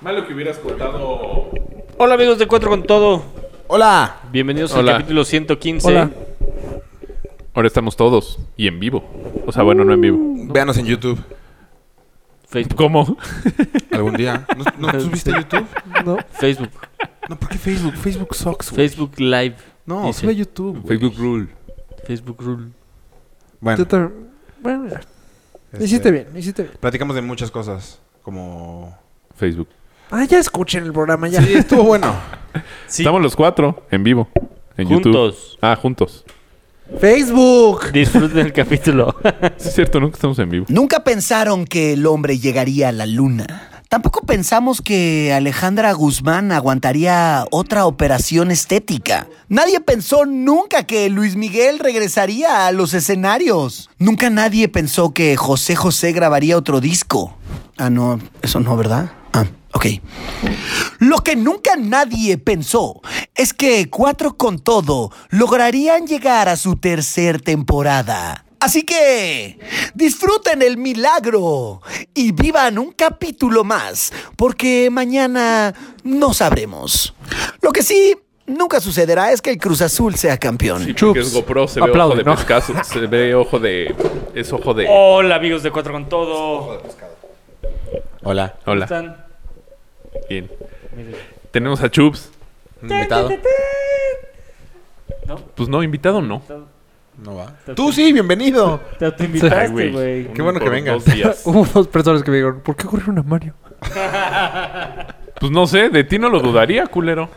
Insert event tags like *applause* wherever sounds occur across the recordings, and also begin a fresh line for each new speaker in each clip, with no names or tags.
Malo que hubieras contado.
Hola amigos de Cuatro con Todo.
Hola.
Bienvenidos
Hola.
al capítulo 115.
Hola.
Ahora estamos todos y en vivo. O sea, bueno, no en vivo.
Véanos en YouTube
*laughs*
Facebook.
¿Cómo?
algún día. ¿No, *laughs* no subiste a YouTube?
No,
Facebook.
No, ¿por qué Facebook? Facebook sucks, güey.
Facebook Live.
No,
Dice.
sube a YouTube. güey.
Facebook Rule.
Facebook Rule.
Bueno,
yo también. Bueno, ya.
este,
Hiciste bien, hiciste bien.
Platicamos de muchas cosas. Como.
Facebook.
Ah, ya escuchen el programa ya.
Sí, estuvo bueno.
Sí.
Estamos los cuatro en vivo. En YouTube.
Juntos.
Ah, juntos.
Facebook.
Disfruten el capítulo.
Sí, es cierto, nunca estamos en vivo.
Nunca pensaron que el hombre llegaría a la luna. Tampoco pensamos que Alejandra Guzmán aguantaría otra operación estética. Nadie pensó nunca que Luis Miguel regresaría a los escenarios. Nunca nadie pensó que José José grabaría otro disco. Ah, no, eso no, ¿verdad? Ah, ok. Lo que nunca nadie pensó es que Cuatro con Todo lograrían llegar a su tercer temporada. Así que disfruten el milagro y vivan un capítulo más, porque mañana no sabremos. Lo que sí nunca sucederá es que el Cruz Azul sea campeón.
Sí, porque
Chups.
es GoPro, se ve
Aplaude,
ojo de
¿no?
pescazo, se ve ojo de... Es ojo de...
Hola amigos de Cuatro con Todo. ¿Cómo
Hola.
Hola,
están?
bien.
Miren.
Tenemos a Chups.
Invitado.
¿No?
Pues no, invitado no.
No va. Tú sí, bienvenido.
Te autoinvitaste,
Ay,
Este güey.
Qué bueno
Por
que venga.
Dos
*laughs*
días.
Hubo dos personas que me dijeron, ¿por qué corrieron
*laughs*
a Mario?
Pues no sé, de ti no lo dudaría, culero.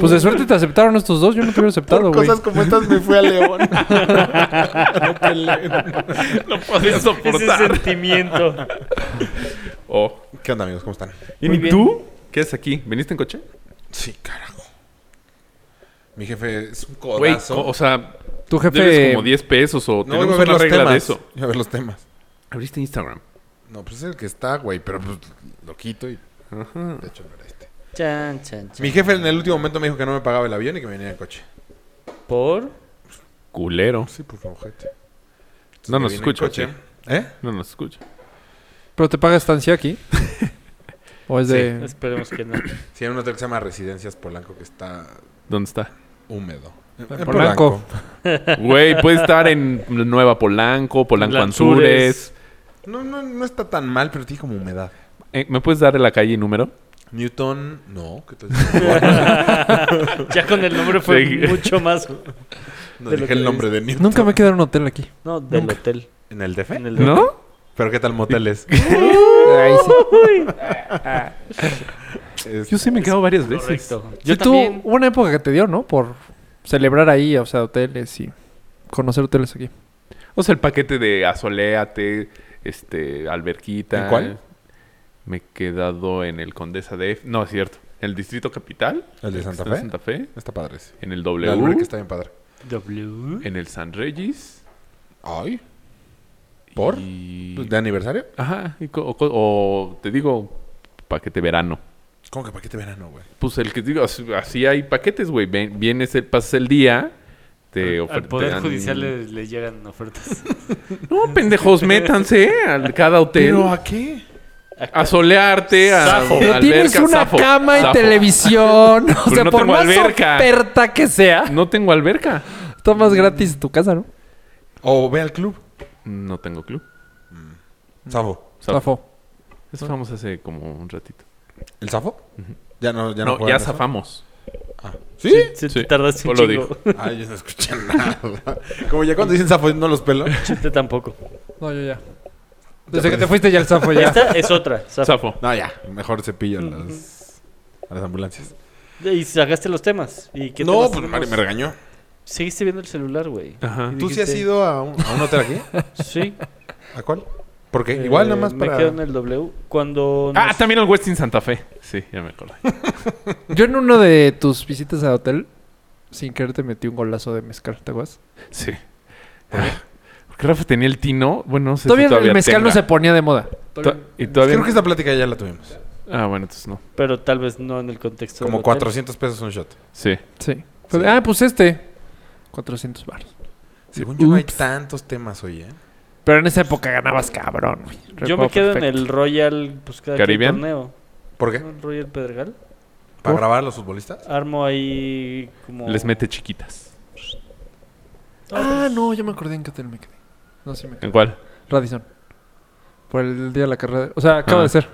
Pues de suerte te aceptaron estos dos, yo no te hubiera aceptado, güey.
Cosas como estas me fui a *laughs* León.
No podía
*laughs* Ese
soportar.
sentimiento.
Oh.
¿Qué onda, amigos? ¿Cómo están?
¿Y
Muy
ni
bien.
tú? ¿Qué haces aquí? ¿Viniste en coche?
Sí, carajo. Mi jefe es un
Güey,
codazo.
o sea,
Tu
debes
jefe.
como 10 pesos o
no, iba
tenemos
a ver
una
los
regla
temas.
de eso.
Iba a ver los temas.
¿Abriste Instagram?
No, pues es el que está, güey. Pero pues, lo quito y... De hecho, no era este.
Chan, chan, chan.
Mi jefe en el último momento me dijo que no me pagaba el avión y que me venía en coche.
¿Por?
Culero.
Sí, por favor, gente.
No nos escucha,
coche. ¿Eh?
No nos escucha.
¿Pero te paga estancia aquí? ¿O es
Eh.
de.?
Esperemos
*laughs*
que no.
Sí, en un hotel que se llama Residencias Polanco que está
¿Dónde está?
húmedo. En
Polanco.
Güey, puede estar en Nueva Polanco, Polanco
Lanzures.
Anzures.
No, no, no está tan mal, pero tiene como humedad.
Eh, ¿Me puedes dar la calle y número?
Newton, no, que te *laughs*
ya con el nombre fue
Sí.
mucho más.
no
De lo
dije
que
el nombre de Newton.
Nunca me he quedado en un hotel aquí.
No, del hotel.
¿En el DF?
En el
¿No?
Pero qué tal *laughs* moteles.
Ahí sí.
Es-
Yo sí me he quedado varias veces.
Correcto.
Yo
Yo
tú,
también.
hubo una época que te dio, ¿no? Por celebrar ahí, o sea, hoteles y conocer hoteles aquí.
O sea, el paquete de azoleate, este, alberquita.
¿En cuál?
Me he quedado en el Condesa de... No, es cierto. En el Distrito Capital.
¿El de Santa
Está en
Fe?
Santa Fe.
Está padre, sí.
En el
La alberca
W.
está bien padre.
W.
En el San Regis.
Ay. ¿Por?
y-
¿De aniversario?
Ajá. y co- o, co- o te digo, paquete verano.
¿Cómo que paquete verano, güey?
Pues el que digo, así, así hay paquetes, güey. Ven- Vienes, el, pasas el día, te
Al
ofertan...
Poder Judicial le, le llegan ofertas.
No, pendejos,
*laughs*
métanse a cada hotel.
¿Pero a qué?
A solearte, a
Zafo.
Pero
alberca,
tienes una
zafo,
cama y
zafo.
televisión. O
Pues
sea,
no
por
tengo
más
alberca.
oferta que sea,
No tengo alberca.
tomas gratis tu casa, ¿no?
O ve al club.
No tengo club.
Safo.
Zafo.
Zafo.
Eso vamos hace como un ratito.
¿El Safo? Ya no, ya no.
No, ya
juegan eso.
zafamos.
Ah, ¿Sí?
Si
Sí,
te tardaste un
Polo
chingo.
*laughs* Ay, yo no escuché nada. Como ya cuando dicen Safo, no los pelo. *laughs*
Chute tampoco.
No, yo ya. Desde que te fuiste ya el zafo
*laughs*
ya.
Esta es otra. Zafo.
Zafo.
No, ya. Mejor cepillo a las, a las ambulancias.
Y sacaste los temas. ¿Y qué
No,
temas
pues
tenemos?
Mari me regañó.
Seguiste viendo el celular, güey.
Ajá.
Y
¿Tú sí has
dijiste,
ido a un, a un hotel aquí?
Sí.
¿A cuál? Porque igual nada más
Eh,
para...
Me quedo en el W. Cuando...
Ah,
nos-
también al Westin Santa Fe. Sí, ya me acordé.
Yo en uno de tus visitas al hotel, sin querer te metí un golazo de mezcal, ¿te acuerdas?
Sí. Porque Rafa tenía el tino. Bueno, no sé
todavía,
si todavía
el mezcal
tenga.
no se ponía de moda.
To- y todavía...
Creo que esta plática ya la tuvimos.
Ah, bueno, entonces no.
Pero tal vez no en el contexto
Como
del hotel.
400 pesos un shot.
Sí.
Sí. Fue de, Ah, pues este. 400 baros.
Según yo no hay
Ups.
tantos temas hoy, ¿eh?
Pero en esa época ganabas cabrón, güey.
Yo me quedo en el Royal pues, cada que hay
¿Caribbean?
torneo.
¿Por qué?
¿No? El Royal Pedregal.
¿Para grabar a los futbolistas?
Armo ahí como...
Les mete chiquitas.
Ah, no, yo me acordé en qué hotel me quedé. No, sí me quedé.
¿En cuál?
Radisson. Por el día de la carrera. O sea, acaba
Ah.
de ser.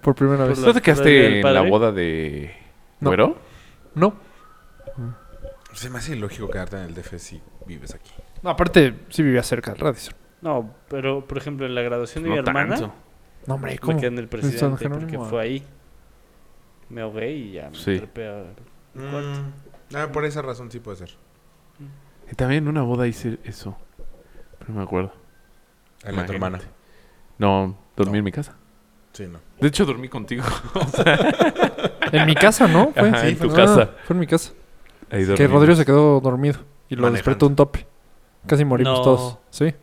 Por primera
Por
vez.
¿No te
del
quedaste en la
padre?
boda de
No.
Güero?
No.
Se me hace ilógico quedarte en el DF si vives aquí.
No, aparte, sí vivía cerca del Radisson.
No, pero por ejemplo en la graduación de
No
mi hermana
tanto.
No, hombre,
me
¿cómo?
quedé en el
San
presidente
Jerónimo,
porque
ah.
fue ahí. Me ahogué y ya me
Sí.
trepé a-
Mm, ah, por esa razón sí puede ser.
Y también en una boda hice eso. Pero no me acuerdo.
En la de
Imagínate.
tu hermana.
No, dormí
No.
en mi casa.
Sí, no.
De hecho, dormí contigo.
En mi casa, ¿no? Fue.
Ajá, en tu
Ah,
casa.
Fue en mi casa.
Ahí
Que
dormimos.
Rodrigo se quedó dormido y lo
Manejando.
despertó un tope. Casi morimos
No.
todos. Sí.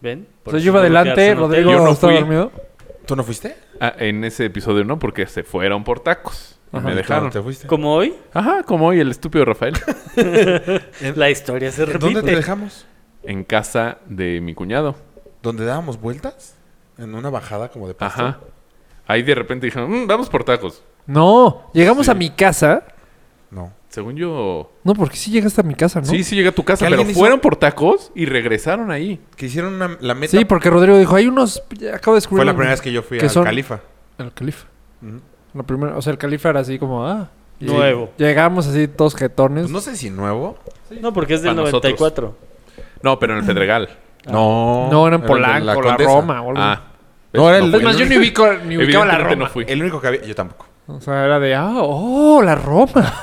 ¿Ven?
O
Por
sea,
eso
yo iba
no puedo
adelante,
quedarse en hotel.
Rodrigo
Yo no
estaba
fui.
dormido.
¿Tú no fuiste?
Ah, en ese episodio no, porque se fueron por tacos. Y
Ajá.
me
Claro,
dejaron.
¿Te fuiste?
Como hoy,
Ajá, como hoy el estúpido Rafael. *laughs*
la historia se
¿En ¿Dónde te
repite.
dejamos?
en casa de mi cuñado.
¿Dónde dábamos vueltas? En una bajada como de pasto.
Ajá. Ahí de repente dijeron, "Mm, vamos por tacos.
No, llegamos
Sí.
a mi casa.
No.
Según yo...
No, porque sí llegaste a mi casa, ¿no?
Sí, sí llega a tu casa,
¿Que
pero
alguien hizo-
fueron por tacos y regresaron ahí.
Que hicieron una, la meta.
Sí, porque Rodrigo dijo, hay unos... ya Acabo de descubrir...
Fue la primera vez que yo fui
que
al
son-
Califa.
El califa.
Ujú.
La primera... O sea, el califa era así como... Ah. Y
Nuevo.
Llegamos así todos jetones.
Pues no sé si nuevo.
No, porque es del
Para nosotros.
94.
No, pero en el Pedregal.
No.
Ah. No, era en
el de
Polanco, la,
Condesa.
Roma o algo así.
Ah.
No, era el-
fui.
Es más, yo ni, ubico, ni ubicaba la
Evidentemente
Roma.
no fui.
El único que había. Yo tampoco.
O sea, era de... Ah, oh, la Roma.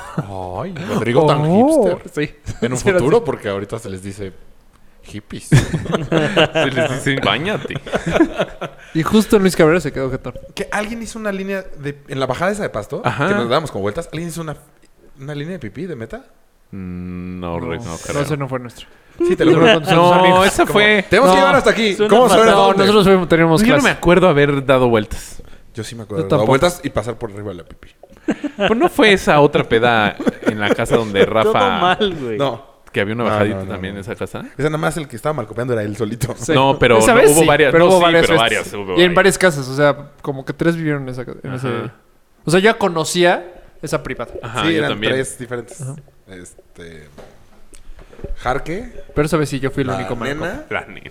Ay,
*laughs*
Rodrigo tan
Oh,
hipster.
Sí.
En un
Sí, era
futuro, porque ahorita se les dice
*laughs*
hippies.
Sí, les dicen, bañate.
Y justo Luis Cabrera se quedó jetón.
que alguien hizo una línea de. En la bajada esa de pasto,
Ajá.
que nos dábamos con vueltas, alguien hizo una, una línea de pipí de meta.
Mm, No, no, no, creo.
no, ese no fue nuestro.
Sí, te
*laughs*
lo juro.
No, esa fue...
Tenemos que
No.
llevar hasta aquí.
Suena
¿Cómo suena?
fatal.
No,
¿Dónde?
nosotros fuimos- teníamos
Yo no me
clase.
acuerdo haber dado vueltas.
Yo sí me acuerdo.
Yo
de dar
tampoco.
vueltas y pasar por arriba de la pipí.
Pero no fue esa otra peda en la casa donde Rafa...
Todo mal, güey.
No.
Que había una
No,
bajadita
no, no,
también
no.
en esa casa.
Esa nada más el que estaba mal copiando era él solito.
No, pero
Esa
no
vez
hubo
sí,
varias-
Pero
no,
hubo
sí,
varias
pero
veces.
varias, hubo
y en
varias.
varias casas, o sea, como que tres vivieron en esa ca- en ese-
Ajá.
O sea, yo ya conocía esa privada.
Ajá,
sí,
yo
eran
también.
tres diferentes. Este. Jarque,
Pero esa vez sí, yo fui el
la
único marco.
nena
La nena. *laughs*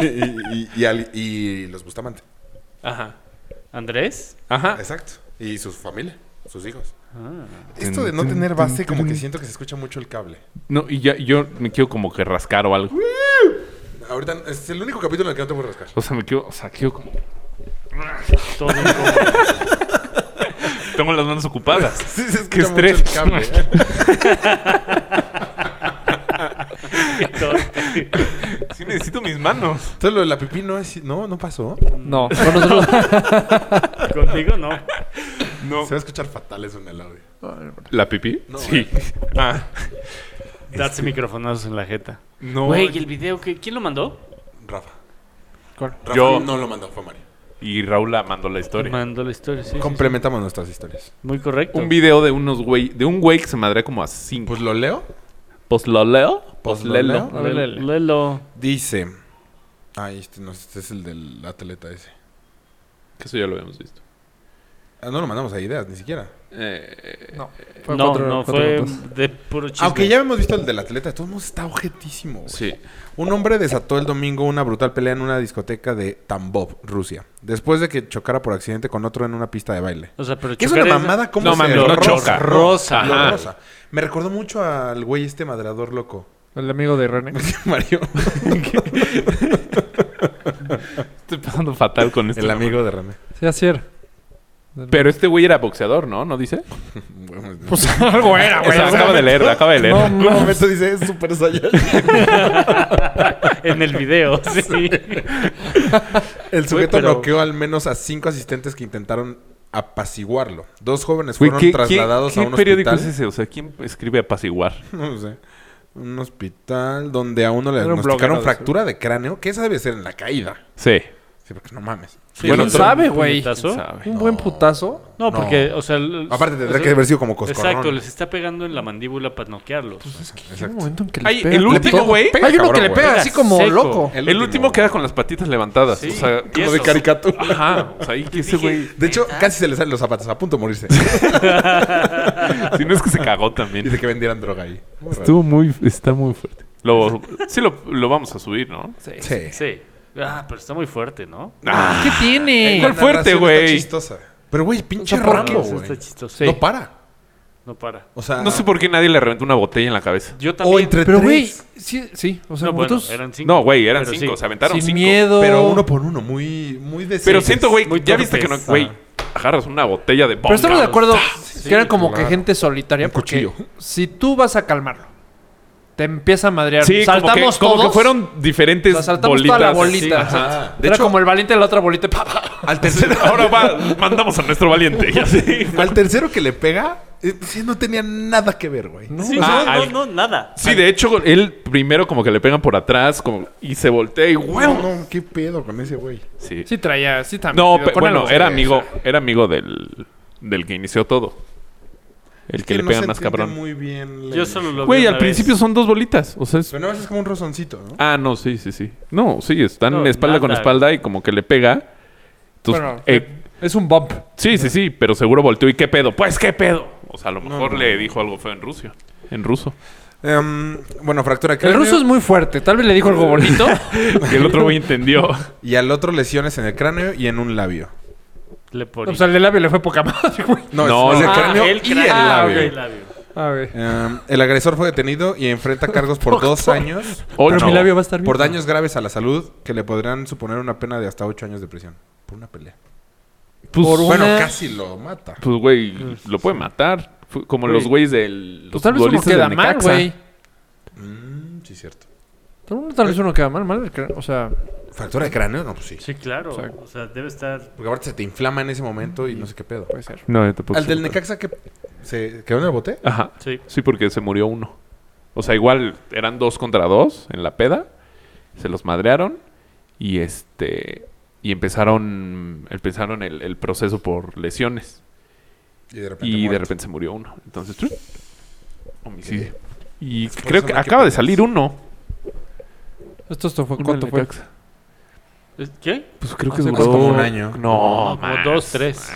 y, y- y al- y los Bustamante.
Ajá. *laughs*
¿Andrés?
Ajá.
Exacto. Y su familia, sus hijos.
Ah.
Esto de no tener base, como que siento que se escucha mucho el cable.
No, y ya, yo me quiero como que rascar o algo.
Ahorita es el único capítulo en el que no te puedo rascar.
O sea, me quiero, o sea, quiero como...
Todo incómodo.
Tengo las manos ocupadas.
*laughs* Sí, se
Qué
escucha mucho el
estrés.
cable. ¿eh?
Qué tonto.
¿eh?
*laughs* Sí necesito mis manos.
Entonces lo de la pipí no es... No, no pasó.
No,
*laughs*
con nosotros.
Contigo no.
No.
Se va a escuchar fatal eso en el audio.
¿La pipí?
No, eh.
sí. Ah.
Date microfonazos en la jeta.
No.
Güey, ¿y el video? qué- ¿Quién lo mandó?
Rafa.
¿Cuál?
Rafa
Yo-
no lo mandó, fue Mario.
Y Raúl la mandó la historia.
Mandó la historia, sí. sí,
Complementamos nuestras historias.
sí. Muy correcto.
Un video de unos güey, de un güey que se madrea como a cinco.
Pues lo leo.
Pues lo leo. Pues
Pues lo
lelo.
leo.
Lele.
Lelo. Lelo.
Dice... Ay, este, no, este es el del atleta ese.
Que eso ya lo habíamos visto.
Ah, no lo mandamos a ideas, ni siquiera.
Eh,
No, fue
No,
cuatro-
no,
cuatro
fue
minutos.
de puro chisme.
Aunque ya hemos visto el del atleta, de todos modos está objetísimo. güey.
sí.
Un hombre desató el domingo una brutal pelea en una discoteca de Tambov, Rusia, después de que chocara por accidente con otro en una pista de baile.
O sea, pero
Que es
chocar
una mamada como
No mames,
lo
no
choca. Rosa.
Lo
Ajá.
rosa. Me recordó mucho al güey este madrador loco. *laughs*
El amigo de René.
Mario.
Estoy pasando fatal con esto.
El amigo de René.
Sí, así era.
Pero este güey era boxeador, ¿no? ¿No dice?
Pues algo era,
O sea, acaba de leer,
*laughs*
acaba de leer.
No,
En un momento dice, es
*laughs*
súper Saiyan.
En el video, sí.
El sujeto
pero-
bloqueó al menos a cinco asistentes que intentaron apaciguarlo. Dos jóvenes
Güey,
fueron
¿qué-
trasladados
qué-
a un
¿Qué periódico
hospital.
es ese? O sea, ¿quién escribe apaciguar?
No sé. Un hospital donde a uno le
Era un
diagnosticaron
bloguero de
fractura de cráneo, que esa debe ser en la caída.
Sí.
Sí, porque no mames.
Bueno,
¿Quién
tú-
sabe, güey?
putazo.
¿Quién sabe?
Un buen putazo.
No,
No.
porque, o sea... el-
Aparte tendría
o sea,
que haber sido como coscorrón.
Exacto, les está pegando en la mandíbula para noquearlos.
Hay un
Exacto.
momento en que le
Ay,
pega
el
con
último,
todo.
güey.
Hay uno
Cabrón,
que le
güey.
pega
Pega
así como
seco.
loco.
El, último queda con las patitas levantadas.
Sí.
O sea,
Y
como de
esos.
caricatura. Ajá. O sea, ahí que ese
Dije,
güey.
De hecho, casi se le salen los zapatos, a punto de
*laughs*
morirse.
Si no es que se cagó
y
también.
de que vendieran droga ahí. Muy raro.
Estuvo muy. Está muy fuerte. Lo, sí, lo, lo vamos a subir, ¿no?
Sí.
Sí. Ah, pero está muy fuerte, ¿no?
¿Qué tiene?
¿Cuál
La
fuerte,
narración
güey?
está chistosa. Pero, güey, pinche
O sea, ¿por
Rambo,
eso
güey.
está chistoso. Sí.
No para.
No para.
O sea,
No sé por qué nadie le reventó una botella en la cabeza.
Yo también...
O entre
Pero, güey,
tres.
sí, sí. O sea,
No, bueno,
nosotros
eran cinco.
No, güey, eran
Pero
cinco.
sí.
Se aventaron
sin
cinco.
miedo.
Pero uno por uno, muy, muy de
Pero
seis.
siento, güey,
muy
ya viste que no.
torpes.
Güey,
Ajá.
agarras una botella de bomba.
Pero estamos de acuerdo
Ah,
que eran como
claro.
que gente solitaria.
Un
Porque
cuchillo.
si tú vas a calmarlo, te empieza a madrear.
Sí, como que,
saltamos
como que
todos,
fueron diferentes
o sea, saltamos
bolitas.
toda la
Sí.
bolita.
Ajá.
Ajá.
Era como el valiente de la otra bolita. pa, pa.
*laughs*
Al *laughs* tercero,
Ahora va, mandamos a nuestro valiente. y así.
al tercero que le pega, eh, sí, no tenía nada que ver, güey.
Sí,
Ah,
no,
al-
no, no, nada.
Sí, de hecho, él primero como que le pegan por atrás como, y se voltea y
No,
¡guau!
no, qué pedo con ese güey.
Sí.
Sí, traía. Sí, también.
No, pero bueno, era amigo, era amigo del, del que inició todo. El que, le
no
pegan
se
más
entiende
cabrón.
muy bien. la
Yo solo lo vi
Güey,
una
al
vez.
principio son dos bolitas. O sea, es...
Pero no, es como un rozoncito, ¿no?
Ah, no, sí, sí, sí. No, sí, están
No,
espalda con
nada.
espalda y como que le pega. Entonces,
Bueno,
eh,
es un bump.
sí, sí, sí, pero seguro volteó y qué pedo. Pues qué pedo. O sea, a lo mejor le dijo algo feo en ruso. En ruso.
Em, bueno, fractura de
El
cráneo.
ruso es muy fuerte. Tal vez le
*laughs*
dijo algo bonito.
Que el otro güey entendió. *laughs*
Y al otro lesiones en el cráneo y en un labio.
Le poní.
o sea, el del labio le fue poca madre, güey.
No,
No,
es,
no.
el
Ah,
cráneo
el
y el
cráneo. Ah,
labio.
ok, el labio.
A ver.
Em, el agresor fue detenido y enfrenta cargos por dos años
Ocho.
Pero mi labio va a estar bien.
por daños graves a la salud que le podrían suponer una pena de hasta ocho años de prisión. Por una pelea.
Pues,
Por un-
Bueno,
Una-
casi lo mata.
pues, güey, lo puede matar. Fue Como los güeyes del.
Pues
Los
tal vez uno
futbolistas
queda
del
mal,
Necaxa.
güey.
Mm, sí, cierto.
Tal vez- Tal vez uno queda mal, mal. O sea,
¿Fractura de cráneo? No, pues sí.
Sí, claro. O sea, debe estar...
Porque aparte se te inflama en ese momento y no sé qué pedo.
puede ser.
No, yo tampoco
Al
sé.
del Necaxa que se quedó en el bote.
Ajá.
Sí.
Sí, porque se murió uno. O sea, igual eran dos contra dos en la peda. Se los madrearon. Y este. Y empezaron. Empezaron el, el proceso por lesiones.
Y de repente.
Y de
muerto.
repente se murió uno. Entonces. ¡truc! Homicidio. Y
por
creo
eso
que
no hay que
acaba de
pelearse.
salir uno.
Esto, esto fue
Uno
cuánto
del
fue.
Necaxa.
¿Es- ¿Qué?
Pues creo que
Hace
duró
como un año.
No,
No, como
más.
dos, tres.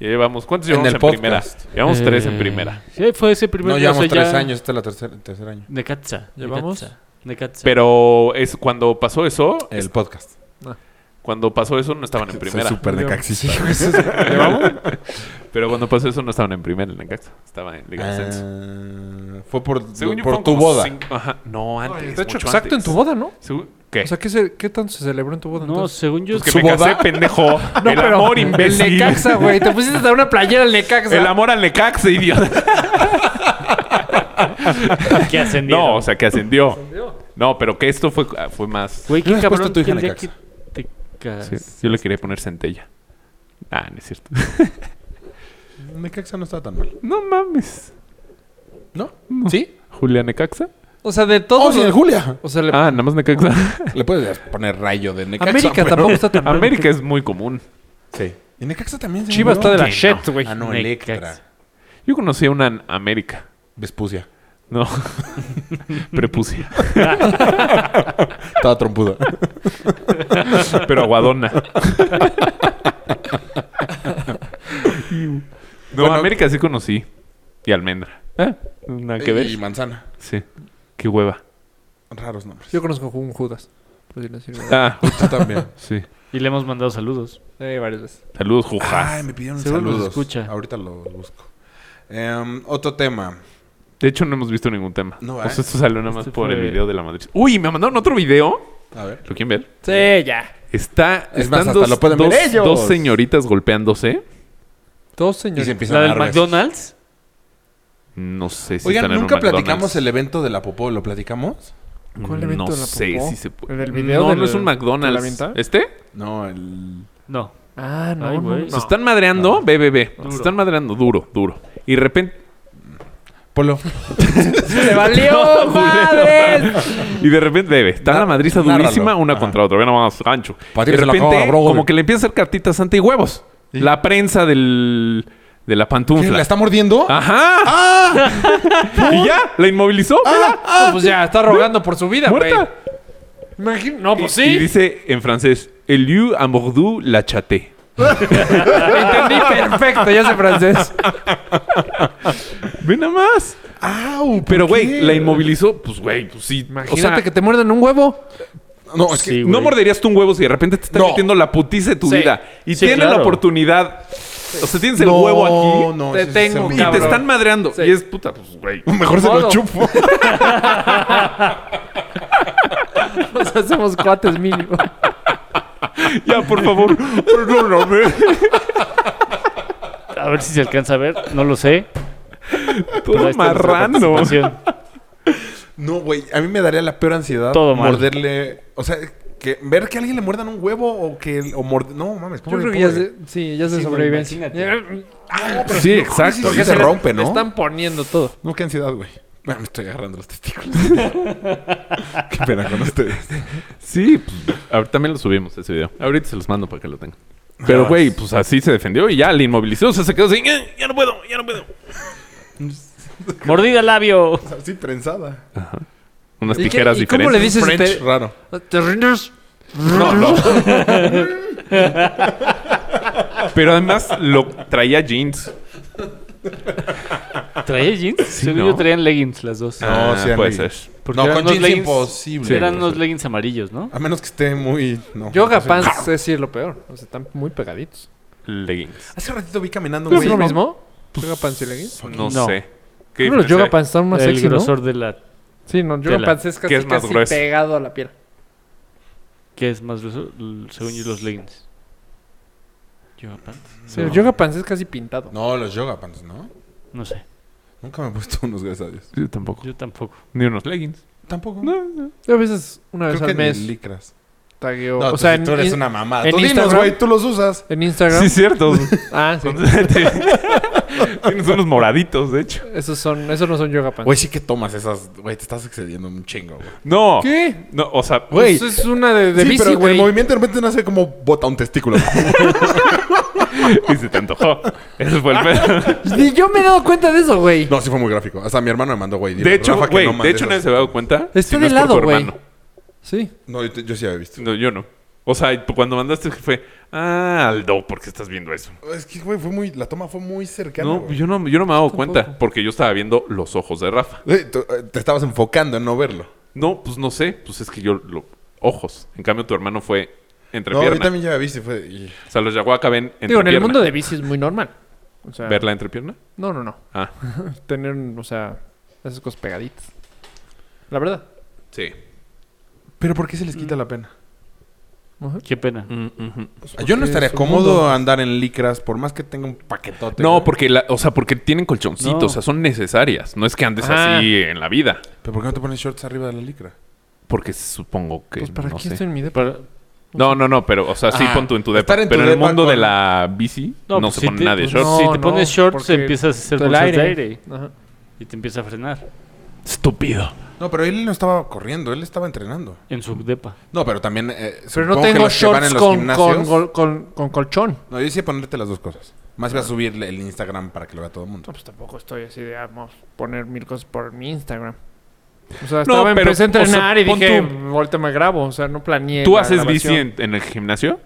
Ya llevamos. ¿Cuántos llevamos en,
el
primera?
podcast.
Llevamos
Eh,
tres en primera.
Sí, fue ese primer...
No
o
llevamos
sea,
tres
ya-
años, este es la tercera- el tercer año.
Necaxa.
¿Llevamos?
Necaxa, Necaxa.
Pero es cuando pasó eso,
El podcast.
cuando pasó eso no estaban en primera.
Soy súper necaxista.
*laughs* Pero cuando pasó eso no estaban en primera en Necaxa, estaba en Liga de Ascenso.
*laughs* Ah, fue por,
Según yo
por
fueron
tu
como
boda.
cinco- Ajá. No, antes.
De hecho, exacto en tu boda, ¿no?
boda. ¿Qué?
O sea, ¿qué, se- qué tanto se celebró en tu boda?
No,
entonces?
según yo...
Pues que
¿su
me
boda?
casé, pendejo. el amor imbécil.
*laughs* El Necaxa, güey. Te pusiste hasta una playera al Necaxa.
El amor al Necaxa, idiota.
que ascendió.
No, o sea, que ascendió. No, pero que esto fue, ah, fue más...
Güey,
¿Le
qué
has
cabrón
puesto tu
que
hija
el día que
Necaxa?
te
Sí,
casas.
yo le quería poner centella. Ah, no es cierto.
Necaxa no estaba tan mal.
No mames.
¿No?
No.
¿Sí?
¿Julia Necaxa?
O sea, de
Oh,
todos.
sí,
los-
de Julia.
o sea, le-
Ah, nada más *laughs* Necaxa.
Le puedes poner rayo de Necaxa.
América
pero-
tampoco está tan mal.
América es muy común.
Sí. Y Necaxa también. se
Chivas
murió.
está de
Que
la shit, güey.
Ah, no,
Necaxa.
Electra.
Yo conocí a una *laughs* América.
Vespucia.
No. Prepucia. *laughs*
Estaba trompuda.
pero aguadona. no,
Bueno,
América sí conocí. Y almendra. Ah, nada que ver.
Y manzana.
Sí. Qué hueva.
Raros nombres.
Yo conozco un Judas. por si no sirve.
Ah,
Tú *laughs* también.
sí.
*laughs* Y le hemos mandado saludos.
Eh, varias veces.
Saludos, Jujas.
Ay, me pidieron
Seguro nos
saludos.
escucha.
Ahorita lo busco. Em, otro tema.
De hecho, no hemos visto ningún tema.
No,
No,
¿eh?
esto salió nada más
Este
por el
fue-
video de la Madrid. Uy, me mandaron otro video.
A ver.
¿Lo quieren ver?
Sí, ya.
Está,
Es
están
más, hasta
dos,
lo pueden ver
dos-
ellos.
dos señoritas golpeándose.
Todos
Y se
señores.
empiezan
¿La
a
del
dar besos.
McDonald's?
No sé si
Oigan,
están en un
nunca platicamos
McDonald's.
el e- evento de la popó. ¿Lo platicamos?
¿Cuál evento
No
de la
sé
popó?
si se puede.
¿El del video
no,
del-
no es un McDonald's.
de la venta?
¿Este?
No, el...
No.
Ah, no,
Ay,
no,
*laughs* güey.
no.
Se están madreando, BBB.
Duro.
Se están madreando duro, duro. Y de repente.
Polo.
¡Se valió, madres!
Y de repente debe. Está
Na-
la madriza
nárralo.
durísima una contra otra. Ve nomás, gancho.
Pa' ti
de
se la
repente,
acaba, bro,
como
güey.
que le empieza a hacer cartitas santa y huevos. La prensa del, de la
¿Qué, ¿La
pantufla.
está mordiendo?
Ajá. *laughs* y ya, la inmovilizó. vela,
No, pues ya, está rogando por su vida, güey.
muerta.
Imagina- No, pues
Y
sí.
dice en francés, El lieu a mordu la chaté.
Entendí perfecto, ya sé francés.
Ve nada más.
¡Au! ¿por
Pero,
qué?
güey, la inmovilizó. Pues, güey, pues sí.
Imagínate
o sea,
que te muerden un huevo.
No, es que...
Sí, güey.
No morderías tú un huevo si de repente te está
No.
metiendo la putiza de tu
Sí.
vida. Y
Sí,
tienes la
claro.
oportunidad. O sea, tienes el
No,
huevo aquí.
no,
Te
sí, sí, se
tengo,
me-
Y
cabrón.
te están madreando.
Sí.
Y es puta, pues, güey.
Mejor se
Modo.
lo chupo.
Nos hacemos cuates mínimo.
Ya, por *laughs* favor, perdóname.
A ver si se alcanza a ver. No lo sé. Pero ahí
Todo
está nuestra
marrano.
participación.
No, güey. A mí me daría la peor ansiedad
Todo mal.
morderle... O sea, que ver que a alguien le muerdan un huevo o que... O morde- No, mames.
*laughs* Yo
pobre-
creo que ya
pobre.
se, sí, ya se sobreviven.
Sí, exacto.
Sí, se rompe, ¿no?
Están poniendo todo.
No, qué ansiedad, güey. Ah, Me estoy agarrando los testículos. *laughs* qué pena con ustedes.
Sí, pues, ahorita también lo subimos ese video. Ahorita se los mando para que lo tengan.
Ah,
Pero, güey, pues así se defendió y ya le inmovilizó. O sea, se quedó así. "Eh, Ya no puedo, ya no puedo.
Mordida al labio.
Así prensada.
Unas
¿Y qué-
tijeras
y
diferentes.
cómo le dices?
French,
Te,
raro.
te rindes?
No, no. Pero además lo traía jeans.
*laughs* ¿Traía jeans? Según
¿no?
yo traían leggings las dos.
Ah, No, sí,
Ah, puede
Henry.
ser.
Porque
No,
eran
con
unos
jeans
leggings-
imposible.
Sí, eran
güey.
unos leggings amarillos, ¿no?
A menos que esté muy... No,
*laughs* Yoga
*laughs* no sé.
pants es sí, lo peor. O sea, están muy pegaditos.
Leggings.
Hace ratito vi caminando un
¿No es
güey.
lo mismo?
Pues,
¿Yoga pants y leggings?
No,
No.
sé. ¿Qué
No, los
diferencia
yoga
hay?
pants están más
El
sexy, ¿no?
grosor de la...
Sí, no, yoga
tela,
pants es casi,
que es más
casi
grueso.
pegado a la piel.
¿Qué es más grueso? L- Según yo, los leggings. ¿Yoga pants?
Sí, el yoga pants es casi pintado.
No, los yoga pants, ¿no?
No sé.
Nunca me he puesto unos, gracias a Dios.
Yo tampoco.
Yo tampoco.
Ni unos leggings.
Tampoco.
Yo a veces, una vez
Creo que
al mes,
ni licras.
tagueo.
No, pues
o sea, en,
tú eres
in-
una mamada.
en
Tú dinos,
Instagram-
güey, tú los usas. *laughs*
en Instagram.
Sí, cierto.
*laughs* Ah, sí.
Entonces, te- Tienes unos moraditos, de hecho.
Esos, son, esos no son yoga pants.
Güey, sí que tomas esas. Güey, te estás excediendo un chingo, güey.
No.
¿Qué?
No, o sea, *laughs*
Güey.
Eso es una de, de
sí,
bici,
pero el
güey.
movimiento de repente no hace como bota un testículo.
y se te antojó. Ese fue el pedo.
Ni yo me he dado cuenta de eso, güey.
no, sí fue muy gráfico. Hasta mi hermano me mandó, güey. dile,
De hecho,
Rafa, que
güey,
no
de
mandes
hecho nadie
esas.
se había dado cuenta.
Está de
es por
lado,
tu
güey.
hermano.
Sí.
No, yo, te- yo sí había visto.
No, yo no. O sea, tú cuando mandaste fue, ah, Aldo, ¿por qué estás viendo eso?
Es que, güey, fue muy. La toma fue muy cercana.
No,
güey.
yo no, yo no me he dado cuenta porque yo estaba viendo los ojos de Rafa.
Güey, tú, eh, te estabas enfocando en no verlo.
No, pues no sé. Pues es que yo, lo- ojos. En cambio, tu hermano fue entre
No, yo
piernas.
también ya había visto. y Fue. y-
O sea, los yaguaca ven entre
Digo, en el mundo de bici es muy normal. O sea,
¿Verla entre pierna?
no, no, no.
Ah,
*laughs* Tener, o sea, esas cosas pegaditas. La verdad.
sí.
Pero ¿por qué se les quita la pena?
Qué pena.
Mm,
Pues Yo no
porque
estaría
es un
cómodo
mundo.
andar en licras por más que tenga un paquetote.
No,
güey.
porque, la, o sea, porque tienen colchoncitos.
No.
O sea, son necesarias. No es que andes
Ah.
así en la vida.
¿Pero por qué no te pones shorts arriba de la licra?
Porque supongo que.
Pues para
no,
qué
sé.
estoy en mi depa.
Para-
no, no, no, pero, o sea, sí
Ah,
pon tu en tu
estar
depa.
en tu
pero en el
depa
mundo de
con-
la bici no,
pues,
se
si
pone
te-
nada de
pues,
shorts.
Si
No,
te
no,
pones shorts,
porque
empiezas a hacer
todo el
bolsas
aire.
de aire.
Ajá.
Y te empieza a frenar.
Estúpido.
No, pero él no estaba corriendo, él estaba entrenando.
En su depa.
No, pero también. eh,
Pero
supongo
no
que
tengo
los que van en
shorts
los
con,
gimnasios-
con, gol- con, con colchón.
No, yo decía ponerte las dos cosas. Más
Ah.
voy a subirle el Instagram para que lo vea todo el mundo.
No, pues tampoco estoy así de, vamos, poner mil cosas por mi Instagram. O sea,
No,
estaba,
pero,
empecé a
o sea,
entrenar y
pon
dije,
tú-
ahorita me grabo. O sea, no planeé.
¿Tú
la
haces bici
grabación.
en, en el gimnasio?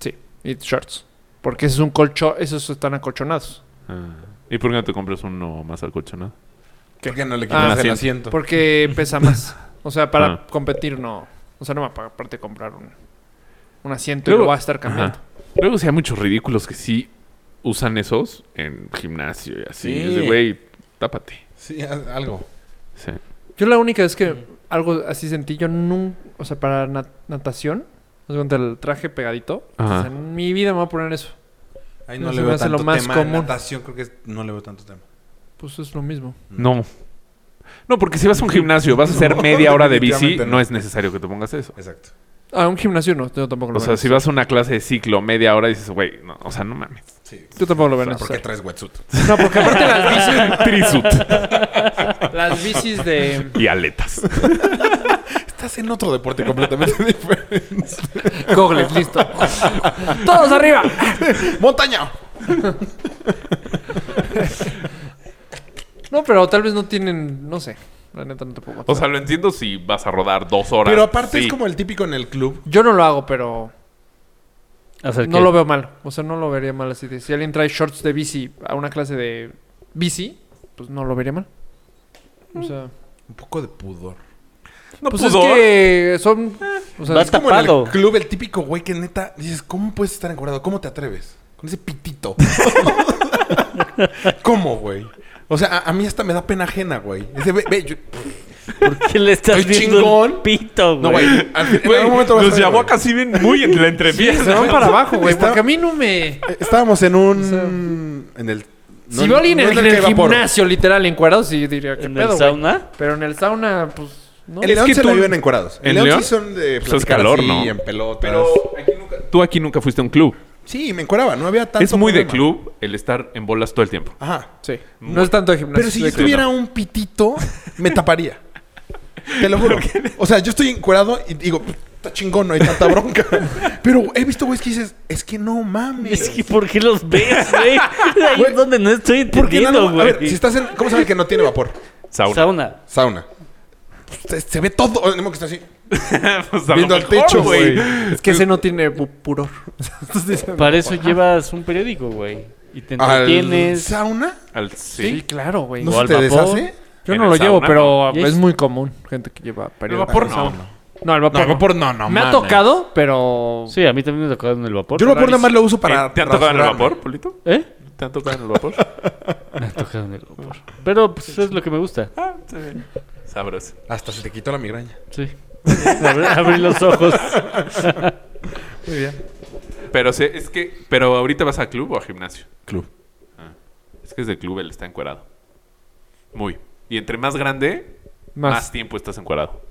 Sí, y shorts. Porque ese es un colchón, esos están acolchonados.
Ah, ¿Y por qué no te compras uno más al colchonado?
¿Por qué no le quitas
Ah,
el
sí.
asiento?
Porque pesa más. O sea, para
Ah.
competir no. O sea, no me va a aparte comprar un, un asiento y
Luego-
lo voy a estar cambiando.
Ajá. Luego sí hay muchos ridículos que sí usan esos en gimnasio y así.
Sí.
Es de, güey, tápate.
Sí, haz algo.
Sí.
Yo la única vez que algo así sentí, yo nunca, o sea, para nat- natación, o sea, el traje pegadito,
Ajá.
o sea, en mi vida me voy a poner eso.
Ahí
no
no,
No,
le
le se me veo
veo
hace tanto
tanto
lo más tema.
tema.
En común.
natación creo que no le veo tanto tema.
Pues es lo mismo.
No. No, porque si vas a un gimnasio, vas a
*laughs*
hacer
No,
media hora de bici,
definitivamente
no.
no.
es necesario que te pongas eso.
Exacto.
Ah, un gimnasio no, yo tampoco lo
O sea,
veo.
si vas a una clase de ciclo media hora, dices, güey, no, o sea, no mames.
Sí.
Yo tampoco lo
¿Por
veo
qué
necesario.
traes wetsuit? *laughs*
No, porque *laughs* aparte las bicis,
*laughs* Trisut
las bicis de...
y aletas.
Estás en otro deporte completamente *laughs* diferente.
Gogles,
*laughs*
listo. ¡Todos arriba!
¡Montaña!
No, pero tal vez no tienen... No sé. La neta no te puedo
O
contestar.
sea, lo entiendo si vas a rodar dos horas.
Pero aparte
Sí.
es como el típico en el club.
Yo no lo hago, pero...
Hacer
No
qué?
lo veo mal. O sea, no lo vería mal así. De, si alguien trae shorts de bici a una clase de bici, pues no lo vería mal. O sea,
Un poco de pudor.
No
pues
pudor.
es que son. O sea,
Vas
es
Es como en
Tapado.
el club, el típico güey que neta dices, ¿cómo puedes estar encuadrado? ¿Cómo te atreves? Con ese pitito. *laughs* ¿Cómo, güey? O sea, a, a mí hasta me da pena ajena, güey. Ese, ve, ve, yo-
¿Por qué le estás
Estoy
viendo el
chingón.
pito,
no,
güey?
güey. al *laughs* fin- en
Güey,
algún momento vas a
nos
ver,
llamó
güey.
casi bien muy en la
que
entrevista.
se van para abajo, güey.
Está-
pues, Porque a mí no me.
Eh, Estábamos en un...
O sea,
en el...
si veo a alguien en,
es del
el
que evaporo.
gimnasio, literal, encuerado, sí diría que
¿En
pedo,
el
güey?
sauna?
Pero en el sauna, pues. No.
El
Es
León
que
se
tú-
la viven encuadrados.
¿En
El León,
León?
sí son de
Pues es
platicar
calor,
así,
¿no?
en pelotas.
Pero aquí nunca- tú aquí nunca fuiste a un club.
Sí, me encueraba. No había tanto
Es muy de
problema.
club el estar en bolas todo el tiempo.
Ajá.
Sí. No es tanto de gimnasio.
Pero si
de
yo tuviera un pitito, me taparía. Te lo juro. O sea, yo estoy encuerado y digo, está chingón, no hay tanta bronca. Pero he visto güeyes que dices, es que no mames.
Es que ¿por qué los ves, güey? Ahí
Güey,
es donde no estoy
Porque no,
entendiendo,
a ver,
güey.
si estás en. ¿Cómo sabes que no tiene vapor?
Sauna.
Sauna.
Sauna. Se, se ve todo. O, ni modo que está así.
*laughs* Pues a lo
Viendo al
mejor,
techo,
güey.
gimnasio. Es que ese no tiene bu- puror. Entonces,
Para eso llevas un periódico, güey. Y te
¿Al
entretienes.
sauna?
Al-
sí,
sí. ¿Eh?
claro, güey.
¿No
O
se
al
te
vapor.
deshace?
Yo
En
no
el
lo llevo,
sauna,
pero
¿no?
es muy común. Gente que lleva
El
periodo.
vapor no.
No, el vapor.
No, el vapor no, no
Me ha
mames.
tocado, pero.
Sí, a mí también me tocó en el vapor.
Yo el vapor nada más lo uso
Para
para.
¿Te han tocado en el
rasurarme.
vapor, Polito?
¿Eh?
¿Te han tocado en el
*laughs*
vapor?
Me ha tocado en el vapor. Pero pues es lo que me gusta.
Ah, está bien. Sabroso.
Hasta se te quitó la migraña.
Sí. Abrir los ojos.
Muy bien.
Pero sí, es que, pero ahorita vas a club o a gimnasio.
Club.
Es que es de club, él está encuerado. Muy. Y entre más grande, más,
Más.
tiempo estás encuerado.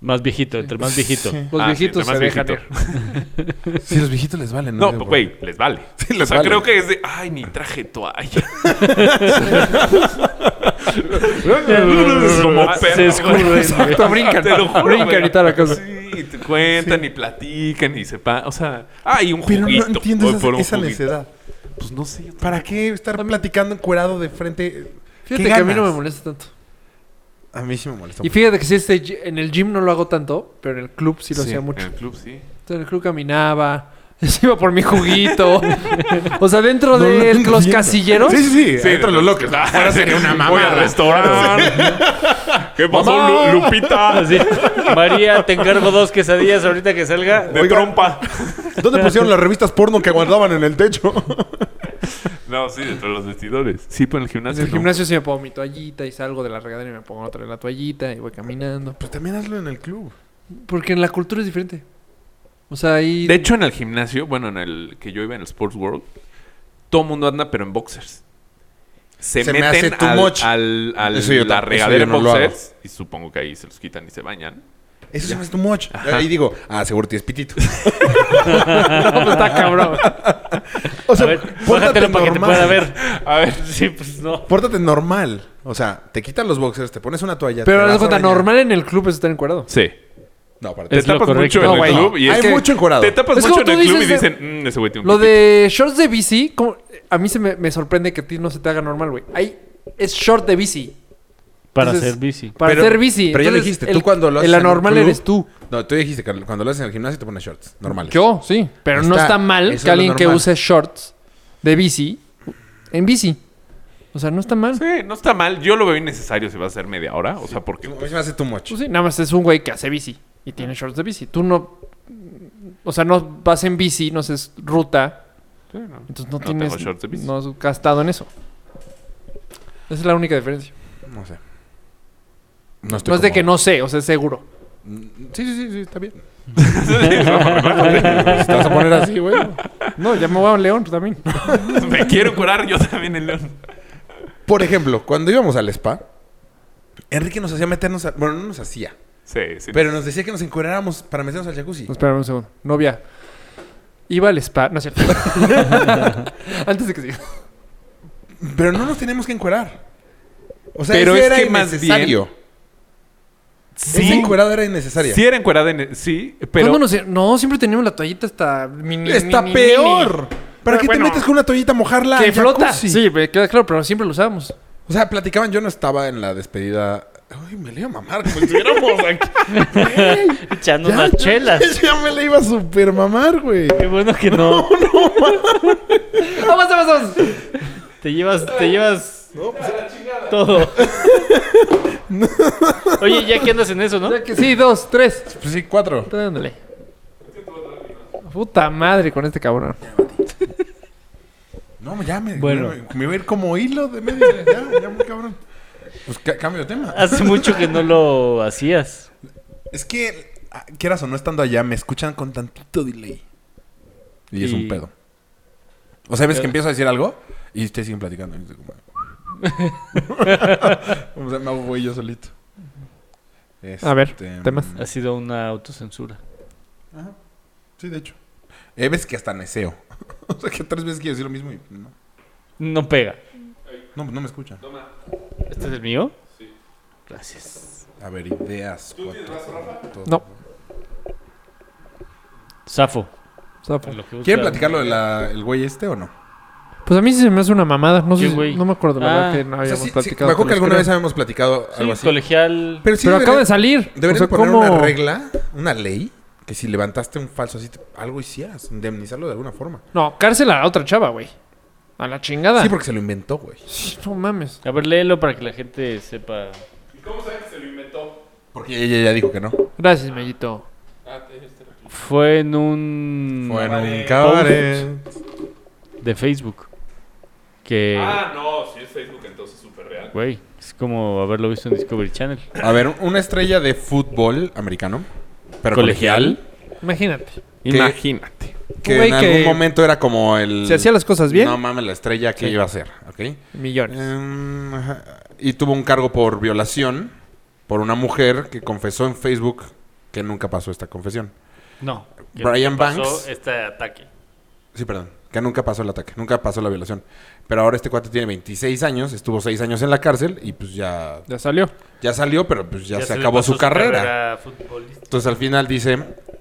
Más viejito, entre más viejito.
Los
Ah, sí,
viejitos
entre
se
más
dejan
viejito.
ir.
Si los viejitos les valen,
No, pues, güey, les vale.
Sí, les
o sea,
vale.
creo que es de, ay, ni traje toalla. *laughs* Como
Ah,
perro,
Se escurren. güey.
Exacto, brincan.
Te lo juro,
brincan
güey.
y tal la cosa.
Sí, y te cuentan y platican y se pa... O sea, ay, un
Pero
juguito.
no entiendo
Voy
esa,
por un
esa
juguito.
necedad.
Pues no sé. yo t-
¿Para qué estar platicando encuerado de frente?
Fíjate
¿Qué
que a mí no me
ganas?
molesta tanto.
A mí sí me molesta.
Y fíjate que sí, este, gy- en el gym no lo hago tanto, pero en el club sí lo hacía mucho.
En el club, sí. eh.
Entonces, en el club caminaba, *laughs* iba por
*laughs*
mi juguito. o sea, dentro
No, no
de
entiendo.
los casilleros.
Sí, sí, sí.
Sí,
Adentro
de
los
los-
locos. Ahora sería una
Voy al
mamada.
restaurante. ¿Qué pasó,
Mamá.
Lu- Lupita?
Así, María, te encargo dos quesadillas ahorita
*laughs*
que salga.
De
Oiga.
trompa.
¿Dónde pusieron las revistas porno que guardaban en
*laughs*
el techo?
No, sí, dentro de los vestidores. Sí, pero en el
En
gimnasio.
el
no.
gimnasio sí me pongo mi toallita y salgo de la regadera y me pongo otra vez la toallita y voy caminando.
Pues también hazlo en el club.
Porque en la cultura es diferente. O sea, ahí.
De hecho, en el gimnasio, bueno, en el que yo iba en el Sports World, todo mundo anda, pero en boxers. Se,
Se me
meten
hace too
al,
much.
al, al-
Eso yo
la
tam-
regadera
eso yo
en
no lo
boxers y supongo que ahí se los quitan y se
*laughs*
bañan.
Eso se me hace too much. Ahí digo, ah, seguro tienes pitito.
No, pues, está cabrón.
O
A
sea,
ver,
pórtate
bájatelo para que te pueda
normal.
ver. A ver, sí, pues no.
Pórtate normal. O sea, te quitas los boxers, te pones una toalla.
Pero
te vas
haz de
a
cuenta,
bañar.
normal en el club es estar encuadrado.
Sí.
No, para
Te
Es lo
tapas mucho
correcto.
en
No,
el
güey.
club y es
Hay
que
mucho encuerado.
Te tapas
Es
mucho
como
en el
tú
club y
dices de-
dicen, "Mm, ese güey tiene un
Lo
pipí".
de shorts de bici, como- a mí se me, me sorprende que a ti no se te haga normal, güey. Ahí es short de bici.
Para
Entonces,
hacer bici.
Para
Pero-
hacer bici.
pero ya lo
Entonces,
dijiste,
el-
tú cuando lo haces
El
en el
anormal
club,
eres tú.
No, tú dijiste que cuando lo haces en el gimnasio te pones shorts normales.
Yo, sí. Pero no
Está-
está mal
eso
que
es
alguien
lo
que
normal.
use shorts de bici en bici. O sea, no está mal.
Sí, no está mal. Yo lo veo innecesario si va a ser media hora. O sea,
A *laughs*
porque... *laughs*
mí se me hace too much.
Pues sí, nada más es un güey que hace bici y tiene shorts de bici. Tú no. O sea, no vas en bici, no haces ruta.
Sí, no.
Entonces no,
No
tienes.
tengo shorts de bici.
No has gastado en eso. Esa es la única diferencia.
No sé. No,
No es de que no sé, o sea, es seguro.
Sí, sí, sí, sí, está bien. Si te vas a poner así, güey.
*laughs* No, ya me voy a León pues, también.
*laughs* Me quiero curar yo también el león.
Por ejemplo, cuando íbamos al spa, Enrique nos hacía meternos al... Bueno, no nos hacía.
Sí, sí.
Pero nos decía que nos encueráramos para meternos al jacuzzi.
No, espérame un segundo. Novia. Iba al spa. No
*laughs*
es cierto. Antes de que siga.
Pero no nos tenemos que encuerar. O sea,
Pero es
ese era
que más
innecesario. Esa
Sí,
encuerada era innecesaria.
sí era encuerada en... Sí, pero...
¿Cuándo nos- No, siempre teníamos la toallita hasta mini.
Está
mini, mini.
peor. ¿Para
Pero
qué
bueno.
te metes con una toallita a mojarla?
Que
al
flota.
jacuzzi?
Sí, pero queda claro, pero siempre lo usábamos.
O sea, platicaban, yo no estaba en la despedida. Ay, me le iba a mamar como si
*laughs*
estuviéramos aquí.
Echando
Ya,
unas
ya, *laughs*
chelas.
Ya me le iba a super mamar, güey. Pues
Qué bueno que no.
*laughs*
¡Vamos, vamos, vamos!
Te llevas, te llevas
pues, *laughs*
todo. Oye, ya que andas en eso,
¿Ah?
¿no?
Ya que Sí, dos, tres.
Pues sí, cuatro.
Dándole. Puta madre con este cabrón.
No, ya me,
Bueno.
me, me voy a ir como hilo de medio. Ya, ya muy cabrón. Pues ca- cambio de tema.
Hace mucho que no lo hacías.
Es que, ah, quieras o no estando allá, me escuchan con tantito delay. Y, Eh. es
Y-
un pedo. O sea, ves
Pero-
que empiezo a decir algo y ustedes siguen platicando. Y estoy como- *laughs* o sea, me hago güey yo solito.
A ver,
Este,
temas.
Ha sido una autocensura.
Sí, de hecho. Eh, ves que hasta neceo. *laughs* o sea, que tres veces quiero decir lo mismo y no,
No pega.
no, no me escuchan.
¿Este es el mío? Sí. Gracias.
A ver, ideas. cuatro, todo.
No.
Safo.
Zafo.
lo que busca-
¿Quieren platicar lo del el güey este o no?
Pues a mí sí se me hace una mamada. No, sé
¿Qué,
si-
güey?
no me acuerdo, la
Ah.
verdad, que no
O sea,
habíamos
sí- sí,
platicado.
me acuerdo que
con
alguna
los
vez habíamos platicado
Sí,
algo así.
colegial.
Pero, sí
Pero
debería-
acaba de salir. O
Deberían
sea,
poner
¿cómo-
una regla, una ley, que si levantaste un falso así, te- algo hicieras, indemnizarlo de alguna forma.
No, cárcel a la otra chava, güey. A la chingada.
Sí, porque se lo inventó, güey.
No mames.
A ver, léelo para que la gente sepa.
Porque ella ya dijo que no.
Gracias, Mellito.
Fue en un.
Fue en un
cabaret.
cabaret.
De Facebook. Que.
Ah, no, si es Facebook entonces súper real.
Güey, es como haberlo visto en Discovery Channel.
A ver, una estrella de fútbol americano, pero colegial,
Imagínate.
Imagínate.
que
Güey,
en
que-
algún momento era como el...
Se hacía las cosas bien.
No mames, la estrella que iba a ser, ¿ok?
Millones.
Em, ajá. y tuvo un cargo por violación por una mujer que confesó en Facebook que nunca pasó esta confesión.
No.
Brian Banks.
este ataque.
Sí, perdón. Que nunca pasó el ataque, nunca pasó la violación. Pero ahora este cuate tiene 26 años, estuvo 6 años en la cárcel y pues ya,
Ya salió.
ya salió, pero pues ya, se, acabó su carrera. Entonces al final dice,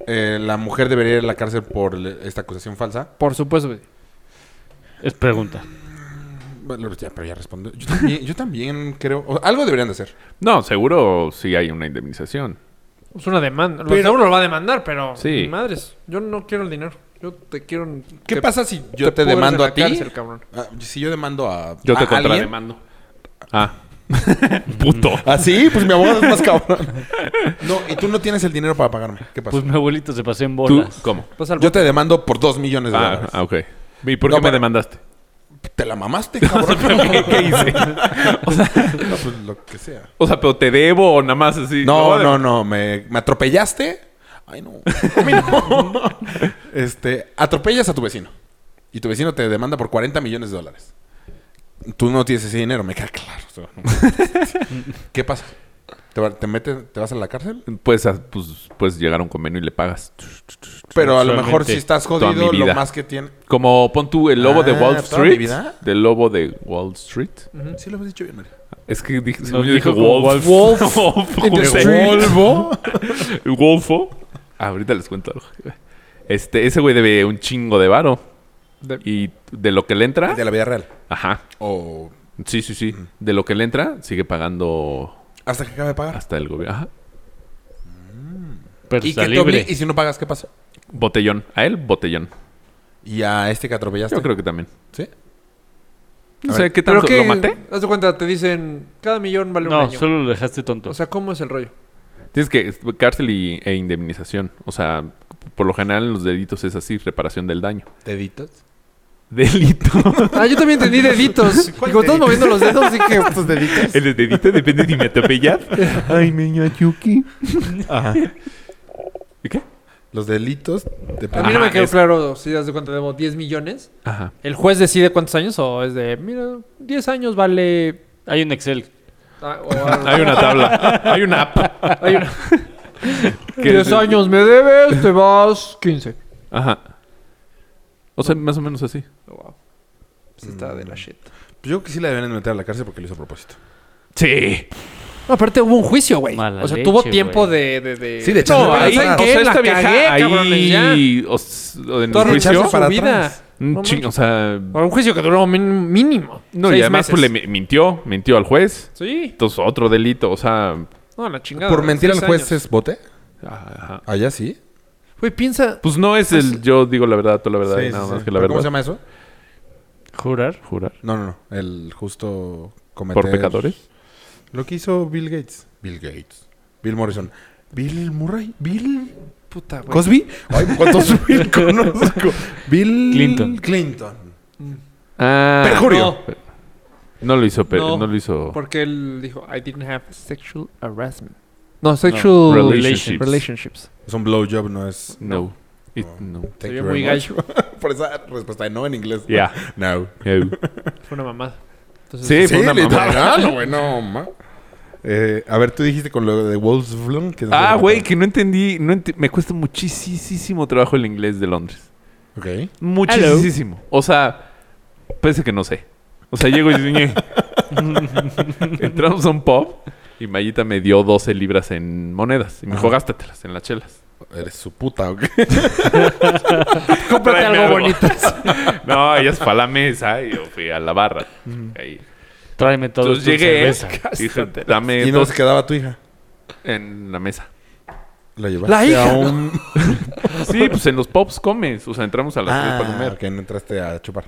eh, la mujer debería ir a la cárcel por le- esta acusación falsa.
Por supuesto, güey.
Es pregunta.
Bueno, ya, pero ya respondo. Yo también, yo también creo... o- algo deberían de hacer.
No, seguro sí hay una indemnización.
Es una demanda. Lo
Pero-
seguro lo va a demandar, pero.
Sí.
ni Madres. Yo no quiero el dinero. Yo te quiero.
¿Qué
que
pasa si yo te,
pudras en
demando
la
a ti?
cárcel, cabrón.
Ah, si yo demando a
Yo te
a alguien.
contrademando. Ah. *laughs* Puto.
¿Ah, sí? Pues mi abogado *laughs* es más cabrón. No, y tú no tienes el dinero para pagarme. ¿Qué pasa?
Pues mi abuelito se pasó en
¿Tú
bolas.
cómo?
Pasa Pues al
yo te demando por dos millones de
Ah,
dólares.
ah, ok. ¿Y por
No,
qué me
pero-
demandaste?
Te la mamaste, cabrón.
*laughs* ¿Qué, qué hice?
No, pues lo que sea.
O sea, pero te debo o nada más así.
No,
Te
no,
voy a
no. Me, me atropellaste. Ay, no. A mí
*laughs*
no. Este, atropellas a tu vecino. Y tu vecino te demanda por 40 millones de dólares. Tú no tienes ese dinero, me queda claro. O sea, no. ¿Qué pasa? ¿Te, va- te, mete- ¿Te vas a la cárcel?
demandar. Pues, ah, pues, puedes llegar a un convenio y le pagas.
Pero a lo
Solamente
mejor si estás
toda mi
jodido, lo
vida.
más que tiene...
Como pon tú el lobo de
Ah,
Wall
¿toda mi
Street.
vida?
Del lobo de Wall Street.
Sí, lo has dicho bien, Mario.
Es que dije, según yo
dijo
dije
como
*laughs* Wolf.
Wolf.
Wolf,
the
no sé.
street.
Volvo.
*laughs* Wolfo. Ah, Ahorita les cuento algo. Este, ese güey debe un chingo de varo.
De-
Y de lo que le entra.
De la vida real.
Ajá.
O
Sí, sí, sí. De lo que le entra, sigue pagando
hasta que acabe de pagar.
hasta el gobierno. Ajá.
Pero
Y,
está
que te
libre.
obli- y si no pagas, ¿qué pasa?
Botellón. A él, botellón.
Y a este que atropellaste.
Yo creo que también.
¿Sí?
No
A
sé,
ver.
¿qué
Pero
tanto?
que.
¿Lo maté?
Haz de cuenta, te dicen. Cada millón vale un
No,
año.
solo lo dejaste tonto.
O sea, ¿cómo es el rollo?
Tienes que es- cárcel y, e indemnización. O sea, por lo general en los delitos es así, reparación del daño. *laughs*
¿Deditos?
Delito.
*laughs* Ah, yo también entendí *laughs* deditos. Y como estás moviendo los dedos, dije.
Estos deditos.
el delito depende si me atropellas. Ay, meño Yuki. Ajá. ¿Y qué?
Los delitos
A
dependen.
mí no me
Ajá,
quedó
es-
claro si das de cuenta debo 10 millones.
Ajá.
¿El juez decide cuántos años o es de, mira, 10 años vale...
Hay un Excel.
ah,
*laughs*
o-
Hay una tabla. Hay una app.
hay una-
que es-
10 años me debes, te vas 15.
Ajá. O sea, más o menos así.
Oh,
Wow. Pues está de la shit.
Pues yo creo que sí la deben meter a la cárcel porque lo hizo a propósito.
Sí.
No, aparte hubo un juicio, güey.
Mala
O sea, tuvo
leche,
tiempo
güey.
de, de, de.
Sí, de hecho,
No,
para
ahí
atrás.
¿saben qué?
o sea,
la
esta vieja
cagué, cabrones, ya.
ahí o s- o en
Todo
el
rechazo
juicio.
su
para
vida.
atrás.
un
No
chingo, o sea,
Por un juicio que duró min- mínimo.
no, y
seis
además pues, le
meses.
mi- mintió, mintió al juez.
Sí.
Entonces, otro delito, o sea,
No, la chingada.
¿Por mentir al
seis
juez
años.
es bote?
ajá.
Allá sí.
Güey, piensa.
pues no es el yo digo la verdad, tú la verdad,
Sí,
y nada
sí,
más
sí.
que la
¿Pero ¿Cómo
verdad.
se llama eso?
¿Jurar?
Jurar
No, no, no. El justo cometer...
por pecadores.
Lo que hizo Bill Gates. Bill Gates. Bill Morrison. Bill Murray. Bill
Puta, güey.
Cosby. Ay, ¿cuántos *laughs* Bill conozco? Bill
Clinton.
Clinton.
Ah,
Perjurio.
No lo hizo, pero
No.
no. lo hizo.
Porque él dijo, I didn't have sexual harassment. No, sexual
Relationships.
relationships.
Es un blowjob, no es...
No. It- no.
Thank
Sería
you
muy
very much.
gallo.
Por esa respuesta de no en inglés.
Ya.
No.
No.
Fue una mamada. Entonces,
Sí, fue una mamada.
literal, güey. *laughs* No, ma. Eh, a ver, tú dijiste con lo de Wolfsblum. que no
Ah,
sé-
güey, que no entendí. No ente- me cuesta muchísimo trabajo el inglés de Londres.
Ok.
Muchísimo. O sea, parece que no sé. O sea, llego y
*laughs*
digo, entramos a un pub y Mayita me dio 12 libras en monedas. Y me dijo,
Ajá.
gástatelas en las chelas.
Eres su puta, ok.
cómprate
Tráeme
algo
algo.
bonito.
*laughs* No, ella se fue a la mesa y yo fui a la barra. Ahí.
Tráeme todo
Entonces
tu
llegué,
cerveza.
dije, dame
Y no
dos
se quedaba tu hija.
en la mesa.
La llevaste
La hija,
a un...
Sí, pues en los pubs comes. O sea, entramos a las tres
Ah,
para comer.
ok, no entraste a chupar.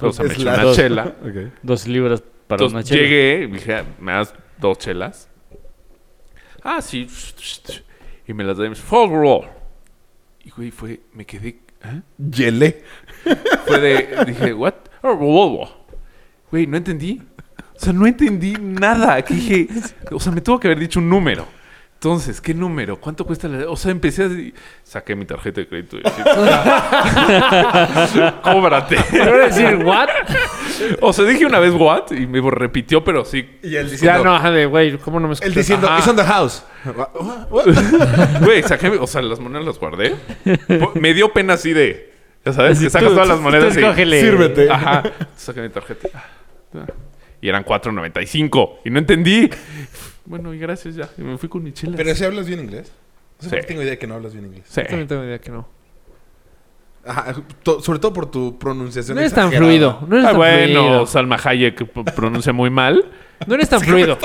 O sea, me
Es
eché
la
una
*laughs*
dos.
chela.
Ok.
Dos libras para una
eh. Entonces
chela. *laughs*
llegué y dije, ¿me das dos chelas? Ah, sí. Y me las da y me dice, "Full roll. Y güey, fue, me quedé, ¿eh?
Yele.
Fue de, dije, ¿what? Oh, blah, blah." Güey, no entendí. O sea, no entendí nada. Que dije, o sea, me tuvo que haber dicho un número. Entonces, ¿qué número? ¿Cuánto cuesta la.? O sea, empecé a. Saqué mi tarjeta de crédito y así. *laughs* Cóbrate.
Pero ahora decir, ¿what?
O sea, dije una vez what y me repitió, pero sí.
Y él
Ya
diciendo...
no, ajá, de güey, ¿cómo no me escuchas?
Él diciendo,
Ajá.
it's on the house.
Güey, saqué, o sea, las monedas las guardé. Po- Me dio pena así de, ya sabes, que sacas
Tú-
todas las monedas
tú
y...
escógele.
*laughs* Sírvete.
Ajá, saqué mi tarjeta. Ah, Y eran 4.95 y no entendí. Bueno, y gracias ya. Y me fui con mi chela.
Pero si hablas bien inglés. No sé por
Sí.
qué tengo idea que no hablas bien inglés.
Sí.
Yo también tengo idea que no.
Ajá, to- sobre todo por tu pronunciación
No eres tan
exagerada.
fluido. No eres
Ah,
tan
bueno,
fluido.
Salma Hayek p- pronuncia muy mal. *laughs*
No eres tan fluido.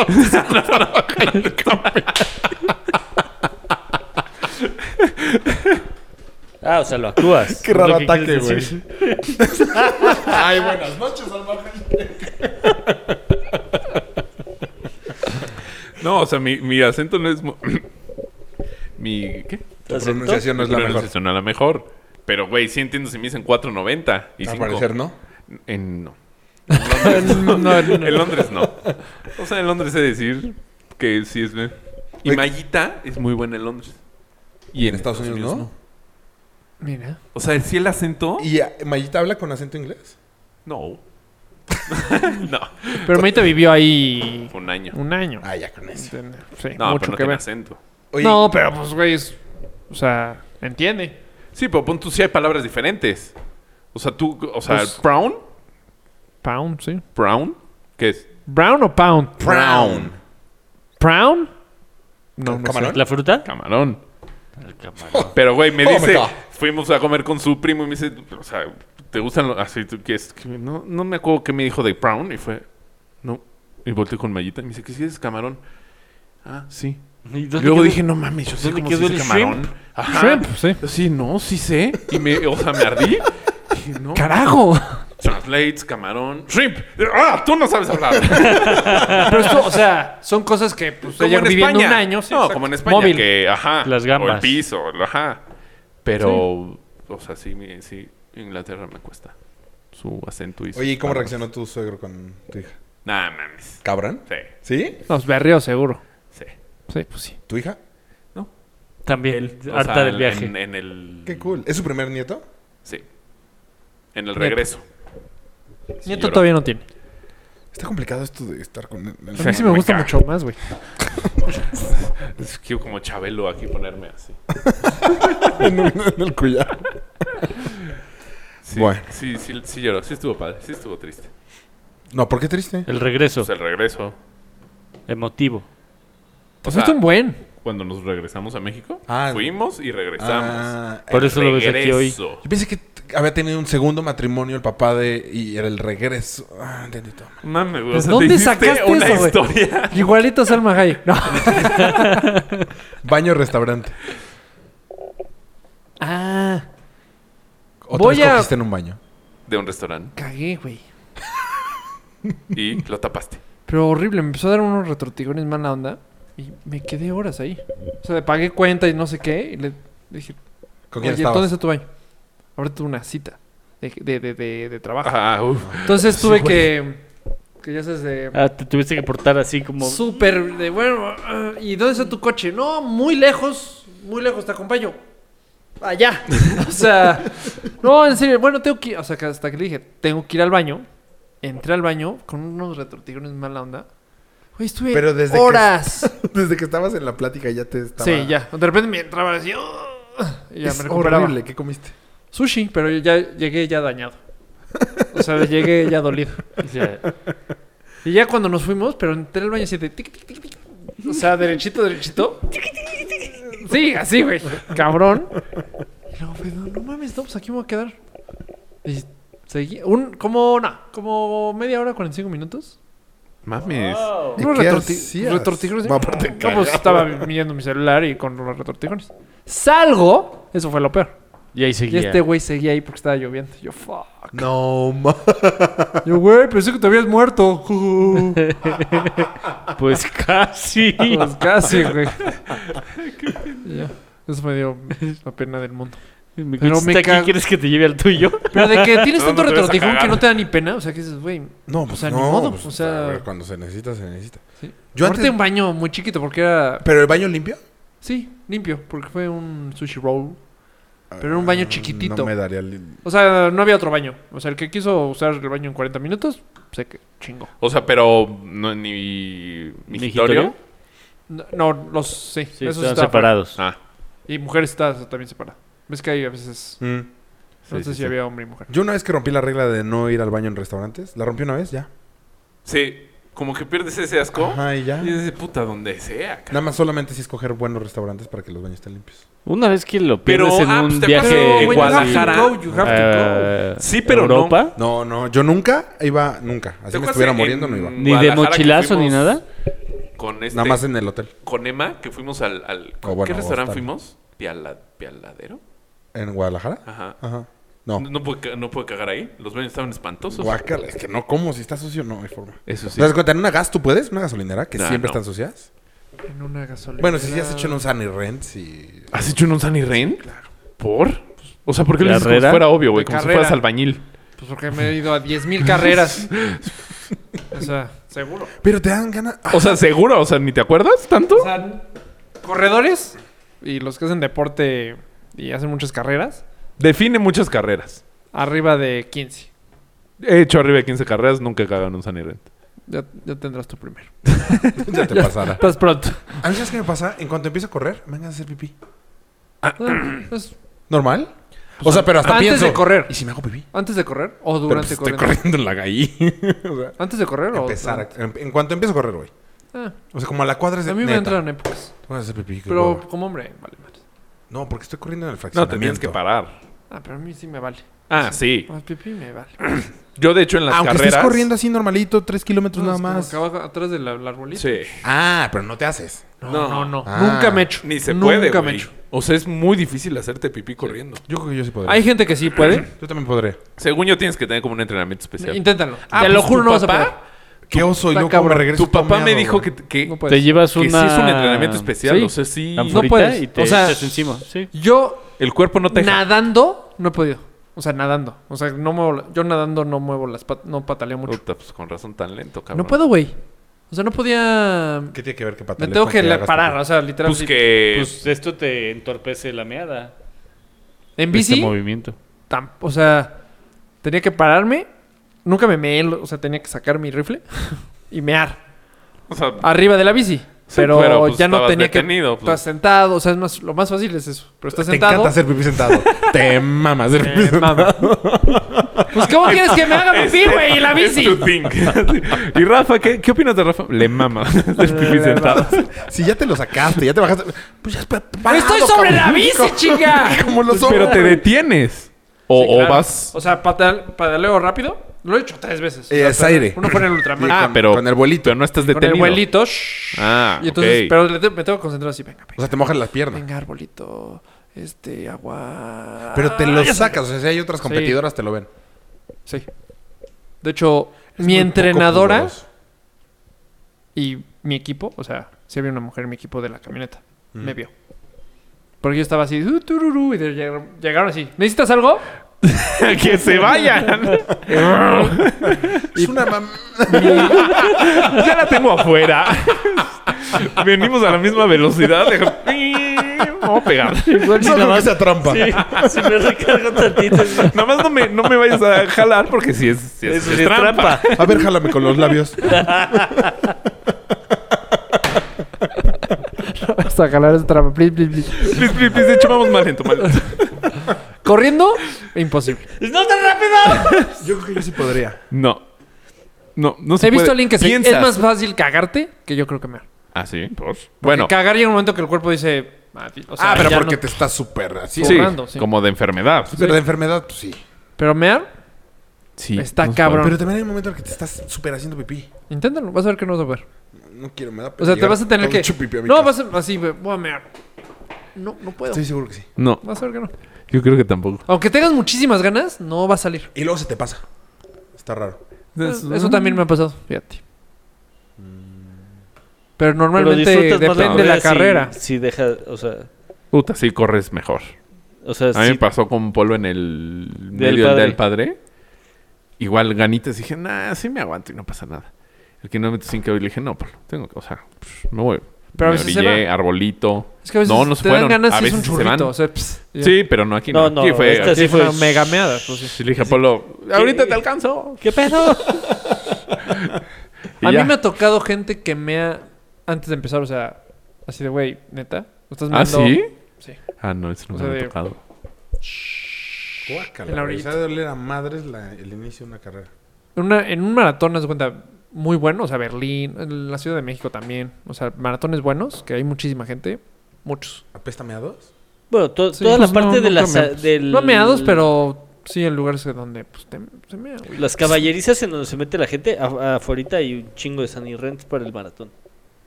Ah, o sea, lo actúas.
*laughs* Qué raro
Es lo que
ataque,
quieres
güey.
decir.
Ay, buenas noches, salvaje.
No, o sea, mi, mi acento no es... mu- *coughs* mi... ¿Qué?
Tu pronunciación no es la mejor.
Pronunciación a la mejor. Pero, güey, sí entiendo si me dicen 4.90 y
Al
5.
parecer, ¿no?
En... No.
*laughs* no, no, no.
En Londres no. O sea, en Londres sé decir que sí es. Y
Oye,
Mayita es muy buena en Londres.
Y en Estados Unidos, ¿no?
Mira.
O sea, si el acento.
¿Y ah, Mayita habla con acento inglés?
No. *laughs* no.
Pero Maita vivió ahí
Fue un año.
un año.
Ah, ya con eso.
Sí,
No, pero no
mucho que
tiene
ver.
acento.
Oye,
No, pero pues, güey, es- o sea, entiende.
Sí, pero pon tú sí hay palabras diferentes. O sea, tú, o sea,
Pues-
brown,
Pound, sí.
brown, ¿qué es?
¿Brown o pound?
Brown.
¿Brown? No, no sé.
¿Camarón?
¿La fruta?
Camarón.
El camarón.
*laughs* Pero güey, me
Oh my
dice,
God.
fuimos a comer con su primo y me dice, o sea, ¿te gustan los así tú qué es? Que No, no me acuerdo qué me dijo de brown y fue, no. Y volteé con Mayita y me dice, ¿qué si es camarón? Ah, sí.
¿Y
Y
dónde
Luego
quedó?
dije, no mames, yo sé
¿Dónde
cómo se
quedó
dice
el
camarón. Ajá.
Shrimp, sí.
Yo, sí, no, sí sé. Y me, o sea, me ardí. Dije, no.
¡Carajo!
Translates, camarón, shrimp. Ah, tú no sabes hablar.
Pero esto, o sea, son cosas que pues
como
ella
en
viviendo
España.
un año. sí,
no,
exacto.
como en España.
Móvil.
Que, ajá.
Las
O
gambas.
el piso, lo- ajá. Pero, o sea, sí, mi- sí, Inglaterra me cuesta su acento. Y sus
Oye, ¿y cómo
palabras.
reaccionó tu suegro con tu hija?
Nah, mames.
¿Cabrón?
Sí,
¿Sí?
Nos berreó seguro.
sí.
Sí, pues sí.
¿Tu hija?
También,
O
harta
sea,
del viaje.
En, en el...
Qué cool. ¿Es su primer nieto?
Sí. En el
Nieto.
regreso. Sí,
Nieto
lloró.
todavía no tiene.
Está complicado esto de estar con... el- *laughs*
A mí sí me
Me
gusta
caga.
mucho más, güey.
Es que Quiero como Chabelo aquí ponerme así.
en, un- en el collar.
Sí,
Bueno.
sí, sí, sí lloró. Sí estuvo padre. Sí estuvo triste.
No, ¿por qué triste?
El regreso,
Pues el regreso.
emotivo.
O sea,
Te fuiste Pues un buen.
cuando nos regresamos a México,
Ah.
fuimos y regresamos.
Ah,
Por eso lo ves aquí hoy.
Regreso.
Yo pensé que t- había tenido un segundo matrimonio el papá de... Y era el regreso. Ah, entendí todo.
Mames, güey. o
Pues,
sea, te
¿Dónde
hiciste
sacaste
una
eso, güey?
historia?
Igualito Salma Hayek. No.
Baño restaurante.
*laughs* Ah,
Otra
Voy
vez
a-
cogiste en un baño.
De un restaurante.
cagué, güey.
Y lo tapaste.
Pero horrible, me empezó a dar unos retrotigones mala onda y me quedé horas ahí. O sea, le pagué cuenta y no sé qué. Y le dije,
¿Con quién
oye,
estabas?
¿dónde está tu baño? Ahora tuve una cita de, de, de, de, de trabajo.
Ah, uf.
Entonces tuve que, que ya sabes, de
Ah, te tuviste que portar así como...
súper, de bueno, ah, ¿y dónde está tu coche? No, muy lejos, muy lejos, te acompaño. Allá. *laughs* o sea, no, en serio, bueno, tengo que ir, o sea, que hasta que le dije, tengo que ir al baño. Entré al baño con unos retrotigones mala onda. Güey, estuve
Pero desde que-
horas.
*laughs* Desde que estabas en la plática ya te estaba...
Sí, ya. De repente me entraba así. ¡ah! Y ya
es
me recuperaba.
horrible. ¿Qué comiste?
Sushi, pero yo ya llegué ya dañado. O sea, llegué ya dolido.
o sea,
Y ya cuando nos fuimos, pero entré al baño así de tic, tic, tic, tic. O sea, derechito, derechito. Sí, así, güey. Cabrón. Y luego, pero no mames, no, pues aquí me voy a quedar. Y seguí. Un, como, no, como media hora, 45 minutos.
Mames.
¿Y
Unos
qué
retorti-
hacías?
retortijones, ¿eh?
No, aparte,
No, pues estaba midiendo mi celular y con los retortijones. Salgo, eso fue lo peor.
y ahí
Y
seguía.
este güey seguía ahí porque estaba lloviendo. Yo, fuck.
No, ma...
Yo, güey, pensé que te habías
*laughs*
muerto. *laughs*
Pues *laughs* casi.
pues
*laughs*
casi, güey. Ya. Eso me dio la pena del mundo.
Mi
Pero
coche
me
está aquí,
ca-
¿quieres que te lleve al tuyo?
Pero de
*laughs*
que tienes
No,
tanto
no te vas a
retortijón
cagar.
que no te da ni pena. O sea, que dices, güey.
No,
O
pues
sea, ni
no,
modo,
pues,
o sea-
Cuando se necesita, se necesita.
Sí.
Yo
Aparte,
antes-
un baño muy chiquito porque era.
¿Pero el baño limpio?
Sí, limpio. Porque fue un sushi roll. Pero era un baño
Ah,
chiquitito.
No me daría... li-
O sea, no había otro baño. O sea, el que quiso usar el baño en 40 minutos, sé que chingo.
O sea, pero no, ni migitorio.
¿Migitorio?
No, no, los sí,
Sí,
esos está
están
afuera.
separados.
Ah,
Y mujeres está también separada. Ves que hay a veces.
Mm.
no
Sí,
sé
sí,
si
sí.
había hombre y mujer.
Yo una vez que rompí la regla de no ir al baño en restaurantes, la rompí una vez, ya.
sí. Como que pierdes ese asco.
Ajá, y ya.
Y dices, puta, donde sea. ca-".
Nada más solamente si escoger buenos restaurantes para que los baños estén limpios.
Una vez que lo
Pero,
pierdes en
ah,
un
pues, te
viaje
pasó, güey,
en
you
Guadalajara.
have to go,
you
eh,
Sí, pero no.
Europa.
No, no, yo nunca iba, nunca. Así
¿Te
me
acuerdas
estuviera
en-
muriendo, no iba.
este
en
Ni de
Guadalajara que
mochilazo ni
fuimos
nada.
Con este,
Nada más en el hotel,
con Emma, que fuimos al, al-
O bueno,
¿qué
o
restaurante
hasta-
fuimos? Piala- Pialadero.
en Guadalajara.
Ah.
Ajá.
Ajá.
No,
No,
no, pude, ca- no pude cagar ahí. Los baños estaban espantosos.
guácala, es que no como, si está sucio, no hay forma.
Eso
¿Te das cuenta? En una gas, ¿tú puedes? ¿Una gasolinera? Que
Nah,
siempre
no.
están sucias.
En una gasolina.
Bueno, si sí has hecho en un Sunny Rent, sí.
¿Has hecho un Sunny Rain? Claro. ¿Por? O sea, ¿por qué lo
De
dices como si
carrera.
fuera obvio, güey?
De
Como si
carrera.
fueras albañil.
Pues porque me he ido a 10.000 carreras. o sea, seguro.
Pero te dan ganas.
O sea, seguro, o sea, ¿ni te acuerdas tanto?
O sea, corredores y los que hacen deporte y hacen muchas carreras,
Define muchas carreras.
arriba de 15.
He hecho arriba de 15 carreras, nunca cagan un Sunny Rain.
Ya, ya tendrás tu primero.
*laughs* ya te pasará.
Estás Pues pronto.
¿A mí sabes qué me pasa? En cuanto empiezo a correr, me vengan a hacer pipí.
Ah, pues,
¿Normal? O sea, pero hasta
antes
pienso.
de correr.
¿Y si me hago pipí?
Antes de correr o
Pero,
durante
pues, estoy
correr.
corriendo en la gallí. *laughs* o sea,
Antes de correr o.
empezar a- en, en cuanto empiezo a correr, güey.
Ah,
O sea, como a la cuadra es de
a mí me
neta,
entran épocas.
te vas a hacer pipí, qué
Pero
hueva.
como hombre, vale madre.
No, porque estoy corriendo en el
No,
fraccionamiento.
te tienes que parar.
Ah, pero a mí sí me vale.
Ah, sí.
Más pipí me vale.
Pues
Yo, de hecho, en las
Aunque
carreras...
estés corriendo así normalito, tres kilómetros nada
No, es como
más.
que abajo- atrás del del arbolito.
Sí.
Ah, pero no te haces.
No,
No.
no, no.
Ah.
Nunca me he hecho.
Ni se
Nunca
puede,
me he
güey.
hecho.
O sea, es muy difícil hacerte pipí corriendo.
Yo creo que yo sí podría.
Hay gente que
*clears throat*
sí puede.
Yo también podría.
Según yo, tienes que tener como un entrenamiento especial.
Inténtalo.
Ah,
Te lo
pues,
juro,
tu
no vas a
papá-
poder.
¿Qué oso? Y
está
luego como me
cabrón.
regreso
Tu papá me
tomeado,
dijo que,
güey.
que,
No
que
puedes.
Te llevas
sí
una...
es un entrenamiento especial.
Sí.
O sea, sí...
No puedes.
Y te
O sea,
echas encima.
eh,
Sí.
Yo
El cuerpo no te... deja.
nadando no he podido. O sea, nadando. O sea, no muevo la- yo nadando no muevo las patas, no pataleo mucho.
Puta, pues con razón tan lento, cabrón. Pues
no puedo, güey. O sea, no podía.
¿Qué tiene que ver que
Me
patalees
tengo
con
que la-
hagas
parar,
pipí?
o sea, literal.
Pues
sí.
que...
Pues esto te entorpece la meada.
En
Este
bici,
movimiento.
tam- o sea, tenía que pararme. Nunca me meé, o sea, tenía que sacar mi rifle *laughs* y mear
o sea,
Ah, arriba de la bici. pero,
pero, pues,
ya no
estabas
tenía
detenido,
que...
pues.
Estás sentado, o sea, es más, lo más fácil es eso. Pero estás
Te
sentado.
encanta hacer pipí sentado. Te mamas
*laughs*
hacer pipí
eh,
sentado.
mama. Pues, ¿cómo quieres que me haga pipí, güey? Y
*laughs*
la
Es
bici.
tu thing.
*laughs*
y Rafa, ¿qué, qué opinas de Rafa? Le mama. *laughs* Del pipí
Le
sentado.
Si ya te lo sacaste, ya te bajaste. Pues ya es pa- parado,
¡Estoy sobre
cabrón.
la bici, Pues chica!
*laughs* Como los
Pero
hombres.
te detienes. O,
Sí,
o
claro.
vas.
O sea, patal- pedaleo rápido. Lo he hecho tres veces. O
Eh,
sea,
es
pedaleo-
aire.
Uno fue en el
Sí,
Ultraman.
Ah,
con-
pero.
con el vuelito.
Pero no estás
con
detenido.
el vuelito. shh.
Ah,
Y entonces,
ok.
pero le te- me tengo que concentrar así. Venga, venga.
O sea, te mojas las piernas.
Venga, arbolito. Este, agua.
Pero te lo
Ah, Ya sé.
sacas. O sea, si hay otras competidoras, te lo ven.
Sí. De hecho,
Es
mi
muy
entrenadora
poco pudoroso.
y mi equipo, o sea, si había una mujer en mi equipo de la camioneta, me vio. Porque yo estaba así, "Uh, tururú", y de- llegaron, llegaron así. ¿Necesitas algo?
*laughs* que
*laughs*
se vayan.
Es una mam...
*laughs*
ya la tengo afuera. Venimos a la misma velocidad. Vamos a
*laughs*
pegar.
Igual si
No,
nada
no, que
más...
sea trampa.
Sí, si me recargo tantito. es-
Nada más no me, no me vayas a jalar porque si es, si es,
Eso
es
sí es trampa.
A ver, jálame con los
*laughs*
labios.
Hasta jalar esa trampa. please, please, please.
Please, please, please, de hecho, vamos más lento, más
*laughs*
lento.
Corriendo, imposible.
¡No tan rápido!
Yo creo que yo sí podría.
No. No, no se
He visto
puede.
a alguien que se, es
Piensas.
más fácil cagarte que yo creo que me
Ah, sí. pues. Bueno,
Cagar llega un momento que el cuerpo dice. "Ah, o sea,
ah, pero
ya
porque
no".
te estás súper así.
sí,
borrando, sí.
como de enfermedad.
Pero de enfermedad, pues sí.
Pero mear,
Sí.
Está
no se
cabrón.
puede.
Pero también hay un momento en el que te estás súper haciendo pipí.
inténtalo, vas a ver que no vas a ver.
No quiero, me da
O sea, te
llegar
vas a tener
todo
que.
hecho pipí a mi
No,
casa.
vas a. Así, güey, voy a mear. No, no puedo.
Estoy seguro que sí.
No,
Vas a ver que no.
yo creo que tampoco.
Aunque tengas muchísimas ganas, no va a salir.
Y luego se te pasa. Está raro.
Eso, también me ha pasado, fíjate. Pero
Pero
normalmente
disfrutas más
depende de la
carrera
carrera.
Si, si deja, o sea,
Puta, sí corres mejor.
o sea,
A mí
si-
me pasó con Polo en el
Día del
medio del Día
Padre.
del Padre. Igual ganitas dije, nah, sí me aguanto y no pasa nada. El kilómetro 5 le dije, no, Polo, tengo que, o sea, pf, me voy.
Pero a
me
veces se
orillé, arbolito.
Es que a veces
no, no se
te
fueron.
dan ganas
a
y es un
veces se van.
churrito. O sea, pss, ya.
Sí, pero no aquí. No,
No, no,
aquí fue.
esta
aquí-
Sí,
Sí,
fue
pues.
mega meada. pues sí.
Sí, Le dije a Polo, ahorita te alcanzo.
¿Qué pedo?
*laughs* Y
A
ya.
mí me ha tocado gente que me ha... Antes de empezar, o sea, así de, güey, neta. ¿lo estás
¿Ah,
meando?"
sí?
Sí.
Ah, no, eso no
O sea,
me había
de-
tocado.
Guácala.
En la
güey.
orillita.
O sea, de oler a madres la- el inicio de una carrera.
En una- en un maratón, haz de cuenta, muy bueno. O sea, Berlín, en la Ciudad de México también. O sea, maratones buenos, que hay muchísima gente. Muchos.
¿Apéstame a dos?
Bueno, to-
Sí,
toda
pues
la parte
no, no
de las...
creo meados.
del-
No meados, pero sí en lugares en donde pues, te- se mea, güey.
Las caballerizas en donde se mete la gente, af- afuera hay un chingo de sanirrentes para el maratón.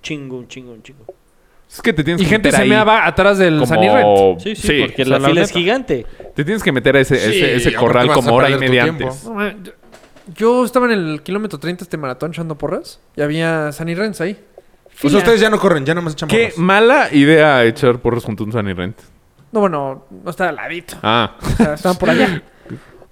Chingo, un chingo, un chingo.
Es que te tienes
Y
que
gente
meter
se
ahí
meaba atrás del
como...
Sunny Rent.
Sí, sí,
Sí,
porque
o sea,
la,
la
fila es
neta.
gigante.
Te tienes que meter a ese,
Sí,
ese, ese
aparte
corral
vas a
como hora y
perder tu
media
tiempo.
antes.
No, man, yo, yo estaba en el kilómetro 30 este maratón echando porras y había Sunny Rents ahí.
O sea,
Fila.
ustedes ya no corren, ya nomás echan
Qué
porras.
mala idea echar porros junto a un Sunny Rent.
No, bueno, no estaba al ladito.
Ah,
O sea, estaban por allá. *laughs*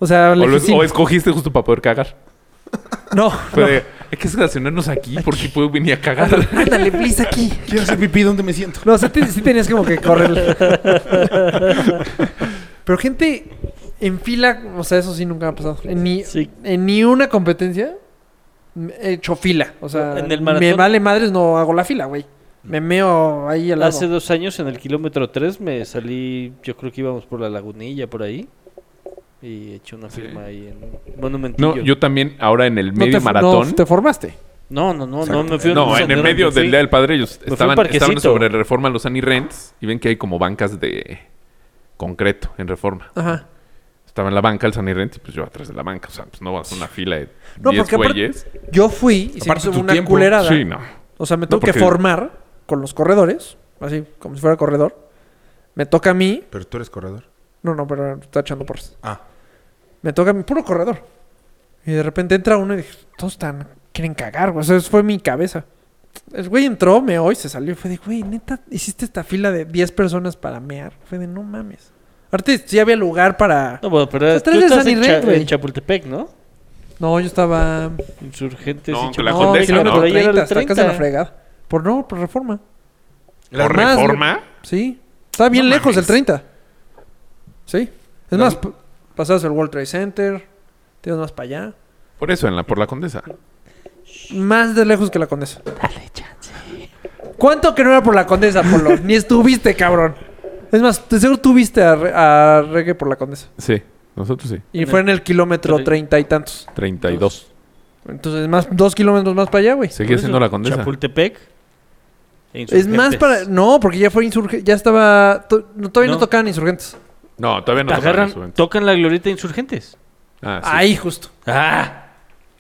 O sea,
o, lo-
lejísimo.
o escogiste justo para poder cagar. *laughs*
No,
Fue de, hay que estacionarnos aquí porque puedo venir a cagar.
*laughs* ándale, please aquí.
Quiero hacer pipí donde me siento.
No, o sea, te- sí tenías como que correr. *laughs* Pero gente en fila, o sea, eso sí nunca me ha pasado. En ni,
Sí.
en ni una competencia me he hecho fila. O sea,
En el
me
maratón.
vale madres, no hago la fila, güey. Me meo ahí al lado.
Hace dos años en el kilómetro 3 me salí, yo creo que íbamos por la lagunilla, por ahí. Y eché una firma ahí en Monumentillo.
No, yo también ahora en el
No
medio
te-
maratón.
no, te formaste.
No, no, no, no, me fui a un
No, en el
sanirrente,
medio
me
del
fui.
Día del Padre ellos
fui a un
estaban, estaban
parquecito.
sobre reforma los Sunny Rents y ven que hay como bancas de concreto en reforma.
Ajá.
Estaba en la banca el Sunny Rent y pues yo atrás de la banca. O sea, pues no vas a una fila de
No,
10
porque aparte-
güeyes.
Yo fui y se
Aparte
hizo
tu
una
tiempo.
culerada.
Sí, no.
O sea, me tuve que
porque-
formar con los corredores, así como si fuera corredor. Me toca a mí.
Pero tú eres corredor.
No, no, pero está echando por
Ah.
Me toca mi puro corredor. Y de repente entra uno y dije, todos están, quieren cagar, güey. O sea, eso fue mi cabeza. El güey entró, meó y se salió. Fue de, güey, neta, hiciste esta fila de 10 personas para mear. Fue de, no mames. Aparte, sí había lugar para...
No, bueno, pero
O sea,
tú
tres de
estás en,
sanirrente,
Cha-
güey.
en Chapultepec, ¿no?
No, yo estaba...
Insurgentes
No,
y
que la
Chapultepec.
Condesa,
kilómetro
¿no?
Por ahí era el
30, hasta casi
30.
la fregada. Por no, por reforma.
La
¿Por
más-
reforma?
Sí. Estaba bien
No
lejos del
mames.
30. Sí. Es
La-
más, p- pasabas el World Trade Center, te ibas más para allá.
Por eso, en la, por la condesa.
Más de lejos que la condesa. ¿Cuánto que no era por la condesa, Polo? Ni estuviste, cabrón. Es más, de seguro tuviste a, Re- a Reggae por la condesa.
Sí, nosotros sí.
Y fue en el kilómetro treinta y tantos.
32.
Entonces, más dos kilómetros más para allá, güey.
Seguía
Por
siendo
eso,
la condesa.
Chapultepec. e
Es más
Insurgentes.
para. No, porque ya fue insurgente. Ya estaba. to- no, todavía no.
No.
tocaban insurgentes.
No, todavía no tocaban
Agarran,
en su momento.
tocan la glorieta de insurgentes.
Ah, sí.
Ahí, justo.
Ah,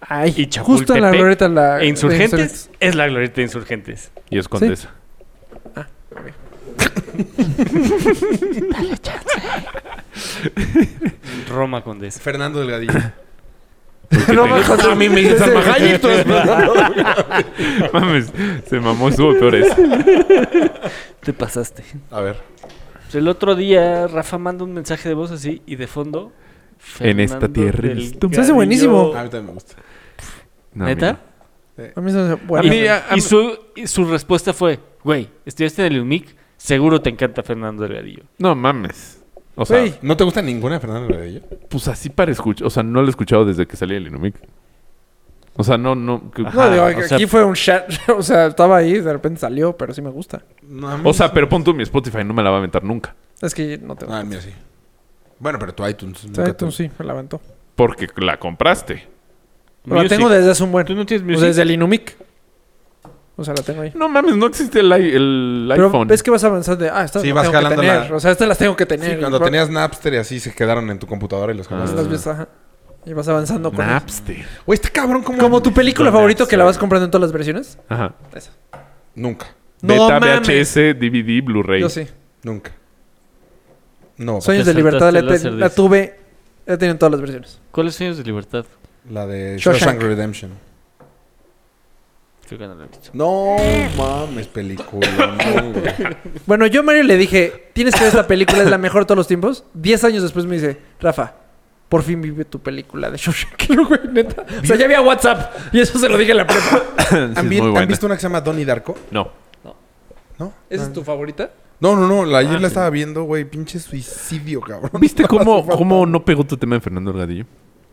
Ahí.
Y
Justo en la
Chapultepec
glorieta la.
e insurgentes,
de
es la glorieta de insurgentes.
Y es condesa. *laughs*
Roma Condesa.
Fernando Delgadillo.
No, bajo-
a mí me dices Salma Hayek, tú eres Fernando.
Mames, se mamó, estuvo peor ese.
Te pasaste.
*coughs* A ver.
Pues, El otro día Rafa manda un mensaje de voz así y de fondo.
En esta
Fernando
tierra
del
eres tú.
Se hace buenísimo.
A mí también me gusta.
No,
¿Neta?
mira.
*laughs* A mí se me hace-
Y,
bueno.
Ah, y su, y su respuesta fue: Güey, estudiaste en el UNIC, seguro te encanta Fernando Delgadillo.
No mames. O sea,
Güey.
¿No te gusta ninguna de Fernando Delgadillo?
pues así para escuchar. O sea, no lo he escuchado desde que salí del Inumic. O sea, no, no. que-
No, digo,
o
aquí
sea-
fue un chat. *laughs* O sea, estaba ahí, de repente salió, pero sí me gusta.
No, a mí
O sea, pero pon tú mi Spotify, no me la va a aventar nunca.
Es que no tengo.
Ah, mira, sí. Bueno, pero tu iTunes. nunca
Sí, tú
tuvo.
sí, me la aventó.
Porque la compraste.
Pero La
Music.
tengo desde hace un buen.
¿Tú no tienes
o
music?
desde el Inumic. O sea, la tengo ahí.
No mames, no existe el, i- el
Pero
iPhone.
ves que vas avanzando de, ah, estas
Sí,
las
vas
tengo que
jalando
tener.
la-
O sea, estas las tengo que tener.
Sí, cuando
Y-
tenías Napster y así se quedaron en tu computadora y los
Estas
compraste.
las ves, ajá. Y vas avanzando con ellas.
Napster.
Güey, está cabrón como...
Como tu película favorita que la vas comprando en todas las versiones.
Ajá.
Esa.
Nunca,
Beta,
mames.
VHS, DVD, Blu-ray.
Yo sí.
nunca. No,
Sueños
Te
de libertad la,
saltaste el
te-
Laserdisc.
la tuve. La he tenido en todas las versiones.
¿Cuáles sueños de libertad?
la de
Shawshank.
Shawshank Redemption.
Creo que no lo he visto.
No mames, película. no, güey.
Bueno, yo a Mario le dije, tienes que ver esta película, es la mejor de todos los tiempos. Diez años después me dice, Rafa, por fin vive tu película de Shawshank, *laughs* güey, neta. O sea, ya había WhatsApp y eso se lo dije en la prepa.
*laughs* Sí, es
¿Han, vi-
muy
han
buena.
visto una que se llama Donnie Darko?
No.
¿No?
¿Esa es tu favorita?
No, no, no. La, ayer la estaba viendo, güey. Pinche suicidio, cabrón.
Ah, ¿Viste
No
cómo,
hace falta.
cómo no pegó tu tema de Fernando Delgadillo?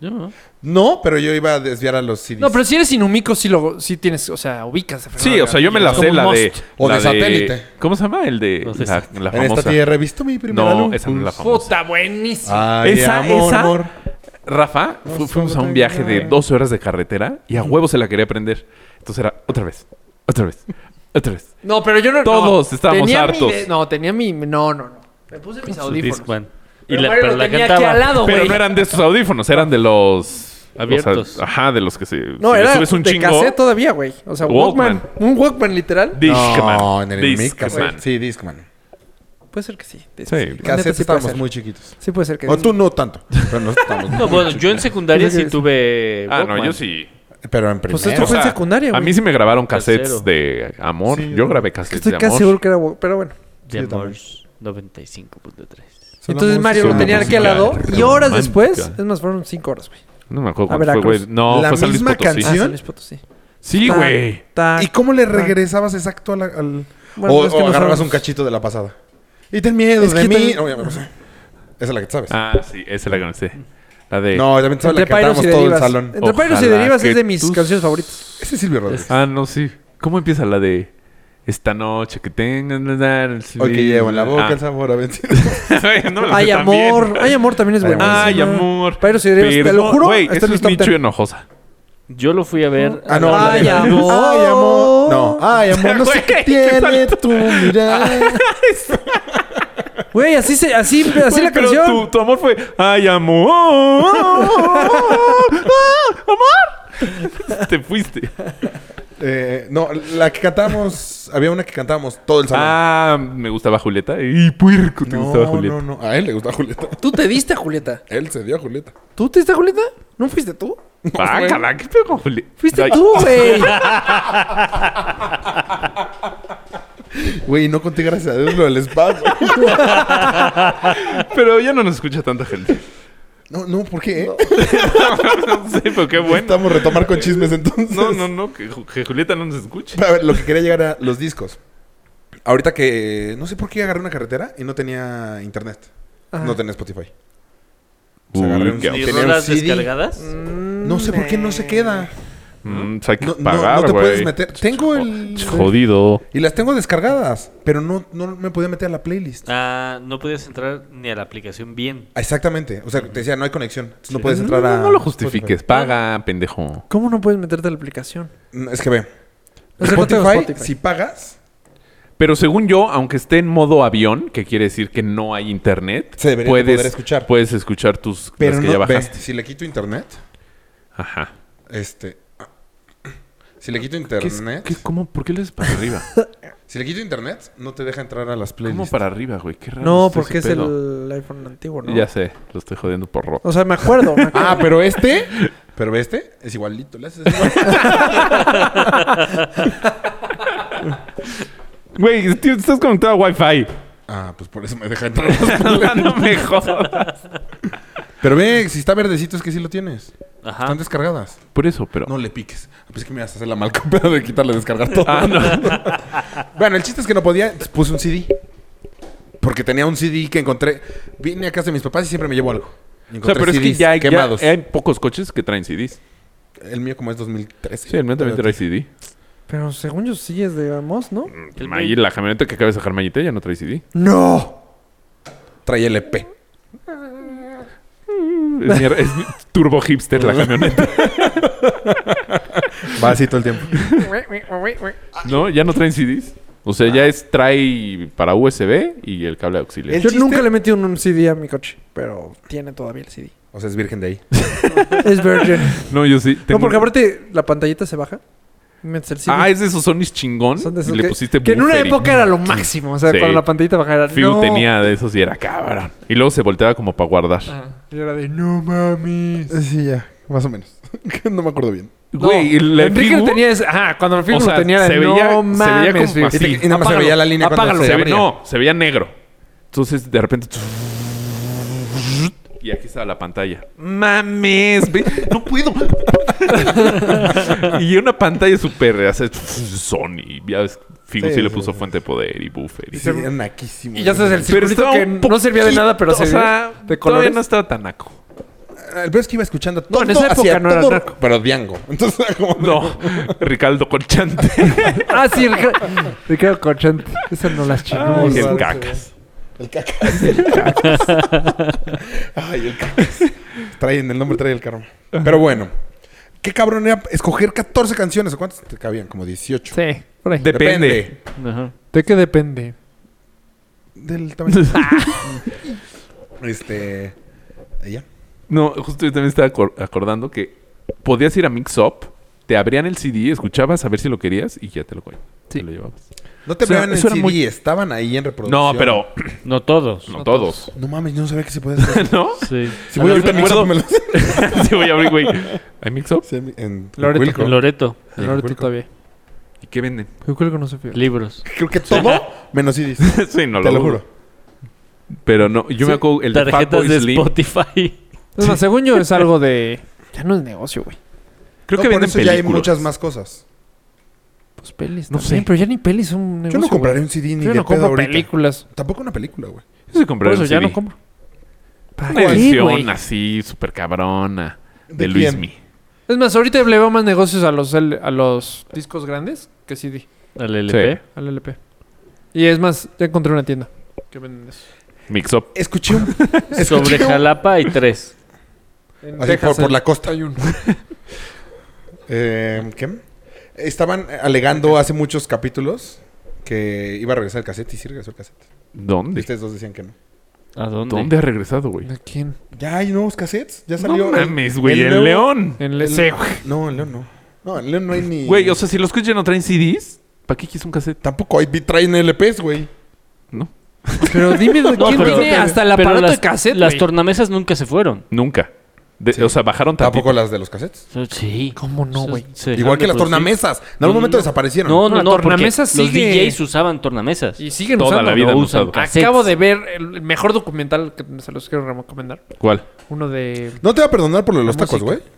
Yo no.
No, pero yo iba a desviar a los CDs.
No, pero si eres inumico, sí, lo, sí tienes, o sea, ubicas. a Fernando
Sí, o sea, yo me la
Delgadillo.
sé la
Como Must.
de...
O
la
de satélite.
¿Cómo se llama? El de
No sé
la, la
si-
En esta
famosa.
tierra he visto mi primera
No,
luz.
esa no es la famosa.
Puta,
Ah.
buenísimo.
Ay,
Esa-
amor,
esa-
amor.
Rafa, fu-
solo
fuimos a
tengo
un viaje de
una.
12 horas de carretera y a huevo se la quería aprender. Entonces era otra vez, otra vez, otra vez.
No, pero yo no.
Todos
no.
estábamos
Tenía mi
hartos.
de- no, tenía mi. No, no, no. Me puse mis
Su
audífonos.
Discman.
Pero Mario lo tenía aquí al lado, güey.
Pero no eran de estos audífonos, eran de los...
Abiertos.
los a- ajá, de los que se...
No,
si le
era
subes un
de
chingo...
cassette todavía, güey. O sea, Walkman.
Walkman.
Un Walkman literal.
Discman.
No, en el Discman.
Discman.
Sí, Discman.
Puede ser que sí. De-
Sí.
la neta
Cassette
sí puede
estábamos
ser.
muy chiquitos.
Sí puede ser que
O
sí.
tú no tanto. Pero
*laughs*
no estábamos
No,
muy
bueno,
chiquitos.
yo en secundaria
Creo que
sí
sí.
tuve.
Ah, no,
Walkman.
yo sí.
Pero en primero.
Pues esto fue en
O sea,
secundaria,
A
güey.
mí sí me grabaron cassettes
Tercero.
de amor.
Sí,
yo
yo-
grabé cassettes
Estoy
de
casi
amor.
seguro que era Walkman, pero bueno.
De
Yo también.
Amors 95.3.
Entonces
Sonamos-
Mario lo
una
tenía
sonamos-
aquí al lado
música
y horas
romántica.
después, es más, fueron cinco horas, güey.
No me acuerdo
A
cuándo fue, güey.
Veracruz.
No,
¿La
fue San Luis
misma
Potosí.
Ah,
canción?
San Luis Potosí.
Sí,
Tac,
güey.
tac.
¿Y cómo le regresabas exacto al... al-
Ah. Bueno,
o
es que
o
no
agarrabas
sabemos.
un cachito de la pasada? Y ten miedo
Es
de
que
mí.
también-
No, ya me pasé. Esa es la que te sabes.
Ah, sí, esa la conocí. La de...
No, también te sabes la
Entre
que
Pyros
cantábamos
y
todo el
Derivas.
salón.
Entre Pyros y
Ojalá
Derivas
que
es de mis
tus-
canciones favoritas.
Ese es Silvio Rodríguez.
Ah, no, sí. ¿Cómo empieza la de esta noche que tengan
Ok, llevo en la
Ah.
boca
*laughs*
el sabor a vencido.
no,
Hay amor. Hay amor también es
Ay,
bueno.
Ay, amor.
Pyros y Derivas, te lo
no,
juro.
Güey,
está
eso
en
es
mi top
Micho
ten.
enojosa.
Yo lo fui a ver.
*laughs* Ah, no. la
Ay,
de-
amor.
Ay, amor. No. Ay, amor, no sé
*laughs*
qué tiene tu mirada.
Güey, así, se, así, así
Güey,
la
pero
canción.
Tu, tu amor fue. Ay, amor. *laughs*
*laughs*
Ah, amor. *laughs* Te fuiste.
*laughs* Eh, no, la que cantábamos... Había una que cantábamos todo el salón.
Ah, me gustaba Julieta. Y puerco, te gustaba
no,
Julieta.
no, no. A él le gustaba Julieta.
Tú te diste a Julieta.
Él se dio a Julieta.
¿Tú te diste a Julieta? ¿No fuiste tú?
Bácala, Ah, ¿qué pedo con Julieta?
Fuiste
Ay,
tú,
*laughs*
güey.
Güey, no conté gracias a Dios lo del spa, güey.
Pero ya no nos escucha tanta
*laughs*
gente.
No, no, ¿por qué?
No sé, pero qué bueno.
Estamos a retomar con chismes entonces.
No, no, no, que, Ju- que Julieta no nos escuche.
*laughs* A ver, lo que quería llegar a los discos. Ahorita que no sé por qué agarré una carretera y no tenía internet.
Ajá.
No tenía Spotify. O sea, agarré
Uy,
un-
qué
tenía
¿Mis
un
rolas
CD.
descargadas?
No sé por qué no se queda.
Mm, pues hay que
No, no-
pagar,
no te
güey.
puedes meter. Tengo el.
Jodido.
Y las tengo descargadas, pero no, no me podía meter a la playlist.
Ah, no podías entrar ni a la aplicación bien.
Exactamente. O sea, te decía, no hay conexión. Entonces no puedes entrar a.
No, no lo justifiques. Paga, pendejo.
¿Cómo no puedes meterte a la aplicación?
No, Mm, Es que ve.
O sea, no tengo
Spotify,
Spotify.
si pagas,
Pero según yo, aunque esté en modo avión, que quiere decir que no hay internet,
Se debería de
puedes
poder escuchar.
Puedes escuchar tus
pero
las que
no.
ya
ve,
bajaste.
si le quito internet,
Ajá.
este. *coughs* Si le quito
¿Qué es-
internet.
qué- cómo, ¿Por qué le haces para
*laughs*
arriba?
Si le quito internet, no te deja entrar a las
¿Cómo
playlists.
para arriba, güey? Qué raro.
No,
está
porque es
pues, ese pedo.
el iPhone antiguo, ¿no?
Ya sé, lo estoy jodiendo por roto.
O sea, me acuerdo. me acuerdo.
Ah, pero este. Pero ve este es igualito. Le haces igual.
Güey, tío, estás conectado a Wi-Fi.
ah, pues por eso me deja entrar a las
*laughs*
playlists.
no me jodas.
Pero ve, si está verdecito es que sí lo tienes.
Ah.
Ajá.
Están descargadas.
Por eso, pero.
No le piques. Pues que me vas a hacer la mal pedo de quitarle descargar todo.
Ah, no.
*laughs* Bueno, el chiste es que no podía, entonces puse un CD. Porque tenía un CD que encontré. Vine a casa de mis papás y siempre me llevo algo. Y
O sea,
encontré
pero es que
CDs
ya hay, ya
quemados.
hay pocos coches que traen CDs.
El mío como es 2013.
Sí, el mío también
Pero-
trae CD.
Pero según yo sí es de Amos, ¿no?
El
Ahí la camioneta Mm, que acabas de sacar Mayita ya no trae CD.
¡No!
Trae E LP.
Es, mi- es mi turbo hipster
*laughs*
la camioneta.
Va así todo el tiempo.
No, ya no traen CDs. O sea,
Ah.
ya es trae para USB y el cable auxiliar.
El
Yo
chiste-
nunca le metí un, un CD a mi coche, pero tiene todavía el CD.
O sea, es virgen de ahí.
Es Virgin.
No, yo sí.
*laughs* no,
tengo-
porque aparte la pantallita se baja. y Metes el CD.
Ah, es de esos Sonys chingón.
Son de esos
y le
que,
pusiste
que en una
buffer y-
época era lo máximo. O sea,
Sí.
cuando la pantallita bajara.
Fiu
no.
tenía de esos y era cabrón. Y luego se volteaba como para guardar.
Ah, y era de no mames.
Sí, ya. Más o menos. *laughs* no me acuerdo bien.
Güey,
No,
y la
Enrique
Figu-
lo tenía. ese- Ajá, cuando el Figu
O sea,
lo tenía.
se
de,
veía-
no
se veía
mames,
como
Figu".
así.
Y nada más se
Apágalo,
veía la línea cuando
apágalo.
se
Se ve-
abría.
no, se veía negro. Entonces, de repente... Y aquí estaba la pantalla. ¡Mames! ve- ¡No puedo! *laughs* y una pantalla súper... hace Sony. Ya ves, Figu sí,
Sí,
le
sí,
puso
sí.
fuente de poder y buffer. Y
Sí, era naquísimo.
Y ya sabes, el
Pero
circulito
estaba
que
un
no servía de nada, pero
poquito,
se
o sea,
de
todavía
colores.
no estaba tan naco.
El peor es que iba escuchando todo.
en esa época
hacia
no era
todo-
narco.
Pero Diango. *laughs* Entonces era como.
No, *laughs* Ricardo Colchante.
*laughs* *laughs* Ah,
*laughs*
sí, Ricardo, Ricardo Conchante. Esa no las chingó.
Ay, el
güey.
cacas.
El cacas. Ay, el cacas. *laughs* Trae en el nombre, trae el karma. Pero bueno. Qué cabrón era escoger 14 canciones. ¿O cuántas te cabían? Como 18.
Sí, por ahí.
Depende.
Ajá.
¿De qué depende?
Del tamaño. este. Ella.
No, justo yo también estaba acor- acordando que podías ir a Mix Up, te abrían el CD, escuchabas a ver si lo querías y ya te lo, co- te lo llevabas.
No te
O sea,
veían en
eso era
CD,
muy-
estaban ahí en reproducción.
No, pero
No todos.
no todos.
No mames, yo no sabía que se podía
*laughs*
hacer.
¿No?
Sí.
Si voy ahorita a Mix Up,
recuerdo-
me lo-
sí, voy a abrir, güey. ¿Hay Mix Up?
Sí, En
Loreto.
Wilco.
En Loreto.
Y en
Ahora tú
Wilco.
todavía.
¿Y qué venden?
Yo creo que no se fía.
Libros.
Creo que todo menos CDs.
*laughs* sí, no
te lo
dudo.
juro.
Pero no, yo me acuerdo el de
Tarjetas
Fatboy
de
Slim.
Spotify.
*laughs*
Es más, según yo es algo de... Ya no es negocio, güey.
Creo
No,
que
por
venden
eso ya hay
películas.
muchas más cosas.
Pues pelis
No
no
sé.
sé. pero ya ni pelis son un
Yo
negocio,
no compraré
güey.
un CD ni
Yo
de
no
pedo
compro
ahorita.
películas.
Tampoco una película, güey.
Yo sí compré
Por eso
un
ya
CD.
no compro. ¿Para
Una
qué,
edición
güey?
así, súper cabrona. De,
¿De quién?
Luismi.
Es más, ahorita le veo más negocios a los, L- a los discos grandes que CD,
*laughs* Al LP.
al LP. Y es más, ya encontré una tienda que venden eso.
Mix Up.
Escuché
*laughs*
un. escuché
Sobre
un-
Jalapa y tres.
En
Así, por,
Texas,
por
en-
la costa. *laughs* Eh, ¿Qué? Estaban alegando hace muchos capítulos que iba a regresar el cassette y sí regresó el cassette. Y
¿Dónde?
ustedes dos decían que no.
¿A dónde?
¿Dónde ha regresado, güey?
¿De quién?
Ya hay nuevos cassettes. Ya salió.
No
el-
mames, güey.
el
El,
nuevo-
León.
En
el-
el... Sí, güey.
No, en León no. No, en León no hay ni.
Güey, o sea, si los coches ya no traen CDs, ¿para qué quieres un cassette?
Tampoco hay traen LPs, güey.
No.
Pero dime, ¿de
No,
quién
pero-
tiene hasta el
Pero
aparato
las,
de cassette,
las
güey?
tornamesas nunca se fueron.
Nunca. De- O sea, bajaron
*laughs* Tampoco
tampoco.
las de los cassettes.
Sí.
¿Cómo no,
Se-
güey?
se
Igual
dejaron
que
de
las
producir.
tornamesas. En algún momento
no.
desapartieron.
No,
No,
no,
la
no. porque
tornamesa
Los
sigue.
DJs usaban tornamesas.
Y siguen
Toda
usando.
la vida
Lo
han
usan.
usado.
Acabo de ver el mejor documental que se los quiero recomendar.
¿Cuál?
Uno de...
No te va a perdonar por lo de los
La
tacos,
música.
güey.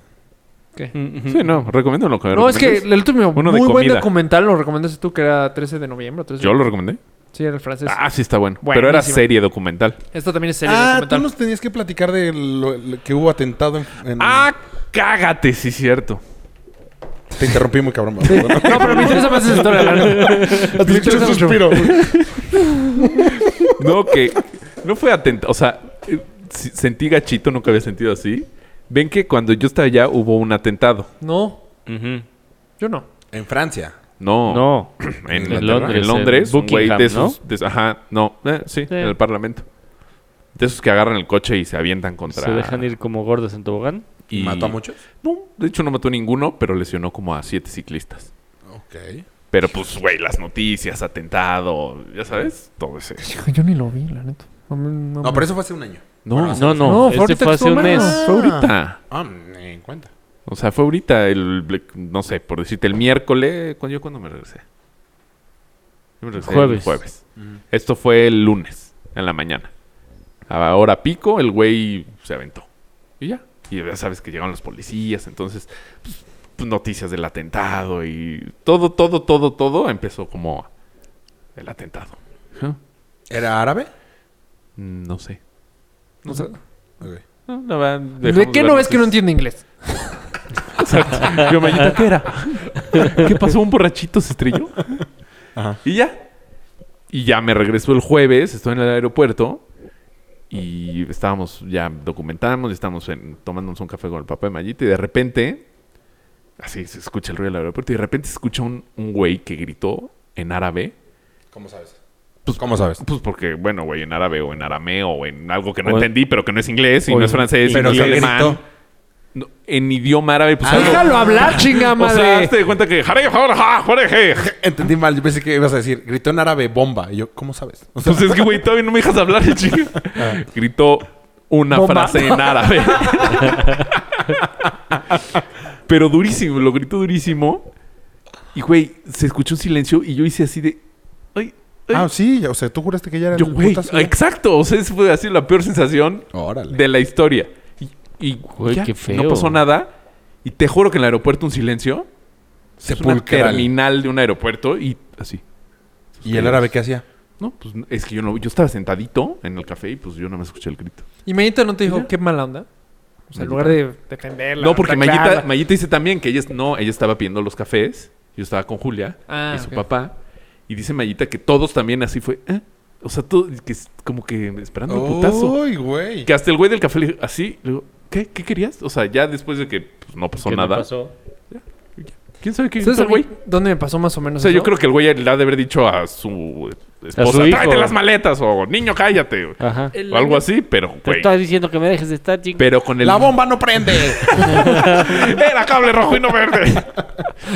Ujú.
Sí, no, recomiendo lo que
No, es que
recomiendas.
el último
Uno de
muy buen
comida.
documental lo recomendaste tú, que era 13 de noviembre. 13
¿Yo lo recomendé?
Sí, era el francés.
Ah, sí, está bueno. Pero era
Buenísima.
serie documental.
Esta también es serie
Ah, tú
documental. *laughs*
nos tenías que platicar de lo, lo que hubo atentado en. en-
¡Ah, cágate! Sí, cierto.
Te interrumpí muy cabrón. me *laughs* acuerdo,
No, pero me interesa más esa historia. la
¿no?
verdad. Me
Pinche
interesa mucho.
suspiro.
No, que no fue atento. O sea, eh, si- sentí gachito, nunca había sentido así. Ven que cuando yo estaba allá hubo un atentado.
No,
Ujú.
yo no.
En Francia.
No.
No.
En,
En
Londres.
Londres,
En Londres.
en
un güey de
Buckingham, ¿no?
esos. de esos- ajá, no. eh, sí,
Sí.
en el Parlamento. De esos que agarran el coche y se avientan contra.
Se dejan ir como gordos en tobogán.
y-
¿Mató a muchos?
No, de hecho no mató a ninguno, pero lesionó como a siete ciclistas.
Ok.
Pero pues, güey, las noticias, atentado, ya sabes, todo ese.
Yo ni lo vi, la neta. No, me- no
No,
me-
pero eso fue hace un año.
No,
No,
No,
no.
fue
este
ahorita
fue
que
hace un
estuvo
mes.
mal.
fue ahorita.
Ah, ni en cuenta.
O sea, fue ahorita el, ble- no sé, por decirte, el miércoles, ¿cuándo, yo cuándo me regresé? Yo me regresé el
Jueves.
jueves. Esto fue el lunes, en la mañana. A hora pico, el güey se aventó. Y ya. Y ya sabes que llegaron los policías, entonces, pues, pues, noticias del atentado y todo, todo, todo, todo empezó como el atentado. Ajá.
¿Era árabe?
No sé.
No sé.
Ok.
No, la verdad, dejamos
¿De qué
ver
no ves
noticias.
que no entiende inglés?
Exacto. Yo, Mayita, ¿qué era? ¿Qué pasó? ¿Un borrachito se estrelló?
Ajá.
Y ya. Y ya me regresó el jueves, estoy en el aeropuerto y estábamos, ya documentamos, estábamos en- tomándonos un café con el papá de Mayita y de repente, así se escucha el ruido del aeropuerto y de repente se escucha un, un güey que gritó en árabe.
¿Cómo sabes? Pues, ¿Cómo sabes?
Pues porque, bueno, güey, en árabe o en arameo o en algo que no
O en-
entendí, pero que no es inglés y
o
no
en-
es francés y
Pero
no es
que
alemán.
gritó.
No, en idioma árabe, pues algo-
Ah, Déjalo hablar,
*laughs*
chinga
O sea, este-
madre.
hazte de cuenta que... "Jare, jare, ja, jare, je".
Entendí mal. Yo pensé que ibas a decir, gritó en árabe bomba. Y yo, ¿cómo sabes? O sea,
Entonces, es que, güey, todavía no me dejas hablar, chico. Gritó una
Bomba.
frase en árabe. Pero durísimo, lo gritó durísimo. Y, güey, se escuchó un silencio y yo hice así de... Ay, ay.
ah, sí. O sea, tú juraste que ya era
yo,
el
güey,
putazo, ya?
exacto. O sea, esa fue así la peor sensación
Órale.
de la historia. Y, y,
Güey,
ya,
qué feo.
no pasó nada. Y te juro que en el aeropuerto un silencio. Es una
Sepulcral.
terminal de un aeropuerto y así.
¿Y el árabe qué hacía?
No, pues es que yo no... Yo estaba sentadito en el café y pues yo no me escuché el grito.
Y Mayita no te dijo qué mala onda. O sea, en lugar de defenderla.
No, porque Mayita,
atacarla.
Mayita dice también que ella es- no, ella estaba pidiendo los cafés. Yo estaba con Julia
Ah,
y su
ok.
papá. Y dice Mayita que todos también así fue. ¿eh? O sea, todo, que es como que esperando un putazo.
Uy, güey.
Que hasta el güey del café le dijo, así, le digo, ¿qué? ¿Qué querías? O sea, ya después de que pues, no pasó
¿Qué no
nada.
pasó?
¿Quién sabe qué
¿Sabes
hizo
a
el
mí
güey?
dónde me pasó más o
O
menos
sea, yo
eso?
creo que el güey le ha de haber dicho a su esposa,
hijo.
tráete las maletas o niño, cállate.
Ajá.
O algo así, pero
Te
güey.
estás diciendo que me dejes de estar, chico.
Pero con el...
La bomba no prende.
*laughs* Era cable rojo y no verde. *laughs*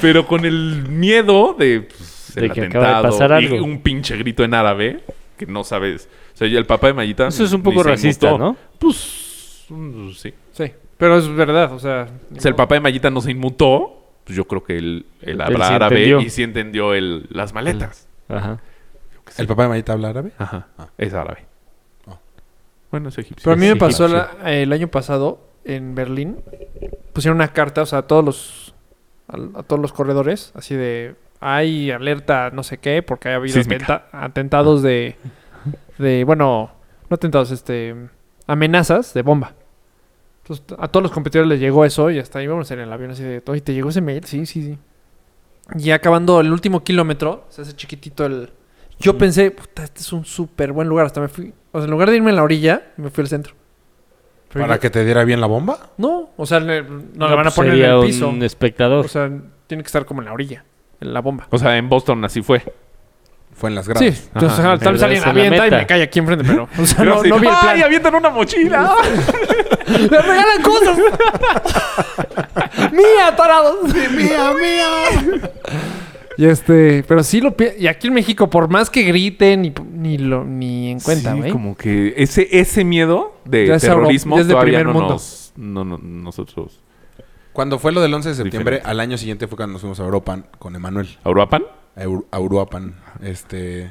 Pero con el miedo de, pues,
De
el
que
atentado
acaba de pasar
y
algo.
un pinche grito en árabe que no sabes. O sea, y el papá de Mayita.
Eso es un
ni
poco
se
racista,
inmutó.
¿no?
Pues mm, sí.
Sí, pero es verdad, o sea...
O sea, el papá de Mayita no se inmutó. Pues yo creo que él, él
Él
habla
sí
árabe
entendió.
y sí entendió el, las maletas.
Ajá.
¿El papá de Mayita habla árabe?
Ajá. Es árabe. Bueno, es egipcio.
Ah. Pero a mí
Sí,
me pasó
sí.
la- eh, el año pasado en Berlín. Pusieron una carta, o sea, a todos los, al- a, todos los corredores, así de hay alerta no sé qué, porque ha habido
Sísmica.
atenta- atentados de, de, bueno, no atentados, este, amenazas de bomba. Entonces, a todos los competidores les llegó eso y hasta ahí vamos en el avión así de, oye, ¿te llegó ese mail? Sí, sí, sí. Y ya acabando el último kilómetro, se hace chiquitito el... Yo pensé, puta, este es un súper buen lugar. Hasta me fui... O sea, en lugar de irme a la orilla, me fui al centro. Pero
¿Para
yo-
que te diera bien la bomba?
No, o sea, le- no la van a
pues
poner en
sería
el piso.
un espectador.
O sea, tiene que estar como en la orilla, en la bomba.
O sea, en Boston así fue.
Fue en las
Sí,
gradas.
entonces
Ajá.
ajá, tal vez
Pero
alguien
esa es la
avienta y
meta.
me cae aquí enfrente, pero... O sea,
Pero
no,
así,
no vi el plan.
¡Ay, avientan una
*laughs*
mochila!
¡Le regalan *laughs* cosas! ¡Mía, tarados!
¡Mía, mía!
Y este... Pero sí lo... pi- Y aquí en México, por más que griten, ni, ni, lo, ni en cuenta,
Sí,
güey.
como que ese, ese miedo de
Ya es Euro-
terrorismo
ya es de
todavía
primer
no
mundo.
nos... No, no, nosotros...
Cuando fue lo del 11 de septiembre,
Diferente.
al año siguiente fue cuando nos fuimos a Europa con Emanuel,
¿Auruapan?
a, Eur- a Uruapan. Este,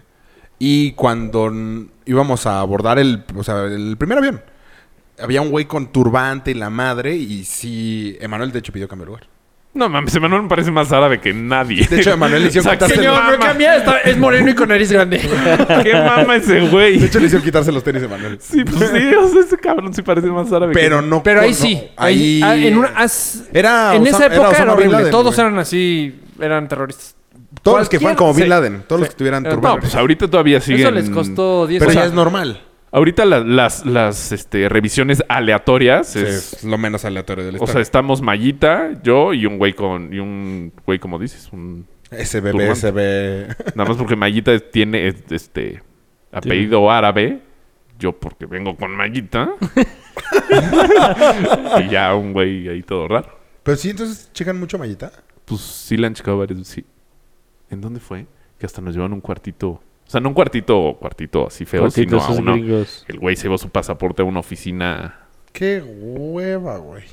y cuando mm, íbamos a abordar el, o sea, el primer avión,
*laughs*
había un güey con turbante y la madre, y sí, Emanuel de hecho pidió cambio de lugar.
No mames, Emanuel me parece más árabe que nadie.
De hecho, Emanuel le hicieron
*laughs* O sea,
quitarse
¿qué
los-
Señor,
mama?
no cambia. está- es moreno y con nariz grande.
¿Qué mama ese güey?
De hecho, le hicieron quitarse los tenis de
*laughs*
Manuel.
Sí, pues sí, o sea, ese cabrón sí parece más árabe. que-
Pero no.
Pero ahí
no,
sí.
Ahí.
Ahí. ah, en una- as-
Era
en
Osama-
esa época era,
Osama Bin
horrible.
Laden,
Todos
güey.
eran así. Eran terroristas.
Todos los que fueran como Bin
Sí.
Laden. Todos los que
Sí.
tuvieran
Pero
turbante.
No, pues ahorita todavía siguen...
Eso les costó 10
Pero
o sea,
ya es normal.
Ahorita la- las, las este, revisiones aleatorias es...
Es lo menos aleatorio
O
del
sea,
estado.
estamos Mayita, yo y un güey con... Y un güey, como dices, un...
SBB,
turbante.
SB.
Nada más porque Mayita es- tiene es- este apellido árabe. Yo porque vengo con Mayita. y ya un güey ahí todo raro.
*laughs* Pero sí, entonces checan mucho mallita.
Pues sí le han checado varias veces. sí. ¿En dónde fue? Que hasta nos llevan un cuartito. O sea, no un cuartito, cuartito así feo,
Cortitos
sino a
esos
uno.
gringos.
El güey se llevó su pasaporte a una oficina.
Qué hueva, güey.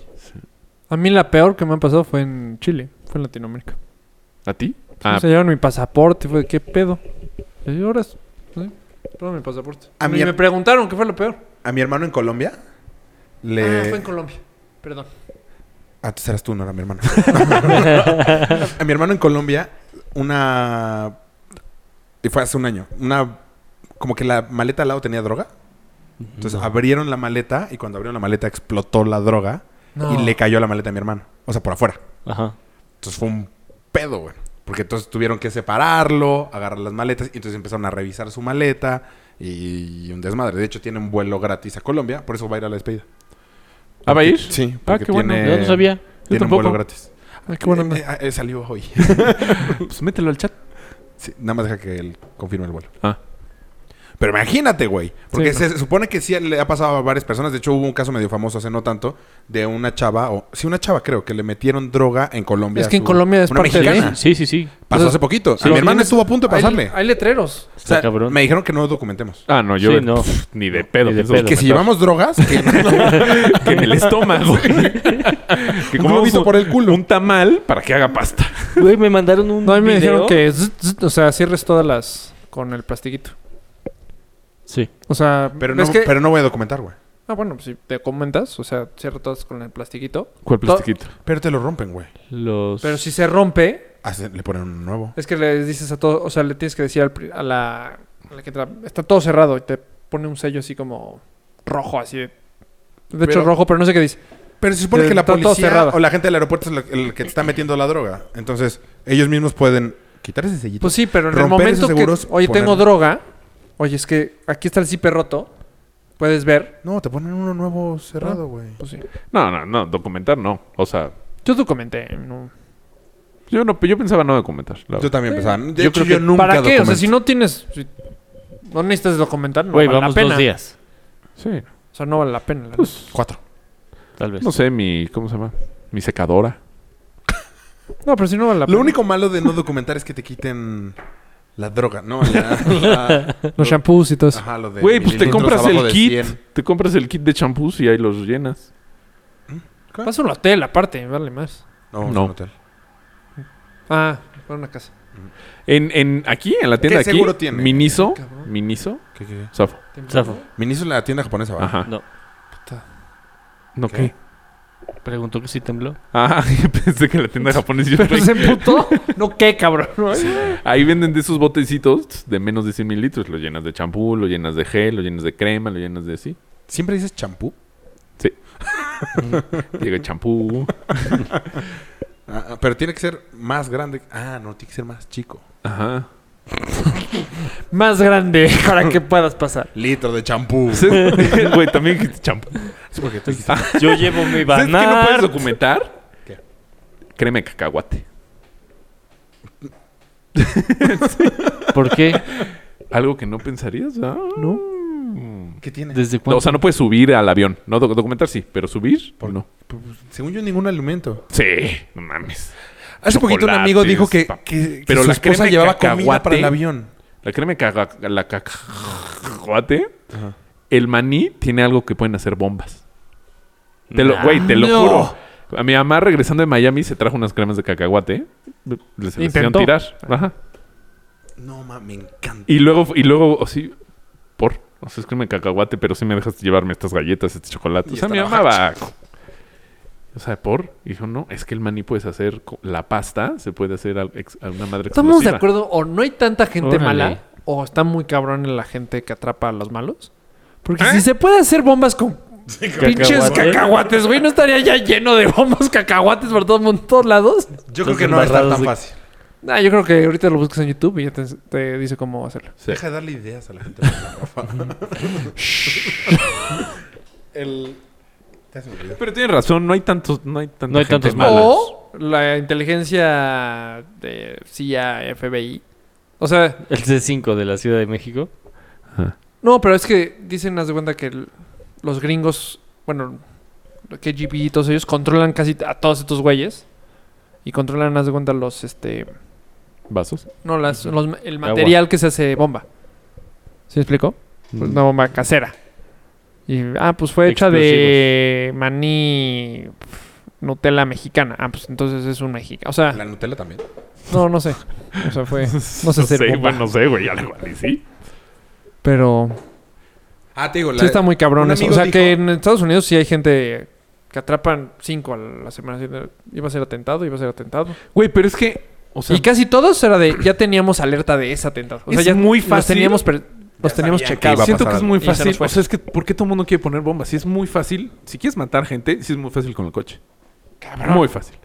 A mí la peor que me ha pasado fue en Chile. Fue en Latinoamérica.
¿A ti?
O
Ah,
Se llevan mi pasaporte, fue qué pedo. Y horas. Sí. ¿eh? Toma mi pasaporte.
A
A
mí-
mí me preguntaron qué fue lo peor.
A mi hermano en Colombia le.
Ah, fue en Colombia. Perdón.
Antes eras tú, no era mi
*laughs*
hermano. *laughs* a mi hermano en Colombia, una. Y fue hace un año. Una. Como que la maleta al lado tenía droga. Entonces abrieron la maleta y cuando abrieron la maleta explotó la droga
No.
y le cayó la maleta a mi hermano. O sea, por afuera.
Ajá.
Entonces fue un pedo, güey. Porque entonces tuvieron que separarlo, agarrar las maletas y entonces empezaron a revisar su maleta y, un desmadre. De hecho, tiene un vuelo gratis a Colombia, por eso va a ir a la despedida.
¿ah, va a ir?
Sí,
Ah,
porque
qué bueno.
tiene-
Yo no sabía.
Tiene un
tampoco.
vuelo gratis.
Ah, qué buena
Eh,
onda.
eh, eh, salió
*laughs*
hoy.
Pues mételo al chat.
Sí, nada más deja que él confirme el vuelo.
Ah.
Pero imagínate, güey. Porque
Sí,
se supone que sí le ha pasado a varias personas. De hecho, hubo un caso medio famoso hace no tanto de una chava, o sí, una chava creo, que le metieron droga en Colombia.
Es
a
que en
su-
Colombia es
una
parte de-
mexicana.
Sí, sí, sí.
Pasó
Entonces,
hace poquito. a
sí,
mi
lo
hermano
tienes-
estuvo a punto de
Hay-
pasarle.
Hay, letreros.
O sea,
Está cabrón.
me dijeron que no documentemos.
Ah, no, yo
Sí, no.
pf, ni de pedo.
Ni de
pienso
pedo.
Que si llevamos
*laughs*
drogas, que
que en el estómago. que
Un
como
globito por el culo.
Un tamal para que haga pasta.
Güey, me mandaron un
No, a mí me dijeron
video.
que, zzz, zzz, o sea, cierres todas las con el plastiquito.
Sí.
O sea,
pero,
ves
no,
que-
pero no voy a documentar, güey.
Ah, bueno, pues, si te comentas, o sea, cierra todas con el plastiquito.
¿Cuál
To-
plastiquito?
Pero te lo rompen, güey.
Los...
Pero si se rompe,
Hacen- le ponen un nuevo.
es que le dices a todo, o sea, le tienes que decir al pri- a la, a la que te la- está todo cerrado y te pone un sello así como rojo, así de, de hecho
Pero-
rojo, pero no sé qué dice.
Pero se supone
Pero
que la
está todo
policía
cerrado.
o la gente del aeropuerto es la- el que te está metiendo la droga. Entonces, ellos mismos pueden quitar ese sellito.
Pues sí, pero en el
Romper
momento
esos
que,
seguros,
oye,
poner-
tengo droga, oye, es que aquí está el zipper roto, puedes ver,
No, te ponen uno nuevo cerrado, güey.
pues sí.
No, no, no. Documentar no. O sea,
Yo documenté, no.
yo no, yo pensaba no documentar. la
Yo
verdad.
también pensaba. De
Yo
hecho,
creo
yo
que-
nunca
¿Para qué? O sea,
documento.
si no tienes, si no necesitas documentar, no
Güey,
vale
vamos
la pena.
dos días.
Sí.
O sea, no vale la pena. la
Pues,
Cuatro.
Tal vez.
no sé, mi... ¿Cómo se llama? Mi secadora.
neta. no, pero si no vale la
Lo
pena.
único malo de no documentar es que te quiten la droga, ¿no? La- la-
Los shampoos y todo eso.
ajá, lo de
Güey, pues te
mililitros
compras
abajo
el
de
kit.
100.
Te compras el kit de champús y ahí los llenas.
Vas a un hotel aparte, vale más.
No, vamos
No.
a un hotel.
Ah, para una casa.
En, en, aquí, en la tienda
¿Qué
de aquí.
seguro tiene?
Miniso.
Cabrón.
Miniso.
¿Qué, qué?
Zafo.
Zafo.
Miniso la tienda japonesa, ¿va?
Ajá.
No.
¿No
¿Qué?
*laughs*
qué?
Preguntó que si tembló.
Ah, *laughs* pensé que la
*laughs*
tienda japonesa... yo
Pero Pues, se emputó. No, qué cabrón. *laughs*
Ahí venden de esos botecitos de menos de 100 mil litros. Lo llenas de champú, lo llenas de gel, lo llenas de crema, lo llenas de así.
¿Siempre dices champú?
Llega el champú.
Ah, ah, pero tiene que ser más grande. Ah, no, tiene que ser más chico.
Ajá. *laughs*
Más grande para que puedas pasar.
Litro de champú.
Sí, Pues Güey, también dijiste champú.
Sí, porque tú dijiste-
*laughs* Yo llevo *laughs* mi
¿Sabes qué no puedes
banar.
documentar?
¿Qué?
Crema de cacahuate.
¿Por qué?
Algo que no pensarías. No.
¿Qué tiene?
¿Desde cuándo?
O sea, no puedes subir al avión. No, doc- documentar sí, pero subir.
¿Por
no.
Según yo, ningún alimento.
Sí, no mames.
Hace poquito un amigo
Chocolates,
dijo que,
pap-
que- que
Pero
su
la
esposa
crema de
llevaba comida
cacahuate-
para el avión.
La crema de caca- la cacahuate, el maní tiene algo que pueden hacer bombas. Te lo,
Nah.
güey, te lo
No.
juro. A mi mamá regresando de Miami se trajo unas cremas de cacahuate. Les se las hicieron
Intentó.
tirar. Ajá.
No, ma, me encanta.
Y luego, y luego, o sí, por. O sea, es crema de cacahuate, pero sí me dejas llevarme estas galletas, este chocolate.
Y
o sea,
esta
mi mamá
navaja.
va- O sea, ¿por? Y dijo, no, es que el maní puedes hacer co- la pasta, se puede hacer al- ex- a una madre
Estamos de
explosiva.
acuerdo, o no hay tanta gente
Órale.
mala, o está muy cabrón en la gente que atrapa a los malos. Porque si se puede hacer bombas ¿Eh? con pinches
Cacahuate.
cacahuates, güey, no estaría ya lleno de bombas cacahuates por todo mundo- todos lados.
Yo creo que no va a estar tan fácil.
Nah, yo creo que ahorita lo buscas en YouTube y ya te, te dice cómo hacerlo.
Sí.
Deja de darle ideas a la gente. Rafa.
*laughs*
*laughs* el... Te has olvidado.
Pero tienes razón, no hay tantos, no hay tanta
No hay
gente
tantos
mala.
O la inteligencia de CIA, FBI. O sea,
El C5 de la Ciudad de México.
no, pero es que dicen, haz de cuenta que el- los gringos, bueno, que KGB y todos ellos controlan casi a todos estos güeyes. Y controlan, haz de cuenta, los, este,
Vasos.
no, las, los- el material que se hace bomba. ¿Sí me explico? Pues una bomba casera. Y, ah, pues fue hecha de maní pf, Nutella mexicana. Ah, pues entonces es un mexicano. O sea,
La Nutella también.
no, no sé. O sea, fue. No
*laughs*
sé
No
hacer
sé,
bomba.
güey, no sé, güey, al igual y sí.
Pero
Ah, te digo, la...
sí está muy cabrón
un
eso. O
amigo
sea,
dijo-
que en Estados Unidos sí hay gente que atrapan cinco a la semana. Así de, Iba a ser atentado, iba a ser atentado.
Güey, pero es que, o sea,
y casi todos era de. Ya teníamos alerta de ese atentado. O sea,
Es
ya
muy
Los
fácil.
teníamos, per- los teníamos
sabían que
checados.
iba a
siento
pasar
que es
algo.
muy
Y se nos
fácil.
fue.
O sea, es que, ¿por qué todo el mundo quiere poner bombas? Si es muy fácil, si quieres matar gente, si es muy fácil con el coche. Muy fácil.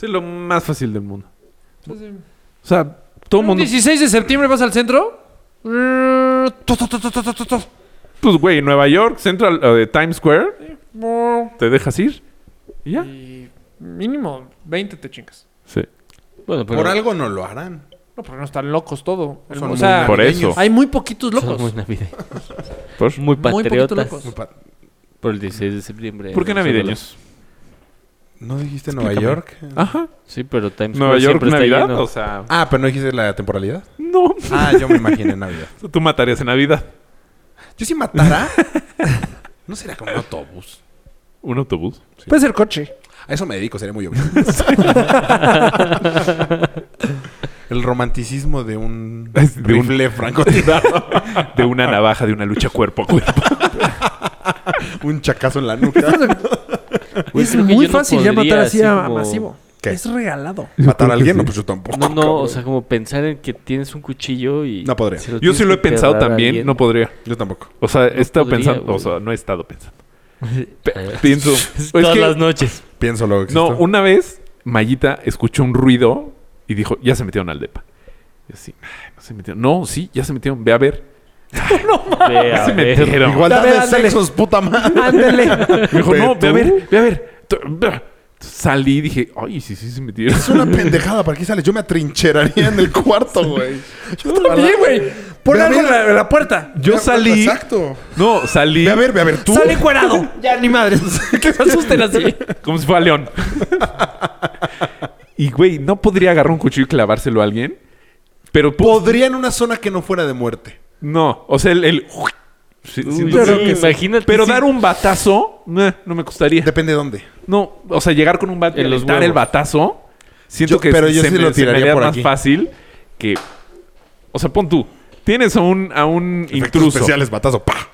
Es lo más fácil del mundo. O sea, todo el
Un
mundo.
16 de septiembre vas al centro. Mm, tu, tu, tu, tu, tu, tu, tu.
Pues, güey, Nueva York, Central, eh, Times Square,
No.
te dejas ir. Y ya.
Y mínimo 20 te chingas.
Sí.
Bueno, pero
Por algo no lo harán.
No, porque no están locos todo.
Son
o
muy
sea,
Por
navideños.
eso.
hay muy poquitos
son
locos.
muy navideños.
¿Por,
Muy
Muy poquito
patriotas.
locos.
Muy pa-
por el 16 de septiembre.
¿Por qué
No sé,
navideños?
¿No dijiste
Explícame.
Nueva York?
Ajá.
pero- Sí, pero Times
Nueva
Square
York,
siempre está
Navidad.
lleno.
O sea,
Ah, pero no dijiste la temporalidad.
no.
Ah, yo me imaginé Navidad.
Tú matarías en Navidad.
*laughs* Yo si matara, *laughs* no sería como un autobús.
Un autobús.
Puede ser coche.
A eso me dedico, sería muy obvio. El romanticismo de un
*laughs* Es de un-
rifle francotirador.
Pues, De una navaja, de una lucha cuerpo a
*laughs* Pues
cuerpo.
un chacazo en la nuca.
*laughs* Güey,
es
creo que
muy
yo no
fácil ya
podría,
matar así
así
a
como-
masivo.
¿Qué?
Es regalado.
¿Matar a alguien? No, pues yo tampoco.
No, no, o
cabrón.
sea, como pensar en que tienes un cuchillo y...
No podría.
se
Yo sí
tienes
lo he
que
pensado
clavar a
también.
alguien.
No podría.
Yo tampoco.
O sea, he estado
podría,
pensando.
güey.
O sea, no he estado
*laughs*
pensando. Pe- pienso. es
Todas
que- *laughs*
las noches.
Pienso lo que
No,
existo.
una vez Mayita escuchó un ruido y dijo, ya se metieron al depa. Y así, "Ay, no se metieron. No, sí, ya se metieron, ve a ver.
Ve
Ya
a
se
ver.
metieron.
Igualdad
A ver,
de
ándale.
sexos, puta madre. *laughs*
Ándale.
Me dijo,
Ve
no, ve a
tú".
ver, ve a ver. Tu- ve". Salí y dije, ay, sí, sí, se
*laughs*
metieron.
Es una pendejada. ¿Para qué sales? Yo me atrincheraría en el cuarto, güey. Yo
También, güey. Pon
Ve a
algo en
ver.
la, en la puerta.
Yo salí.
Exacto.
No, salí
Ve a ver, ve a ver tú.
Sale encuerado. ya, ni madre. que se asusten así.
*laughs* como si fuera león. y, güey, no podría agarrar un cuchillo y clavárselo a alguien. Pero po-
Podría en una zona que no fuera de muerte.
no, o sea, el... el- Sí, siento
Pero
que-
imagínate
Pero
si-
dar un batazo, eh, no me costaría.
Depende de dónde.
No, o sea, llegar con un bate y
En los
aventar
huevos.
el batazo. Siento
Yo-
que
pero yo sí lo tiraría
haría
por
más
aquí.
fácil que. O sea, pon tú. Tienes a un, a un
Efectos
intruso.
especiales, batazo. ¡Pah!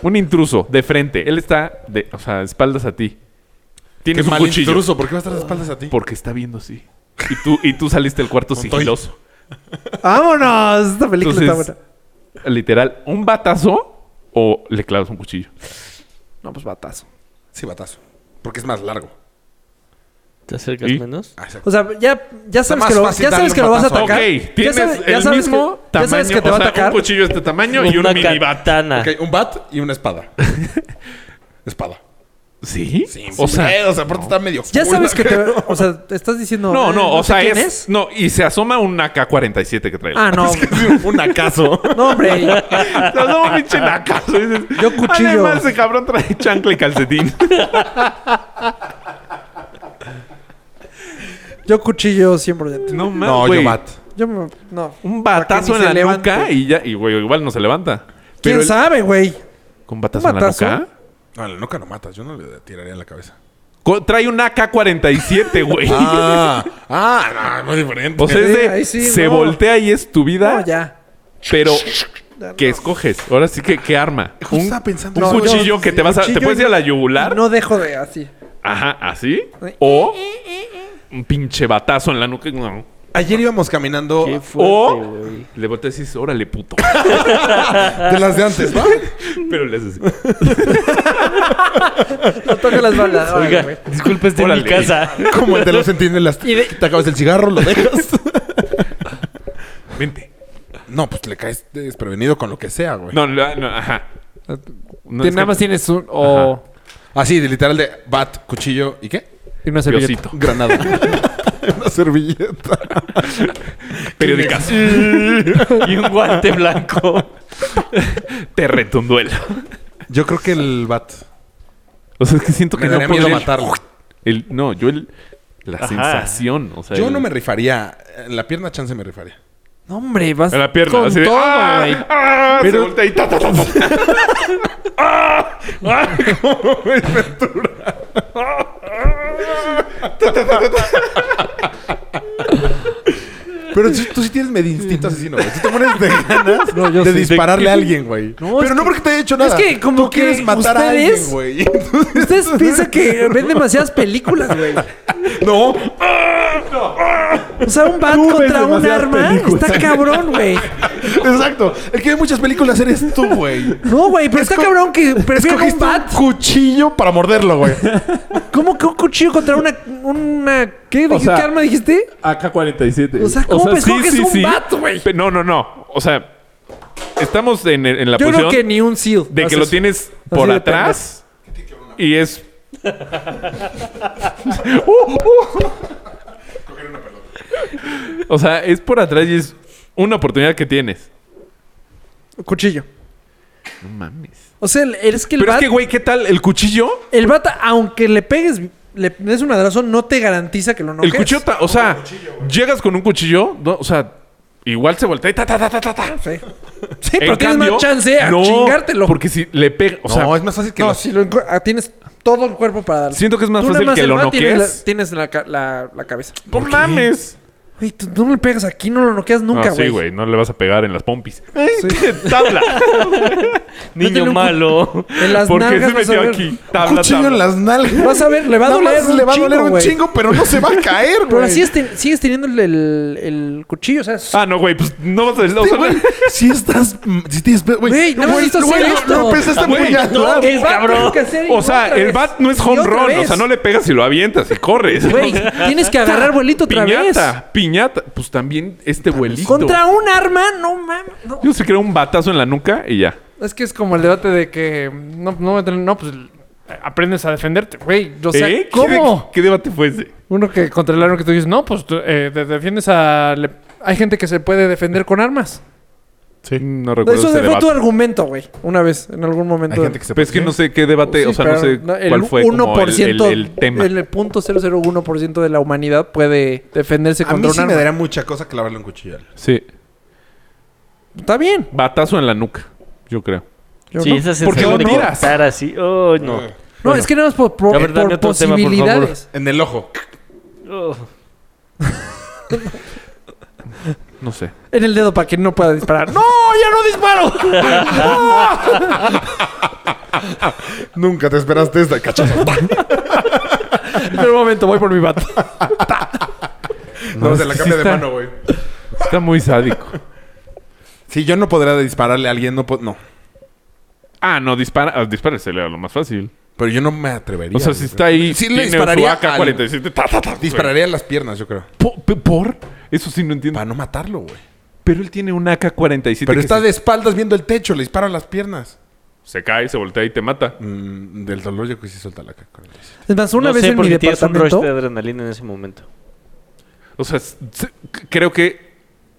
Un intruso de frente. Él está de, o sea, espaldas a ti.
Que
Tienes
es
un
mal
cuchillo.
intruso. ¿Por qué vas a estar de espaldas a ti?
Porque está viendo así. Y tú, y tú saliste del cuarto
Montoy.
sigiloso.
*laughs* Vámonos. Esta película
Entonces,
está buena.
literal, un batazo o le clavas un cuchillo.
No, pues batazo.
Sí, batazo. Porque es más largo.
¿Te acercas
¿Y?
menos?
Ah, exacto.
O sea, ya, ya sabes
más
que lo,
fácil
ya sabes
darle
que
un
lo vas a
batazo.
atacar.
Ok,
ya
tienes
sabes, ya
el
sabes
mismo
que,
tamaño.
ya sabes que te
o
va a
sea,
atacar.
un cuchillo de este tamaño y un
Una
mini bata.
katana.
Ok, un bat y
*laughs*
una espada. espada.
¿Sí?
Sí,
o sea,
o sea, aparte está medio.
Ya
cool,
sabes que te.
creo.
O sea, te estás diciendo.
No,
eh,
no, o
sé
sea,
quién
es, No, y se asoma un AK-47 que trae.
Ah, no.
un acaso.
No, hombre.
*laughs* Se asoma un pinche AK.
Yo cuchillo.
Además, ese cabrón trae chancla y calcetín.
Yo cuchillo siempre.
*laughs* No, mames,
No, yo
güey.
bat.
Yo me. No.
Un
Para que
batazo
ni
en la
se
nuca
levante.
y ya. Y, güey, igual no se levanta.
¿Quién
Pero el-
sabe, güey?
¿Con batazo,
¿Un batazo?
en la nuca?
No, en la nuca no matas. Yo no le tiraría en la cabeza.
Co- Trae un
*laughs*
AK-47, güey.
*laughs* Ah, ah, no, muy diferente.
O sea,
Sí,
es de,
ahí sí,
se
no.
voltea y es tu vida,
No, ya.
pero ¿qué escoges? Ahora sí que, ¿qué arma?
Justo estaba pensando
un
eso.
cuchillo
yo-
que te vas a... ¿Te
cuchillo
puedes ir a la
y
yugular?
No dejo de así.
Ajá, así. O
eh,
un pinche batazo en la nuca. No.
Ayer íbamos caminando
Qué fuerte,
o-
güey.
Le volteas y dices, órale,
*laughs*
puto.
de las de antes, *laughs* ¿no?
Pero le haces así.
No toques
*laughs*
las balas. órale, güey.
Oiga, disculpe, está en mi
Órale.
casa.
Como el de los entiendes, te acabas el cigarro, lo dejas. *laughs*
Vente.
No, pues le caes desprevenido con lo que sea, güey.
No, no, no, ajá. No,
Te-
es
nada
que-
más tienes un... O
Así, de literal de bat, cuchillo y qué?
y una
Diosito.
servilleta.
*laughs* Granada. Una servilleta.
*laughs*
Periódicas.
y un guante *laughs* blanco.
Te reto un duelo.
Yo creo que el bat.
O sea, es que siento que
Me
no
daría miedo
podría-
matarlo.
El, no, yo el... La
Ajá.
sensación, o sea...
Yo
el-
no me rifaría. En la pierna chance me rifaría.
No, hombre, vas
En la pierna,
con
así de,
todo,
¡ah!
güey.
¡Ah! Se
Pero-
voltea y ta, ta, ta, ta. ¡Ah! ¡Ah! ¿Cómo me apertura?
Pero tú, tú sí tienes medio instinto asesino, güey. Tú te pones
*laughs*
de ganas
No, yo
de
sí.
dispararle a alguien, güey.
No,
Pero
es
no
que-
porque te haya hecho nada.
que como
tú
que
quieres matar a
ustedes-
alguien, güey. *laughs* Entonces-
*laughs* Ustedes piensan que ven demasiadas películas, güey.
No.
O sea, un bat
ves
contra un
demasiadas
arma
películas.
está cabrón, güey.
Exacto. El que ve muchas películas eres tú,
*laughs*
güey.
No, güey, pero está cabrón que prefiero un
Escogiste un
bat.
cuchillo para morderlo, güey.
¿Cómo que un cuchillo contra una... una ¿Qué,
O sea-
¿Qué arma dijiste?
AK-47.
O sea, ¿cómo me escoges un bat, güey?
Pe- No, no, no. O sea, estamos en, el- en la
Yo
posición
creo que ni un SEAL.
de que
hace
lo
eso.
tienes por
de
atrás y
*laughs*
es... O sea, es por atrás y es una oportunidad que tienes.
Cuchillo.
No mames.
O sea, el- es que el
Pero
bat...
es que, güey, ¿qué tal? ¿El cuchillo?
El bat, aunque le pegues... Le des un madrazo, no te garantiza que lo no
el cuchillo, ta- o sea, llegas con un cuchillo, no, o sea, igual se voltea y ta, ta, ta, ta, ta, ta.
Sí.
*laughs*
Sí,
En
pero tienes
cambio,
más chance a
no,
chingártelo.
Porque si le pega, o sea,
no, es más fácil que
no,
lo-
si lo encu- ah, tienes todo el cuerpo para darle.
siento que es más
Tú nada
fácil que
el
lo
bat tienes
noquees.
la- Tienes la, ca- la- la cabeza.
No mames.
Güey, tú, tú no le pegas aquí, no lo noqueas
No,
nunca,
sí,
güey.
güey, no le vas a pegar en las
*laughs*
pompis. *laughs* tabla.
Niño
un-
malo.
en las
¿Por qué
nalgas
se
vas a
metió
ver.
aquí?
Un
Tabla,
cuchillo en
tabla.
las nalgas.
Vas a ver, le va a
Nada
doler
más
un
le va a
chingo,
doler un
güey.
chingo, pero no se va a caer, güey.
Pero así es ten- sigues teniendo el, el- el cuchillo, o sea, es-
Ah, no, güey, pues no vas a decir. o sea,
güey, si estás. Si tienes. pe- Güey,
Güey, no
güey,
necesito
güey,
hacer
no-
esto.
no pensaste
Güey,
apoyando.
no,
el bat
cabrón.
tienes que hacer y
o sea,
otra
el
vez.
bat no es
Y
home
otra
run. O
vez.
sea, no le pegas y lo avientas y corres.
Güey, tienes que agarrar vuelito otra vez.
piñata, piñata. Pues también este vuelito.
Contra un arma, no mames. no.
Yo se creo un batazo en la nuca y ya.
Es que es como el debate de que no, no, me tren- no pues aprendes a defenderte, güey. O sea,
¿Eh? ¿Qué de-
¿cómo?
¿Qué debate fue ese?
Uno que contra el arma que tú dices, no, pues tú, eh, te defiendes a... le- Hay gente que se puede defender con armas.
Sí. No recuerdo
Eso
ese
fue
debate.
tu argumento, güey. Una vez, en algún momento.
Hay gente que se.
Pero Pues es que no sé qué debate, o
Sí,
sea, no
pero
sé
no,
cuál fue como el, el- el tema.
El punto 001% de la humanidad puede defenderse
A
contra
mí
un
sí me
arma.
daría mucha cosa clavarle un cuchillo.
Sí.
Está bien.
Batazo en la nuca, yo creo.
Yo
Sí,
no.
esa
Porque
sensación
lo
de
tiras.
cortar así. Oh, no.
Eh.
No, es que nada más por, por-
La verdad,
por
de otro tema, por
posibilidades.
En el ojo.
Oh.
No sé.
en el dedo para que no pueda disparar. ¡No!
Nunca te esperaste *laughs* esta cachazo.
*laughs* Espera un momento, voy por mi bat.
No, se la
sí
cambia de
está.
mano, güey.
Está muy sádico.
*laughs*
Si yo no podría dispararle a alguien, no po- No.
Ah, no, dispara, ah, dispara sería lo más fácil.
Pero yo no me atrevería.
O sea, si
güey.
está ahí,
Sí le
tiene su
dispararía
AK-47, ta, ta, ta, güey.
Dispararía en las piernas, yo creo.
Po- pe- ¿Por? Eso sí no entiendo.
Para no matarlo, güey.
Pero él tiene un AK-47
Pero
que
está
se,
de espaldas viendo el techo, le disparo a las piernas.
se cae, se voltea y te mata.
Mm, del dolor yo que sí suelta la caca.
Es más, una
No
vez
sé,
en mi
porque tienes un rush de
departamento.
adrenalina en ese momento.
O sea, s- s- c- creo que...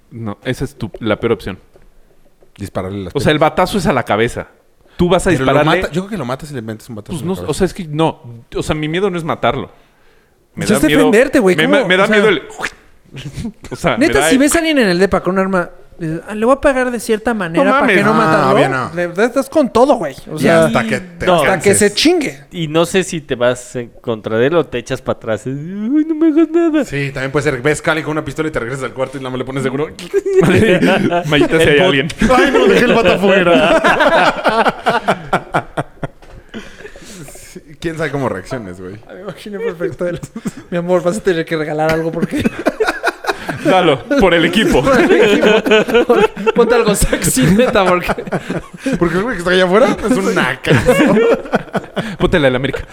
No, esa es tu- la peor opción.
Dispararle las
O sea, el batazo es a la cabeza. Tú vas a
Pero lo
dispararle...
mata- yo creo que lo matas y le metes un batazo.
Pues
en
no,
la
o
cabeza.
sea, es que no. O sea, mi miedo no es matarlo. Me
Pues es defenderte, güey,
Me,
¿cómo?
me da
O sea-
miedo el. *laughs* O sea, me
Neta,
da
si
el-
ves a alguien en el depa con un arma, eh, ah, le voy a pagar de cierta manera para
mames.
que no
No,
matarlo.
bien, no.
Le- le estás con todo, güey. O
Y
sea,
hasta que te
no,
hasta que se chingue.
Y no sé si te vas en contra de él o te echas para atrás. Uy, no me hagas nada.
Sí, también puede ser. Ves Cali con una pistola y te regresas al cuarto y nada más le pones seguro.
*laughs* Mallita si
El
hay
bot.
alguien.
Ay, no, dejé el bata afuera. *laughs* ¿Quién sabe cómo reacciones, güey?
Me imaginé perfecto. él. Mi amor, vas a tener que regalar algo porque.
*laughs* Dalo, por el equipo.
*laughs*
Ponte algo sexy, neta, porque...
Porque el güey que está allá afuera es un *laughs* naca.
Póntela el América.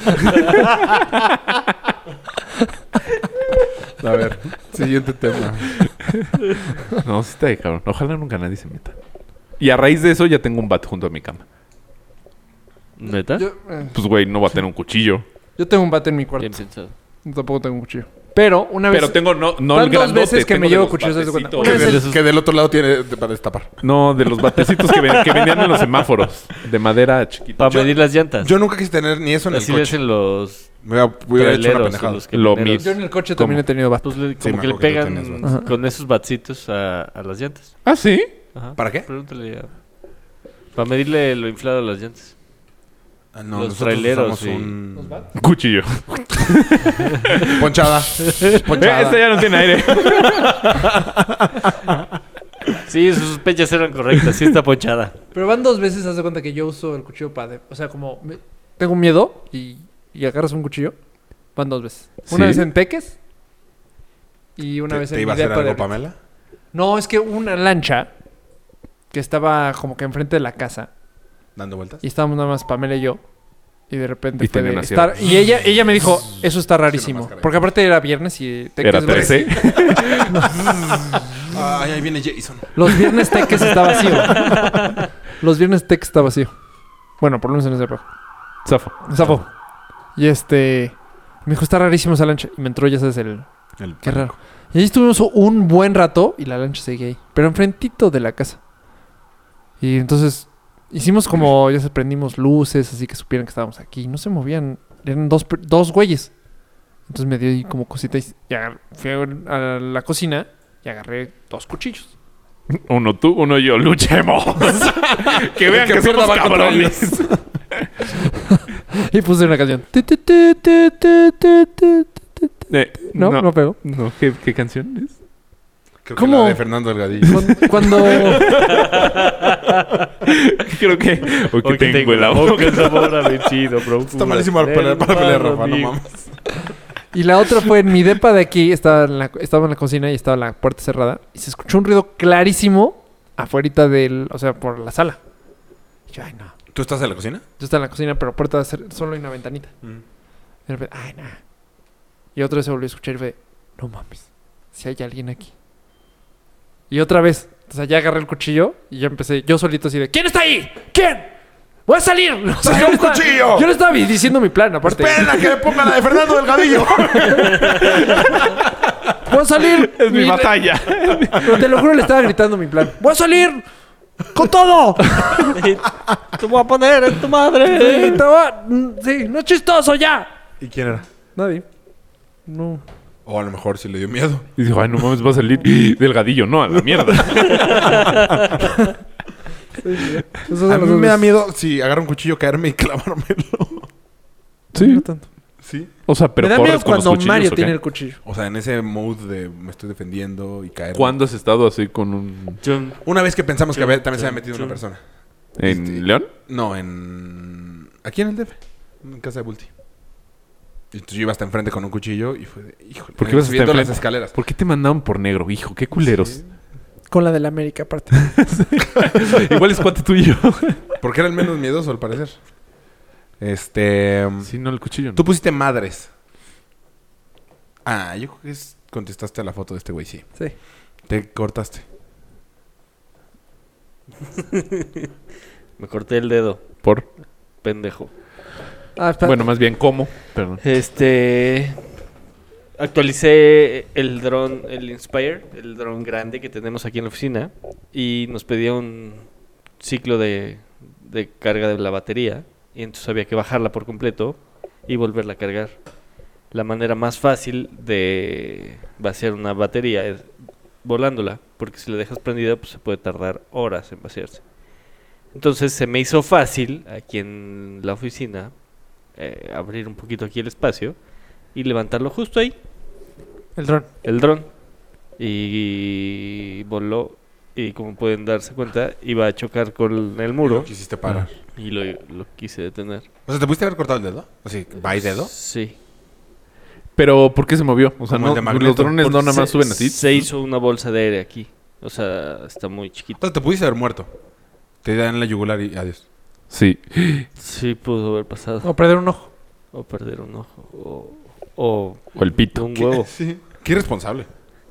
A ver, siguiente tema.
No, sí está de cabrón. Ojalá nunca nadie se meta. Y a raíz de eso ya tengo un bat junto a mi cama.
¿Neta?
Yo, eh,
Pues, güey, no va a tener un cuchillo.
yo tengo un bate en mi cuarto.
Bien pensado.
Tampoco tengo un cuchillo. Pero una vez.
Pero tengo no, no
Van
el
dos
grandote.
veces que
tengo
me
de
llevo
los
cuchillos, haz de cuenta.
batecitos.
Que del,
esos-
que del otro lado tiene de- para destapar.
No, de los batecitos que, ven- que vendían en los semáforos. De madera chiquita.
Para medir las llantas.
Yo nunca quise tener ni eso en el
Así ves
coche.
en los
Me hubiera- hubiera hecho una
traileros,
pendejada.
en los
Lo
camioneros.
Yo en el coche también he tenido bate.
Pues le-
me
como que le
acuerdo que tú
pegan
tenías bats.
*laughs* con esos batsitos a, a las llantas.
Ah, sí.
Ajá.
¿Para qué?
Pregúntale a... Para medirle lo inflado a las *laughs* llantas.
Ah, No,
Los
nosotros
traileros,
usamos
sí.
un...
Un Cuchillo.
*laughs*
Ponchada.
Eh,
Ponchada.
este ya no tiene aire.
*laughs* Sí, sus sospechas eran correctas. Sí está *laughs* ponchada.
Pero van dos veces, haz de cuenta que yo uso el cuchillo para. de- o sea, como me- tengo miedo y, y agarras un cuchillo. Van dos veces. Una
¿Sí?
vez en Peques y una
¿Te,
vez
te
en
iba a
mi
hacer
depa de
algo,
ahorita.
Pamela?
No, es que una lancha que estaba como que enfrente de la casa
¿Dando vueltas?
y estábamos nada más Pamela y yo. Y de repente
Y
fue de
tenía una
estar- y ella, ella me dijo, eso está rarísimo.
máscara.
Porque aparte era viernes y Teques
Era ¿eh?
güey.
13.
Ay, Ah, ahí viene Jason.
Los viernes Teques está vacío.
*laughs*
Los viernes Teques está vacío. Bueno, por lo menos en ese época.
Zafo.
Sapo. Y este. Me dijo, está rarísimo esa lancha. Y me entró, ya sabes, el.
El-
Qué raro. Y ahí estuvimos un buen rato y la lancha seguía ahí. Pero enfrentito de la casa. Y entonces. Hicimos como. Ya se prendimos luces, así que supieran que estábamos aquí. No se movían. Eran dos, per- dos güeyes. Entonces me dio ahí como cosita y, y agar- fui a a la cocina y agarré dos cuchillos.
Uno tú, uno yo. *laughs* Luchemos. que vean
El que
que, somos
pierda va contra
cabrones.
*laughs* Y puse una canción. Tu, tu, tu, tu, tu, tu, tu, tu.
Eh,
No, no, *laughs* pegó.
No, ¿qué, qué canción es?
Creo que
¿Cómo?
la de Fernando Delgadillo.
Cuando- Cuando.
Creo que. Hoy que tengo, el la
*laughs*
boca.
boca sabor
*laughs*
a vencido, bro.
Está malísimo para pelear, para pelear Rafa, no mames.
Y la otra fue en mi depa de aquí, estaba en, la, estaba en la cocina y estaba la puerta cerrada. Y se escuchó un ruido clarísimo afuera del, o sea, por la sala. Y yo, ay, no.
¿Tú estás en la cocina?
Yo estaba en la cocina, pero puerta cer- solo hay una ventanita. De repente, ay, no. Y otra vez se volvió a escuchar y fue, no mames, si hay alguien aquí. Y otra vez, o sea, ya agarré el cuchillo y ya empecé, yo solito así de, ¿quién está ahí? ¿Quién? ¡Voy a salir! *laughs* O sea,
¡Saca
yo
un
le estaba-
cuchillo!
Yo le estaba diciendo mi plan, aparte.
¡Pena que me ponga la de Fernando Delgadillo!
¡Voy a salir!
*laughs* Es mi
Y-
batalla.
Pero te lo juro, le estaba gritando mi plan. ¡Voy a salir! ¡Con todo!
Te voy a poner en tu madre.
Sí, te va- mm, sí, no es chistoso ya.
¿Y quién era?
Nadie. No.
O a lo mejor si le dio miedo.
Y dijo, ay, no mames, va a salir delgadillo. No, a la mierda.
*laughs* Esas son
A
las
mí
dos
me da
veces.
miedo si agarra un cuchillo, caerme y clavármelo.
Sí.
No tanto.
*laughs* ¿Sí?
O sea, pero
me da
corres
miedo
con los
cuando
cuchillos,
Mario
¿o qué?
tiene el cuchillo.
O sea, en ese mood de me estoy defendiendo y caer.
¿Cuándo has estado así con un...
Chum.
Una vez que pensamos que
Chum,
había- también se
chum,
había metido una
chum.
persona.
¿En
Este-
León?
No, en... Aquí en el DF. En casa de Bulti. Y entonces yo iba hasta enfrente con un cuchillo y fue de... Híjole.
¿Por qué ibas hasta
subiendo las
enfrente?
escaleras.
¿Por qué te mandaban por negro, hijo? Qué culeros.
Con la del América, aparte.
*laughs* Igual es cuate tuyo.
Porque era el menos miedoso, al parecer. Este...
sí, no, el cuchillo. no.
Tú pusiste madres. Ah, yo creo que es- contestaste a la foto de este güey, sí.
Sí.
Te cortaste.
Me corté el dedo,
Por...
pendejo.
Ah, espera.
Bueno, más bien, ¿cómo? Perdón.
Eh.
Este. Actualicé el dron, el Inspire, el dron grande que tenemos aquí en la oficina. Y nos pedía un ciclo de, de carga de la batería. Y entonces había que bajarla por completo y volverla a cargar. La manera más fácil de vaciar una batería es volándola. Porque si la dejas prendida, pues se puede tardar horas en vaciarse. Entonces se me hizo fácil aquí en la oficina eh, abrir un poquito aquí el espacio y levantarlo justo ahí,
El dron.
el dron. Y voló y como pueden darse cuenta, iba a chocar con el
Lo
muro
quisiste parar.
y lo, lo quise detener.
O sea, ¿te pudiste haber cortado el dedo? Así, ¿va y dedo?
Sí.
Pero, ¿por qué se movió? O sea,
Como
no,
el de Magneto.
los drones no
Porque
nada más
se-
suben así.
Se hizo una bolsa de aire aquí. O sea, está muy chiquito.
Entonces te pudiste haber muerto. Te dan la yugular y adiós.
Sí.
Sí, pudo haber pasado.
O perder un ojo.
O perder un ojo. O, o
O el pito.
un huevo.
*laughs*
*laughs*
Sí. Qué irresponsable.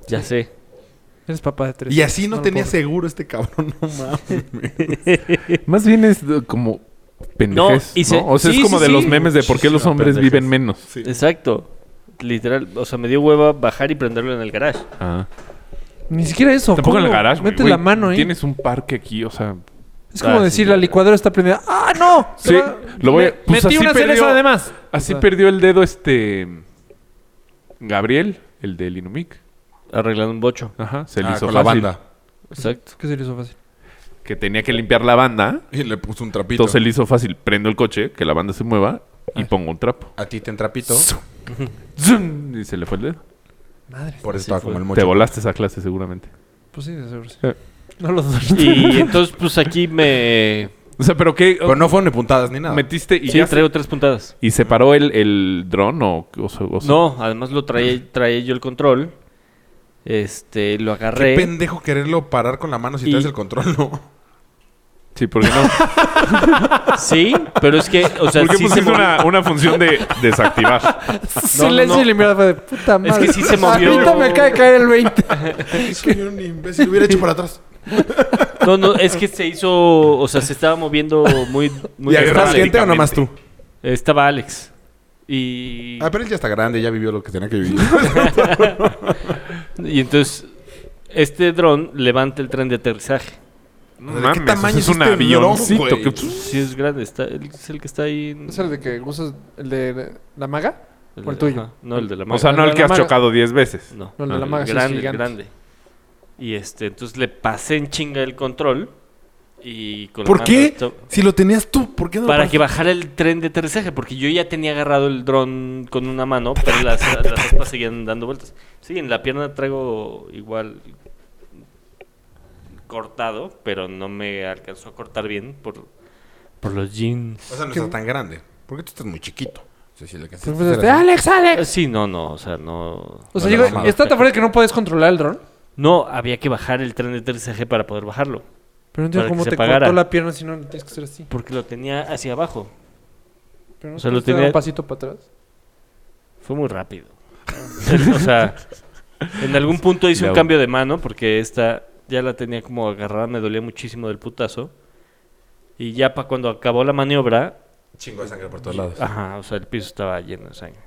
Ya sé.
Eres papá de tres.
Y así no,
lo
tenía
puedo-
seguro este cabrón, no mames.
Más bien es eh, como pendejes.
No, y se-
¿no? O sea,
sí,
es como
sí,
de
sí.
los memes de por qué los
Muchísima
hombres
pendejes.
viven menos.
Sí.
Exacto. Literal. O sea, me dio hueva bajar y prenderlo en el garage.
Ah.
Ni siquiera eso.
Tampoco en el
¿cómo?
garage. güey.
Mete
Güey,
la mano, ¿eh?
Tienes un parque aquí, o sea.
Es como
Ah,
decir,
sí,
la
ya.
licuadora está prendida. ¡Ah, no!
Sí, lo voy a.
Me-
pues
Metí
así
una
perdió,
cereza además.
así
O sea.
perdió el dedo este. Gabriel, el del Inumic.
Arreglando un bocho.
Ajá, se le
Ah,
hizo
con
fácil.
la banda.
Exacto.
¿Qué se le hizo fácil?
Que tenía que limpiar la banda.
Y le puso un trapito.
Entonces le hizo fácil. Prendo el coche, que la banda se mueva y pongo un trapo.
A ti te entrapito.
¡Zum! Y se le fue el dedo.
Madre.
Por eso estaba como el
Te
mocho.
volaste esa clase seguramente.
Pues sí, de seguro sí.
Eh.
No lo *laughs* dudo.
*laughs*
Y entonces, pues aquí me.
O sea, pero qué.
Pero no fueron ni puntadas ni nada.
metiste y
Sí,
ya. se-
traigo tres puntadas.
¿Y se paró el, el dron o, o sea- o sea-
No, además lo traía, traía yo el control. Este, lo
Qué
agarré.
pendejo quererlo parar con la mano si
Y-
traes el control, no.
Sí, porque no.
Sí, pero es que, o sea,
¿Por qué
sí se
pusiste
movió.
una, una función de
*laughs*
desactivar?
Silencio
no.
y la mirada fue de puta madre.
que sí se movió.
Ahorita me acaba de caer el 20.
Soy un imbécil, lo hubiera hecho para atrás.
No, no, es que se hizo, o sea, se estaba moviendo muy, muy
¿Y agarras
estable.
gente o nomás tú?
Estaba Alex. Y,
Ah, pero él ya está grande, ya vivió lo que tenía que vivir.
*laughs* y entonces, este dron levanta el tren de aterrizaje.
No
¿De qué
mames,
tamaño
es
es
un
este dron,
avioncito
güey?
que...
Sí, es grande, está, es el que está ahí.
*laughs*
en-
¿Es el de que usas el de la maga?
de-
o el tuyo?
ajá, no, el de la
O
mano.
sea, no el que has
Maga.
chocado 10 veces.
no.
No, el de
Ah,
la maga sí es
grande,
gigante.
grande. Y este, entonces le pasé en chinga el control. Y con la
¿Por
mano
qué?
esto-
Si lo tenías tú, ¿por qué no lo
Para
paras?
que bajara el tren de aterrizaje, porque yo ya tenía agarrado el dron con una mano, pero las, las aspas seguían dando vueltas. Sí, en la pierna traigo igual cortado, pero no me alcanzó a cortar bien por, por los jeans.
O sea, no está tan grande. Porque tú estás muy chiquito. O sea, si le
Pues
cansaste
fue de, ¡Alex, Alex!
Eh, Sí, no, no, o sea, no...
O sea,
No,
llegó-
no, no.
está tan fuerte que no puedes controlar el dron.
No, había que bajar el tren de aterrizaje para poder bajarlo,
Pero no entiendo
Para que
cómo
se
te
apagara.
cortó la pierna si no tienes que ser así.
porque lo tenía hacia abajo.
Pero no
O sea, lo
pudiste dar
tenía-
un pasito para atrás.
Fue muy rápido. *laughs* o sea, en algún punto hice
La-
un cambio de mano porque esta ya la tenía como agarrada, me dolía muchísimo del putazo. Y ya para cuando acabó la maniobra,
Chingo de sangre por todos lados.
ajá, o sea, el piso estaba lleno de sangre.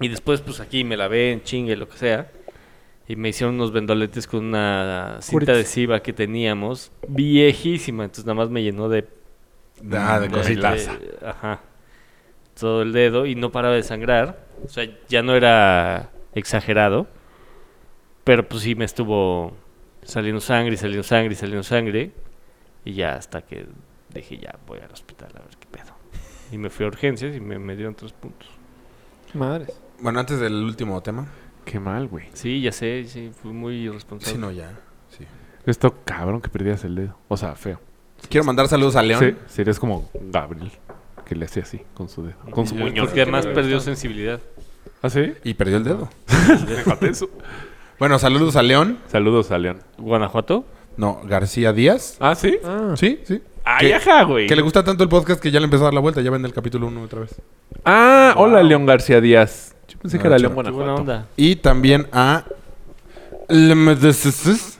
Y después, pues aquí me lavé en chingue, lo que sea. Y me hicieron unos vendoletes con una cinta
Curetes.
adhesiva que teníamos, viejísima. Entonces nada más me llenó de
Ah, de
de-
cositas.
de- ajá. Todo el dedo y no paraba de sangrar. O sea, ya no era exagerado. Pero pues sí me estuvo saliendo sangre, y saliendo sangre, y saliendo sangre. Y ya hasta que dije, ya voy al hospital a ver qué pedo. Y me fui a urgencias y me, me dieron tres puntos.
Madres.
Bueno, antes del último tema.
Qué mal, güey.
Sí, ya sé, sí, fui muy irresponsable.
Sí, no, ya. Sí.
Esto cabrón que perdías el dedo. O sea, feo.
Quiero mandar saludos a León.
Sí, serías como Gabriel, que le hacía así con su dedo. Con su muñón.
Porque además perdió sensibilidad.
¿Ah, sí?
Y perdió el dedo.
Déjate eso.
Bueno, saludos a León.
Saludos a León.
¿Guanajuato?
No, García Díaz.
¿Ah, sí?
Sí, sí.
¡Ay,
¿Qué?
ajá, güey!
Que le gusta tanto el podcast que ya le empezó a dar la vuelta. Ya vende el capítulo 1 otra vez.
Ah, hola, León García Díaz. Yo pensé que
Ah,
era
chido.
León
Qué buena
Guanajuato.
onda.
Y también a... LMDSS.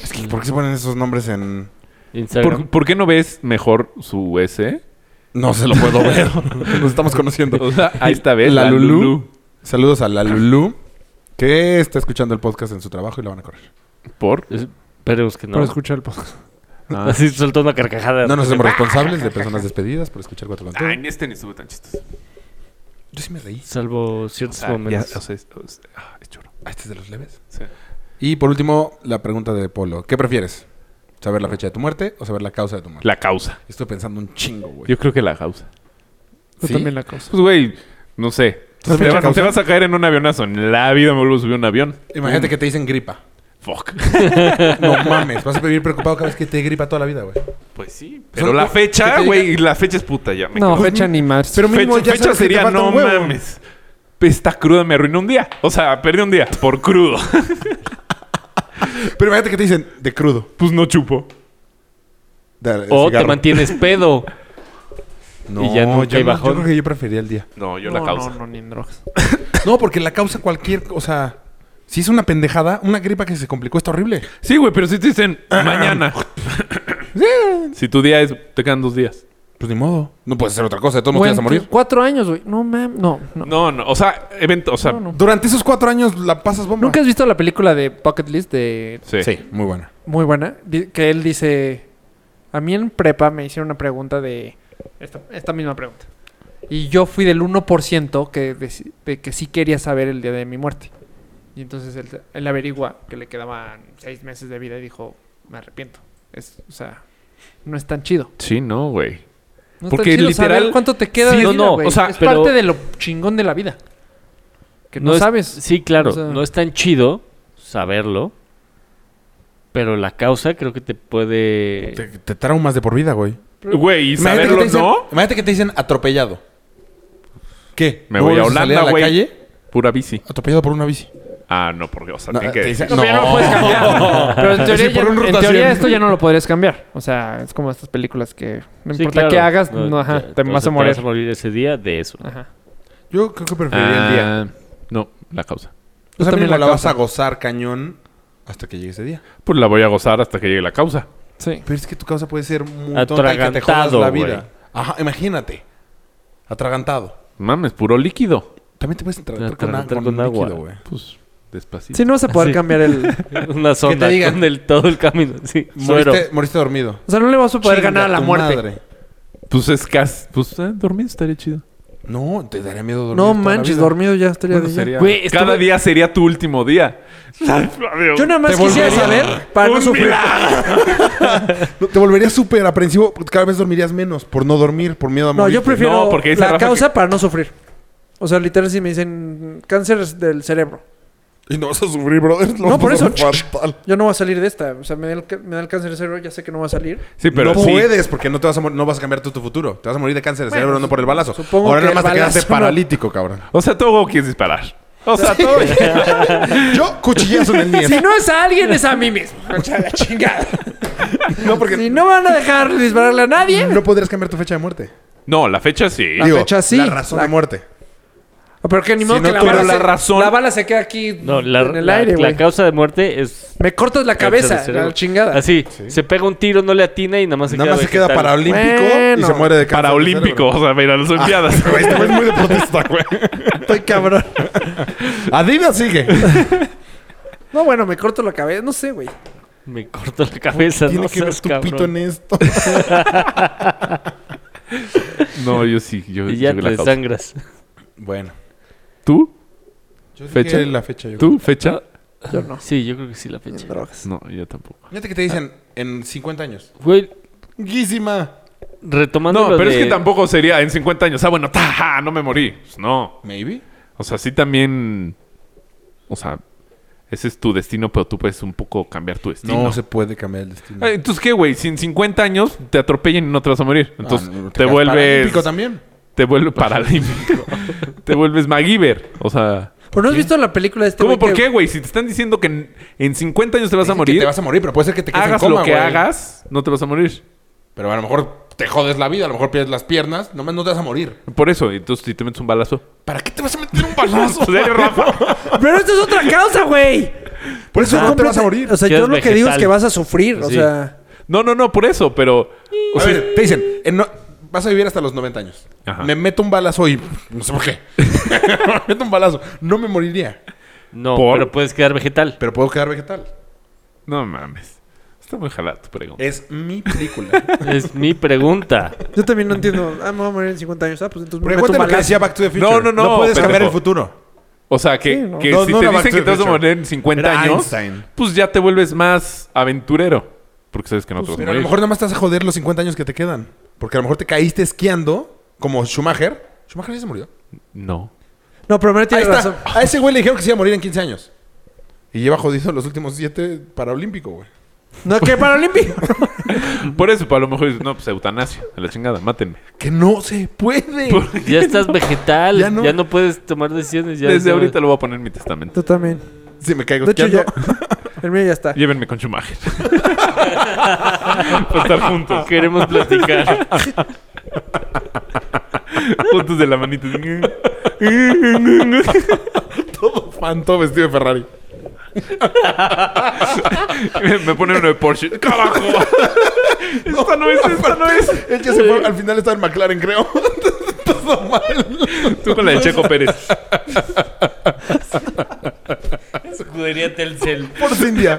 Es que, ¿por qué se ponen esos nombres en...?
Instagram.
¿Por, por qué no ves mejor su S?
No se lo puedo ver. Nos estamos conociendo.
O sea, ahí está, ¿ves?
La Lulú. Saludos a la Lulú, que está escuchando el podcast en su trabajo y la van a correr.
¿Por?
Esperemos que no.
Para escuchar el podcast.
Ah.
Así soltó una carcajada.
No nos hacemos responsables de personas despedidas por escuchar cuatro con Todo.
Ay, ni este ni estuvo tan chistoso.
Yo sí me reí.
Salvo ciertos
Ah, ya,
momentos.
o sea, es, o sea, ah, es choro.
Ah, este es de los leves.
Sí.
Y por último, la pregunta de Polo. ¿Qué prefieres? ¿Saber la fecha de tu muerte o saber la causa de tu muerte?
La causa.
Estoy pensando un chingo, güey.
Yo creo que la causa.
Yo
¿Sí?
también la causa.
Pues, güey, no sé. Te
¿Sabes la
vas,
causa?
te vas a caer en un avionazo. En la vida me vuelvo a subir a un avión.
Imagínate que te dicen gripa.
Fuck.
*laughs* No mames, vas a vivir preocupado cada vez que te gripa toda la vida, güey.
Pues sí. Pero
Son-
la
que- que te
fecha,
diga-
güey, la fecha es puta ya. Me
No,
quedo.
fecha ni más.
Pero mínimo
fecha,
ya
fecha
sabes que te
sería,
falta
no
un huevo".
mames. Esta cruda me arruinó un día. O sea, perdí un día por crudo. *laughs*
Pero imagínate que te dicen de crudo.
Pues no chupo.
de- de
O te
cigarro. *laughs*
mantienes pedo.
No,
y ya nunca
yo,
hay
no-
bajón.
yo creo que yo preferiría el día.
No, yo
no,
la causa.
No, no, ni en drogas.
No, porque la causa cualquier, o sea, si es una pendejada, una gripa que se complicó está horrible.
Sí, güey, pero si te *clears throat* dicen mañana. si tu día es, te quedan dos días.
Pues ni modo. No puedes hacer otra cosa, de todos modos te
Güey,
vas a morir.
Cuatro años, güey. No, mames. No, no.
No, no, o sea, evento, o sea,
No, no.
Durante esos cuatro años la pasas bomba.
¿Nunca has visto la película de Bucket List de
sí.
Sí, muy buena.
muy buena, di- que él dice, a mí en prepa me hicieron una pregunta de esta, esta misma pregunta. Y yo fui del 1% que, deci- de que sí quería saber el día de mi muerte. Y entonces él, él averigua que le quedaban seis meses de vida y dijo, me arrepiento. Es, o sea, no es tan chido.
Sí, no, güey.
No
Porque
es tan chido
literal-
saber cuánto te queda
Sí,
de
no,
vida,
no,
güey.
o sea,
es
pero-
parte de lo chingón de la vida. Que no,
es-
sabes.
Sí, claro.
O sea-
No es tan chido saberlo. Pero la causa creo que te puede.
Te, te traumas de por vida, güey.
Güey, y
Imagínate que
saberlo
te dicen-
no,
Imagínate que te dicen atropellado. ¿Qué?
Me
¿No
voy a
vuelves salir
Holanda,
la
güey.
calle?
pura bici.
Atropellado por una bici.
Ah, no, porque, o sea,
No,
tiene
te
que
dicen-
decir.
No, pero ya no lo puedes cambiar. Pero en teoría,
Sí, por
ya-
un
en
rotación.
teoría esto ya no lo podrías cambiar. O sea, es como estas películas que no
Sí,
importa
claro.
qué hagas,
No,
no, ajá,
ya-
te
o
vas
sea,
a morir.
Te vas a morir ese día de eso.
Ajá.
*laughs* Yo creo que preferiría el día.
Ah, no, la causa.
O sea,
también
mínimo
la
la vas
causa.
a gozar cañón hasta que llegue ese día.
Pues la voy a gozar hasta que llegue la causa.
Sí.
Pero es que tu causa puede ser muy tonta y que te jodas
Atragantado,
la
güey.
vida. Ajá, imagínate. Atragantado.
Mames, puro líquido.
También te puedes atragantar con,
Atragantar
con,
con agua.
líquido, güey.
Pues despacito.
Sí, no vas a poder
Sí.
cambiar el...
*laughs* Una sonda
digan.
con el, todo el camino. Sí, suero.
Moriste, moriste dormido.
O sea, no le vas a poder
Chinga
ganar a la
tu
muerte.
madre.
Pues es casi. Pues eh, dormir estaría chido.
No, te daría miedo dormir.
No
toda la
manches,
vida.
dormido ya estaría
Bueno,
de ya.
sería-
Güey, estuve-
Cada día sería tu último día. Adiós.
Yo nada más
Te
quisiera
volvería-
saber para no
Un
sufrir.
No, Te volverías súper aprensivo. porque Cada vez dormirías menos por no dormir, por miedo a
No,
morir.
yo prefiero
No, porque dice
la
Rafa
causa para no sufrir. O sea, literal, si me dicen cáncer del cerebro.
Y no vas a sufrir, brother. lo
No,
vas
por
a
eso.
pasar fatal.
Yo no voy a salir de esta. O sea, me da el, ca- me da el cáncer del cerebro, ya sé que no voy a salir.
Sí, pero
no
sí.
puedes porque no te vas a morir- no vas a cambiar tú tu futuro. Te vas a morir de cáncer de
Bueno,
cerebro no por el balazo.
supongo
Ahora
que
nada más
el
te quedaste
balazo no-
paralítico, cabrón.
O sea, todo quieres disparar. O sea, todo.
Yo cuchillazo en el nieve.
*laughs* Si no es a alguien, es a
*laughs*
mí mismo. O sea, la chingada. No, porque... Si no van a dejar dispararle a nadie.
No podrías cambiar tu fecha de muerte.
No, la fecha sí.
La
Ah,
fecha sí.
La razón de muerte.
Pero que ni modo
Si no
que la
tuviera
bala,
la
se,
razón.
la bala se queda aquí
No, la,
en el
la-
aire,
la
güey.
causa de muerte es.
Me cortas la
cáncer
cabeza,
de cerebro.
la chingada.
Así. Se pega un tiro, no le atina y nada más se
Nada
queda.
más se queda
vegetal.
paraolímpico y
Bueno.
se muere de cáncer. de
Paraolímpico.
cerebro.
O sea, mira, las Olimpiadas.
*laughs* Güey, Este güey es muy de protesta, güey.
Estoy cabrón.
Adidas
*laughs*
sigue.
No, bueno, me corto la cabeza. No sé, güey.
Me corto la cabeza.
Tiene
no
que ver
seas
tu
cabrón.
pito en esto. *laughs*
No, yo sí. Yo,
Y ya
yo
te
la causa.
sangras.
Bueno.
¿Tú?
Yo dije
Fecha.
la fecha. Yo
¿Tú? ¿Fecha?
Yo no.
Sí, yo creo que sí la fecha.
Drogas.
No, yo tampoco.
creo. Fíjate que te dicen
Ah.
en 50 años.
Güey,
Guísima.
retomando.
No,
lo
pero es
de-
que tampoco sería en 50 años. Ah, bueno, taja, no me morí. Pues no.
Maybe.
O sea, sí también. O sea, ese es tu destino, pero tú puedes un poco cambiar tu destino.
No, se puede cambiar el destino.
Ah, Entonces, ¿qué, güey? Si en 50 años te atropellan y no te vas a morir. Entonces,
Ah, no,
te,
quedas
vuelves.
paralímpico también.
Te vuelves
*laughs*
paralímpico. te vuelves MacGyver. O sea.
¿Pero no has visto la película de este
¿Cómo
güey
por
que-
qué, güey? Si te están diciendo que en, en 50 años te vas a
Dicen que
morir,
Te vas a morir, pero puede ser que te quedes
hagas
en coma,
lo que
güey.
hagas, no te vas a morir.
Pero a lo mejor te jodes la vida, a lo mejor pierdes las piernas. Nomás no te vas a morir.
Por eso, entonces si te metes un balazo.
¿Para qué te vas a meter
*laughs*
un *laughs* balazo?
¿En serio, Rafa?
Pero esto es otra causa, güey. Ah,
Por eso no te vas a morir.
O sea, yo
Quedas
lo que digo es
vegetal.
que vas a sufrir. O
Sí.
sea,
No, no, no, por eso, pero.
O sea, te dicen, en no- vas a vivir hasta los 90 años.
Ajá.
Me meto un balazo y no sé
*laughs*
por qué. *laughs* me meto un balazo. No me moriría,
No,
¿Por?
pero puedes quedar vegetal.
pero puedo quedar vegetal.
No mames. Está muy jalada tu pregunta.
Es mi película.
Es mi pregunta.
yo también no entiendo. Ah, me voy a morir en 50 años. Ah, pues entonces me
Porque
meto un
cuéntame lo que
balazo.
decía Back to the Future.
No, no, no,
No puedes cambiar
pendejo.
el futuro.
O sea, que,
Sí, ¿no?
que
No,
si
no
te
era Back
dicen
to
que
the
te vas a
Future.
morir en 50
Era
años,
Einstein.
pues ya te vuelves más aventurero. Porque sabes que no te vas
Pero
a
a lo
morir.
Pues, mejor nada más te vas a joder los 50 años que te quedan. Porque a lo mejor te caíste esquiando como Schumacher. Schumacher ya se murió.
No.
No, pero Mario tiene
Ahí está.
razón.
A ese güey le dijeron que se iba a morir en 15 años. Y lleva jodido los últimos siete Paralímpico, güey.
No, que Paralímpico.
Por eso, para lo mejor dices, no, pues eutanasia, a la chingada, mátenme.
Que no se puede.
Ya estás vegetal,
Ya
ya
no.
no, puedes tomar decisiones. Ya
Desde
sabes.
ahorita lo voy a poner en mi testamento.
Tú también.
Si me caigo.
De hecho,
¿qué
ya.
hago?
El mío ya está.
Llévenme con Schumacher. *laughs* Para estar juntos.
Queremos platicar.
Juntos de la manita.
*laughs*
*laughs*
Todo fan, todo vestido de Ferrari.
Me ponen uno de Porsche. ¡Carajo! esta
*laughs*
no es, esta no es.
El que se fue, al final estaba en McLaren, creo. todo mal.
Tú con la de Checo Pérez.
Escudería Telcel.
Por India.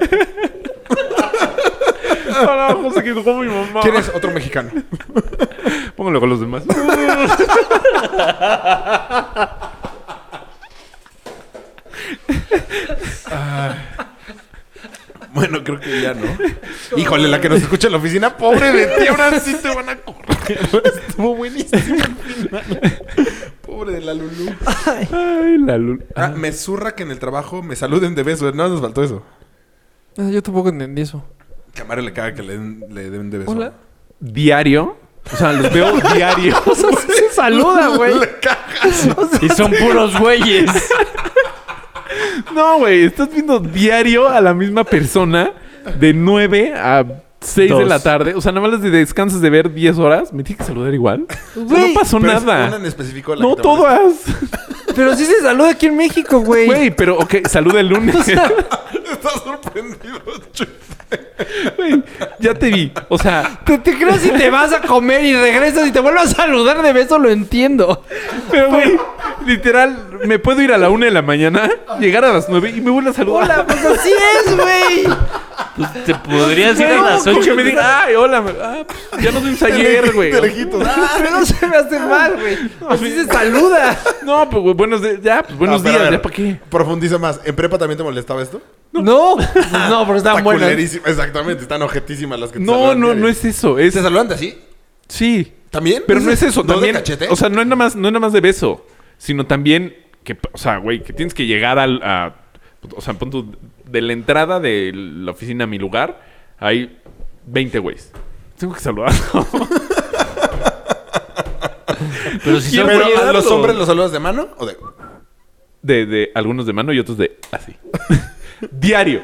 Carajo, se quedó con mi mamá.
¿Quién es otro mexicano?
Póngalo con los demás.
Bueno, creo que
*laughs*
ya no. Híjole, la que nos escucha en la oficina, pobre de ti, ahora sí te van a correr.
*laughs*
Estuvo buenísimo. al final. Pobre de la Lulu.
Ay, la luna.
Ah, me zurra que en el trabajo me saluden de beso. No nos faltó eso.
Ah, Yo tampoco entendí
*laughs*
eso.
Que a Mario le caga que le den, le den de beso.
Hola.
Diario. O sea, los veo diario.
O sea, sí se
*laughs*
saluda, güey.
Le caga.
Y son puros güeyes.
No, güey. Estás viendo diario a la misma persona de 9 a 6 de
Dos.
la tarde. O sea, nada más les descansas de ver 10 horas. Me tiene que saludar igual. O sea,
Güey,
no pasó
Pero es Una
nada.
en específico la
No
que te molesta.
todas.
Pero sí se saluda aquí en México, güey. *laughs*
Güey, pero ok, saluda el lunes.
Está sorprendido. Chuy.
Güey, ya te vi. O sea,
Te, te crees si te vas a comer y regresas y te vuelves a saludar de beso, lo entiendo.
pero güey, literal, me puedo ir a la una de la mañana, llegar a las nueve y me vuelvo a saludar.
Hola, pues así es, güey.
Pues te podrías ir a
Güey,
las
como que
ocho.
me diga, ay, hola, me- ah, pues, ya nos vimos ayer, güey. Ah.
De lejitos. Ah.
Pero no se me hace mal, güey. Así se saluda.
No, pues, güey, buenos días, ya, pues, buenos
Ah, pero a
días,
ver,
ya, ¿para qué?
Profundiza más. ¿En prepa también te molestaba esto?
No, pues no, pero están
Está
buenas.
culerísima. Exactamente. Están objetísimas las que te
No,
saludan
no,
diario.
no es eso. Es,
¿Te saludan de así?
sí,
¿También?
pero no es eso.
¿No
También,
de cachete?
o sea, no es nada más, no es nada más de beso, sino también que, o sea, güey, que tienes que llegar al, a, o sea, punto de la entrada de la oficina a mi lugar, hay 20 güeyes. Tengo que saludar.
*laughs* Pero si
Sí,
son
pero-
güeyes.
¿Pero a los
Llevarlo.
hombres los saludas de mano o de...?
De, de algunos de mano y otros de así. *laughs* Diario.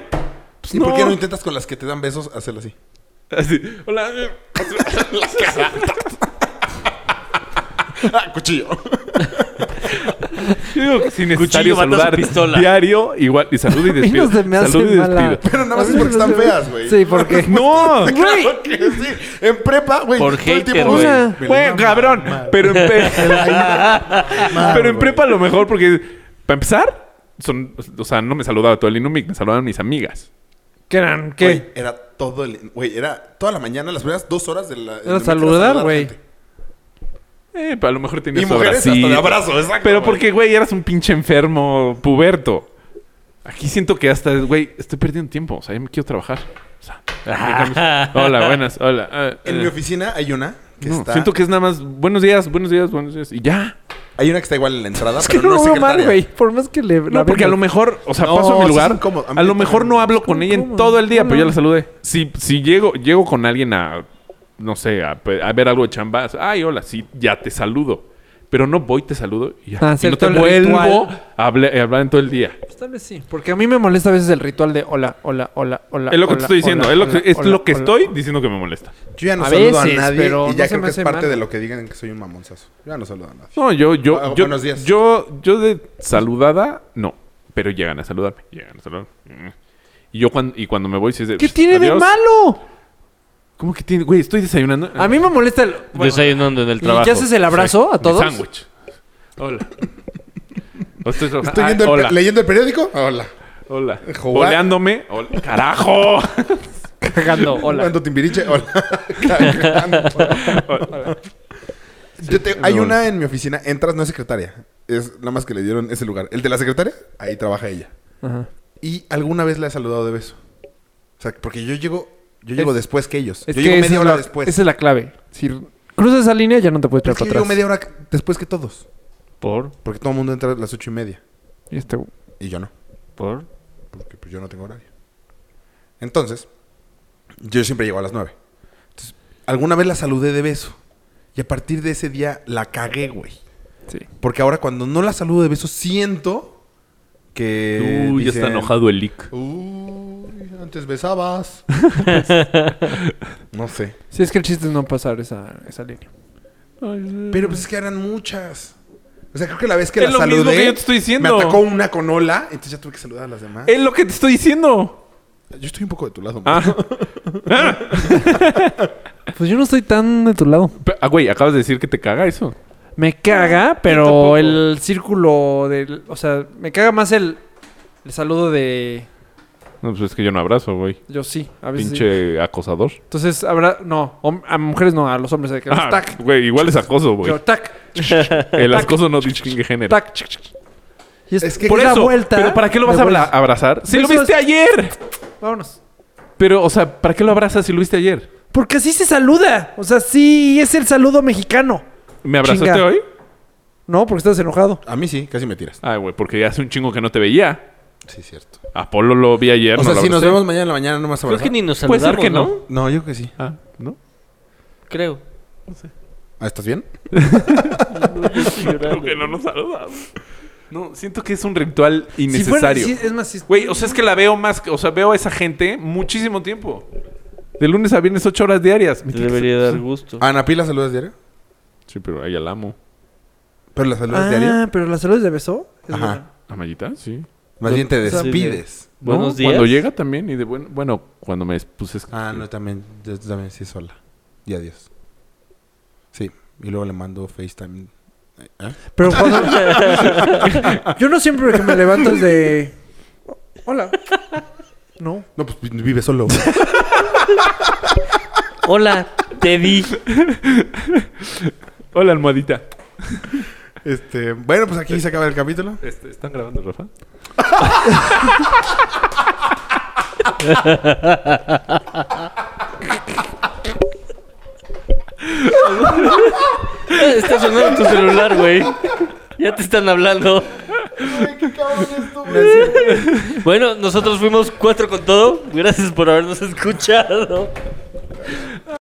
Pues
¿Y por qué no intentas con las que te dan besos hacerlo así? *laughs*
Así, Hola. eh,
Ah, cuchillo.
yo digo que es innecesario
Cuchillo, mata su
saludar
pistola.
diario igual
*laughs*
y saluda y
A mí
despido.
no se me hace
Saluda y
mala. pues
despido.
Pero nada más es porque están feas, güey.
Sí, porque.
*laughs* No,
Güey,
*laughs* Claro que sí. En prepa, güey.
Por
todo el
hater,
tiempo,
güey.
me
Ah. güey,
la
cabrón.
mamaron.
Pero en,
*laughs*
pre-
Mamaron,
*laughs* pero en
güey.
prepa a lo mejor porque para empezar son, o sea, no me saludaba todo el Inumic, me saludaban mis amigas.
¿Qué eran?
Güey,
¿Qué?
era todo el... Güey, era toda la mañana, las primeras dos horas de la...
Era
de-
saludar,
a
güey.
gente.
Eh, a lo mejor tenías
Y mujeres hasta
abracito.
de abrazo, exacto.
Pero
güey.
porque, güey, eras un pinche enfermo puberto. Aquí siento que hasta, güey, estoy perdiendo tiempo. O sea, ya me quiero trabajar. O sea,
*laughs*
Ah.
hola, buenas, hola. ah,
En
eh.
mi oficina hay una que
No,
está...
Siento que es nada más buenos días, buenos días, buenos días. Y ya.
Hay una que está igual en la
*laughs*
entrada,
Es que
pero
no
no
lo
es
veo
secretaria.
mal, güey. Por más que le.
No, porque a lo mejor, o sea,
No,
paso a mi
sí
lugar.
es incómodo. A mí
a lo
también.
mejor no hablo con ella en
incómodo.
todo el día, pero
Hola.
ya la saludé. Si, si llego, llego con alguien a, no sé, a, pe- a ver algo de chambas. Ay, hola, sí, ya te saludo. Pero no voy, te saludo y ya.
Ah,
y no
cierto,
te
el
vuelvo
ritual.
a hablar, a hablar en todo el día.
Pues tal vez sí. Porque a mí me molesta a veces el ritual de hola, hola, hola, hola.
Es lo que te
hola,
estoy diciendo.
hola,
es lo que,
hola,
es
hola,
lo que
hola,
estoy
hola.
diciendo que me molesta.
Yo ya no
A
saludo
veces,
a nadie
pero
y ya
no se
creo
me
que es
hace
parte
mal.
de lo que digan que soy un mamonzazo. Yo ya no saludo a nadie.
No, yo, yo,
Ah,
yo,
buenos días.
yo, yo de saludada, no. Pero llegan a saludarme, llegan a saludarme. Mm. Y yo cuando, y cuando me voy, sí es de,
¿Qué tiene de
"Adiós".
malo?
¿Cómo que tiene? Güey, estoy desayunando.
A mí me molesta el. bueno,
Desayunando en el
¿Y
trabajo.
qué haces el abrazo a
Mi
todos?
Sándwich.
*laughs*
Hola. O estoy, trabajando.
Estoy
Ah,
viendo el
hola.
pe- leyendo el periódico. Hola.
Hola.
Jugar.
Oleándome. Hola.
*laughs*
¡Carajo!
Cagando, hola.
Cuando Timbiriche, hola.
*laughs*
Cagando. *laughs* Yo te- hay una en mi oficina, entras, no es secretaria. Es nada más que le dieron ese lugar. El de la secretaria, ahí trabaja ella.
Ajá.
Y alguna vez la he saludado de beso. O sea, porque yo llego, yo llego
Es-
después que ellos.
Es que
yo llego
esa
media
es
hora
la-
después.
Esa es la clave. Si cruzas esa línea, ya no te puedes
Pero
echar
es que
para
yo llego
atrás.
media hora después que todos.
¿Por?
Porque todo el mundo entra a las ocho y media.
Y este-
Y yo no.
¿Por?
Porque pues yo no tengo horario. Entonces, yo siempre llego a las 9. Entonces, alguna vez la saludé de beso. Y a partir de ese día la cagué, güey.
Sí.
Porque ahora cuando no la saludo de beso, siento que.
Uy, ya está
dicen,
enojado el leak.
Uy, antes besabas.
*laughs*
no sé.
Sí, es que el chiste es no pasar esa, esa línea.
Pero pues es que eran muchas. O sea, creo que la vez que
Es
la
lo
saludé.
mismo que yo te estoy diciendo.
Me atacó una con ola, entonces ya tuve que saludar a las demás.
Es lo que te estoy diciendo.
Yo estoy un poco de tu lado,
Ah.
Pues yo no estoy tan de tu lado.
Pe- Ah, güey, acabas de decir que te caga eso.
Me caga, pero el círculo del. O sea, me caga más el, el saludo de.
No, pues es que yo no abrazo, güey.
Yo sí, a
Pues
veces. sí.
Pinche acosador.
Entonces habrá. No, hom- a mujeres no, a los hombres. de que los
Ah,
tac.
Güey, igual es acoso, güey.
Yo, tac,
El acoso no distingue género.
tac. chic, chic. Y es,
Es que
por
por
la
Eso,
vuelta.
¿Pero para qué lo vas
me
a
vuelves-
abra- abrazar? ¡Si lo
Eso es-
viste ayer!
Vámonos.
Pero, o sea, ¿para qué lo abrazas si lo viste ayer?
Porque así se saluda. O sea, sí es el saludo mexicano.
¿Me abrazaste
Chinga.
hoy?
No, porque estás enojado.
A mí sí, casi me tiras.
Ay, güey, porque hace un chingo que no te veía.
Sí, cierto.
Apolo lo vi ayer.
O sea,
no lo
si nos
abracé.
vemos mañana en la mañana, no más
Creo que
abrazar.
ni nos
Puede
saludamos,
ser que no.
¿no?
No, yo creo que sí.
Ah, ¿no?
Creo.
Ah, ¿Estás bien?
Creo que no nos saludamos. No, siento que es un ritual
Si fuera-
innecesario.
sí, es más, si-
Güey, o sea, es que la veo más... que- O sea, veo a esa gente muchísimo tiempo. De lunes a viernes, ocho horas diarias. Me
Te
tiene que
debería dar gusto.
¿A Anapí la Ah, saludas diario?
Sí, pero a ella la amo.
¿Pero la saludas diario?
Ah, pero la salud es de beso. Es
Ajá.
buena.
¿A Mayita? Sí.
Más bien te
o sea,
despides.
No,
Buenos días.
Cuando llega también y de bueno... Bueno, cuando me puse...
Ah, no, también. Yo también sí sola. Y adiós. Sí. Y luego le mando FaceTime. ¿Eh?
Pero cuando...
*laughs*
Yo no siempre que me levanto es de... Hola. No.
No, pues vive solo.
Hola, te vi.
Hola, almohadita.
este, bueno, pues aquí se acaba el capítulo.
Este, ¿Están grabando, Rafa?
Está sonando tu celular, güey. Ya te están hablando. Bueno, nosotros fuimos cuatro con todo. Gracias por habernos escuchado.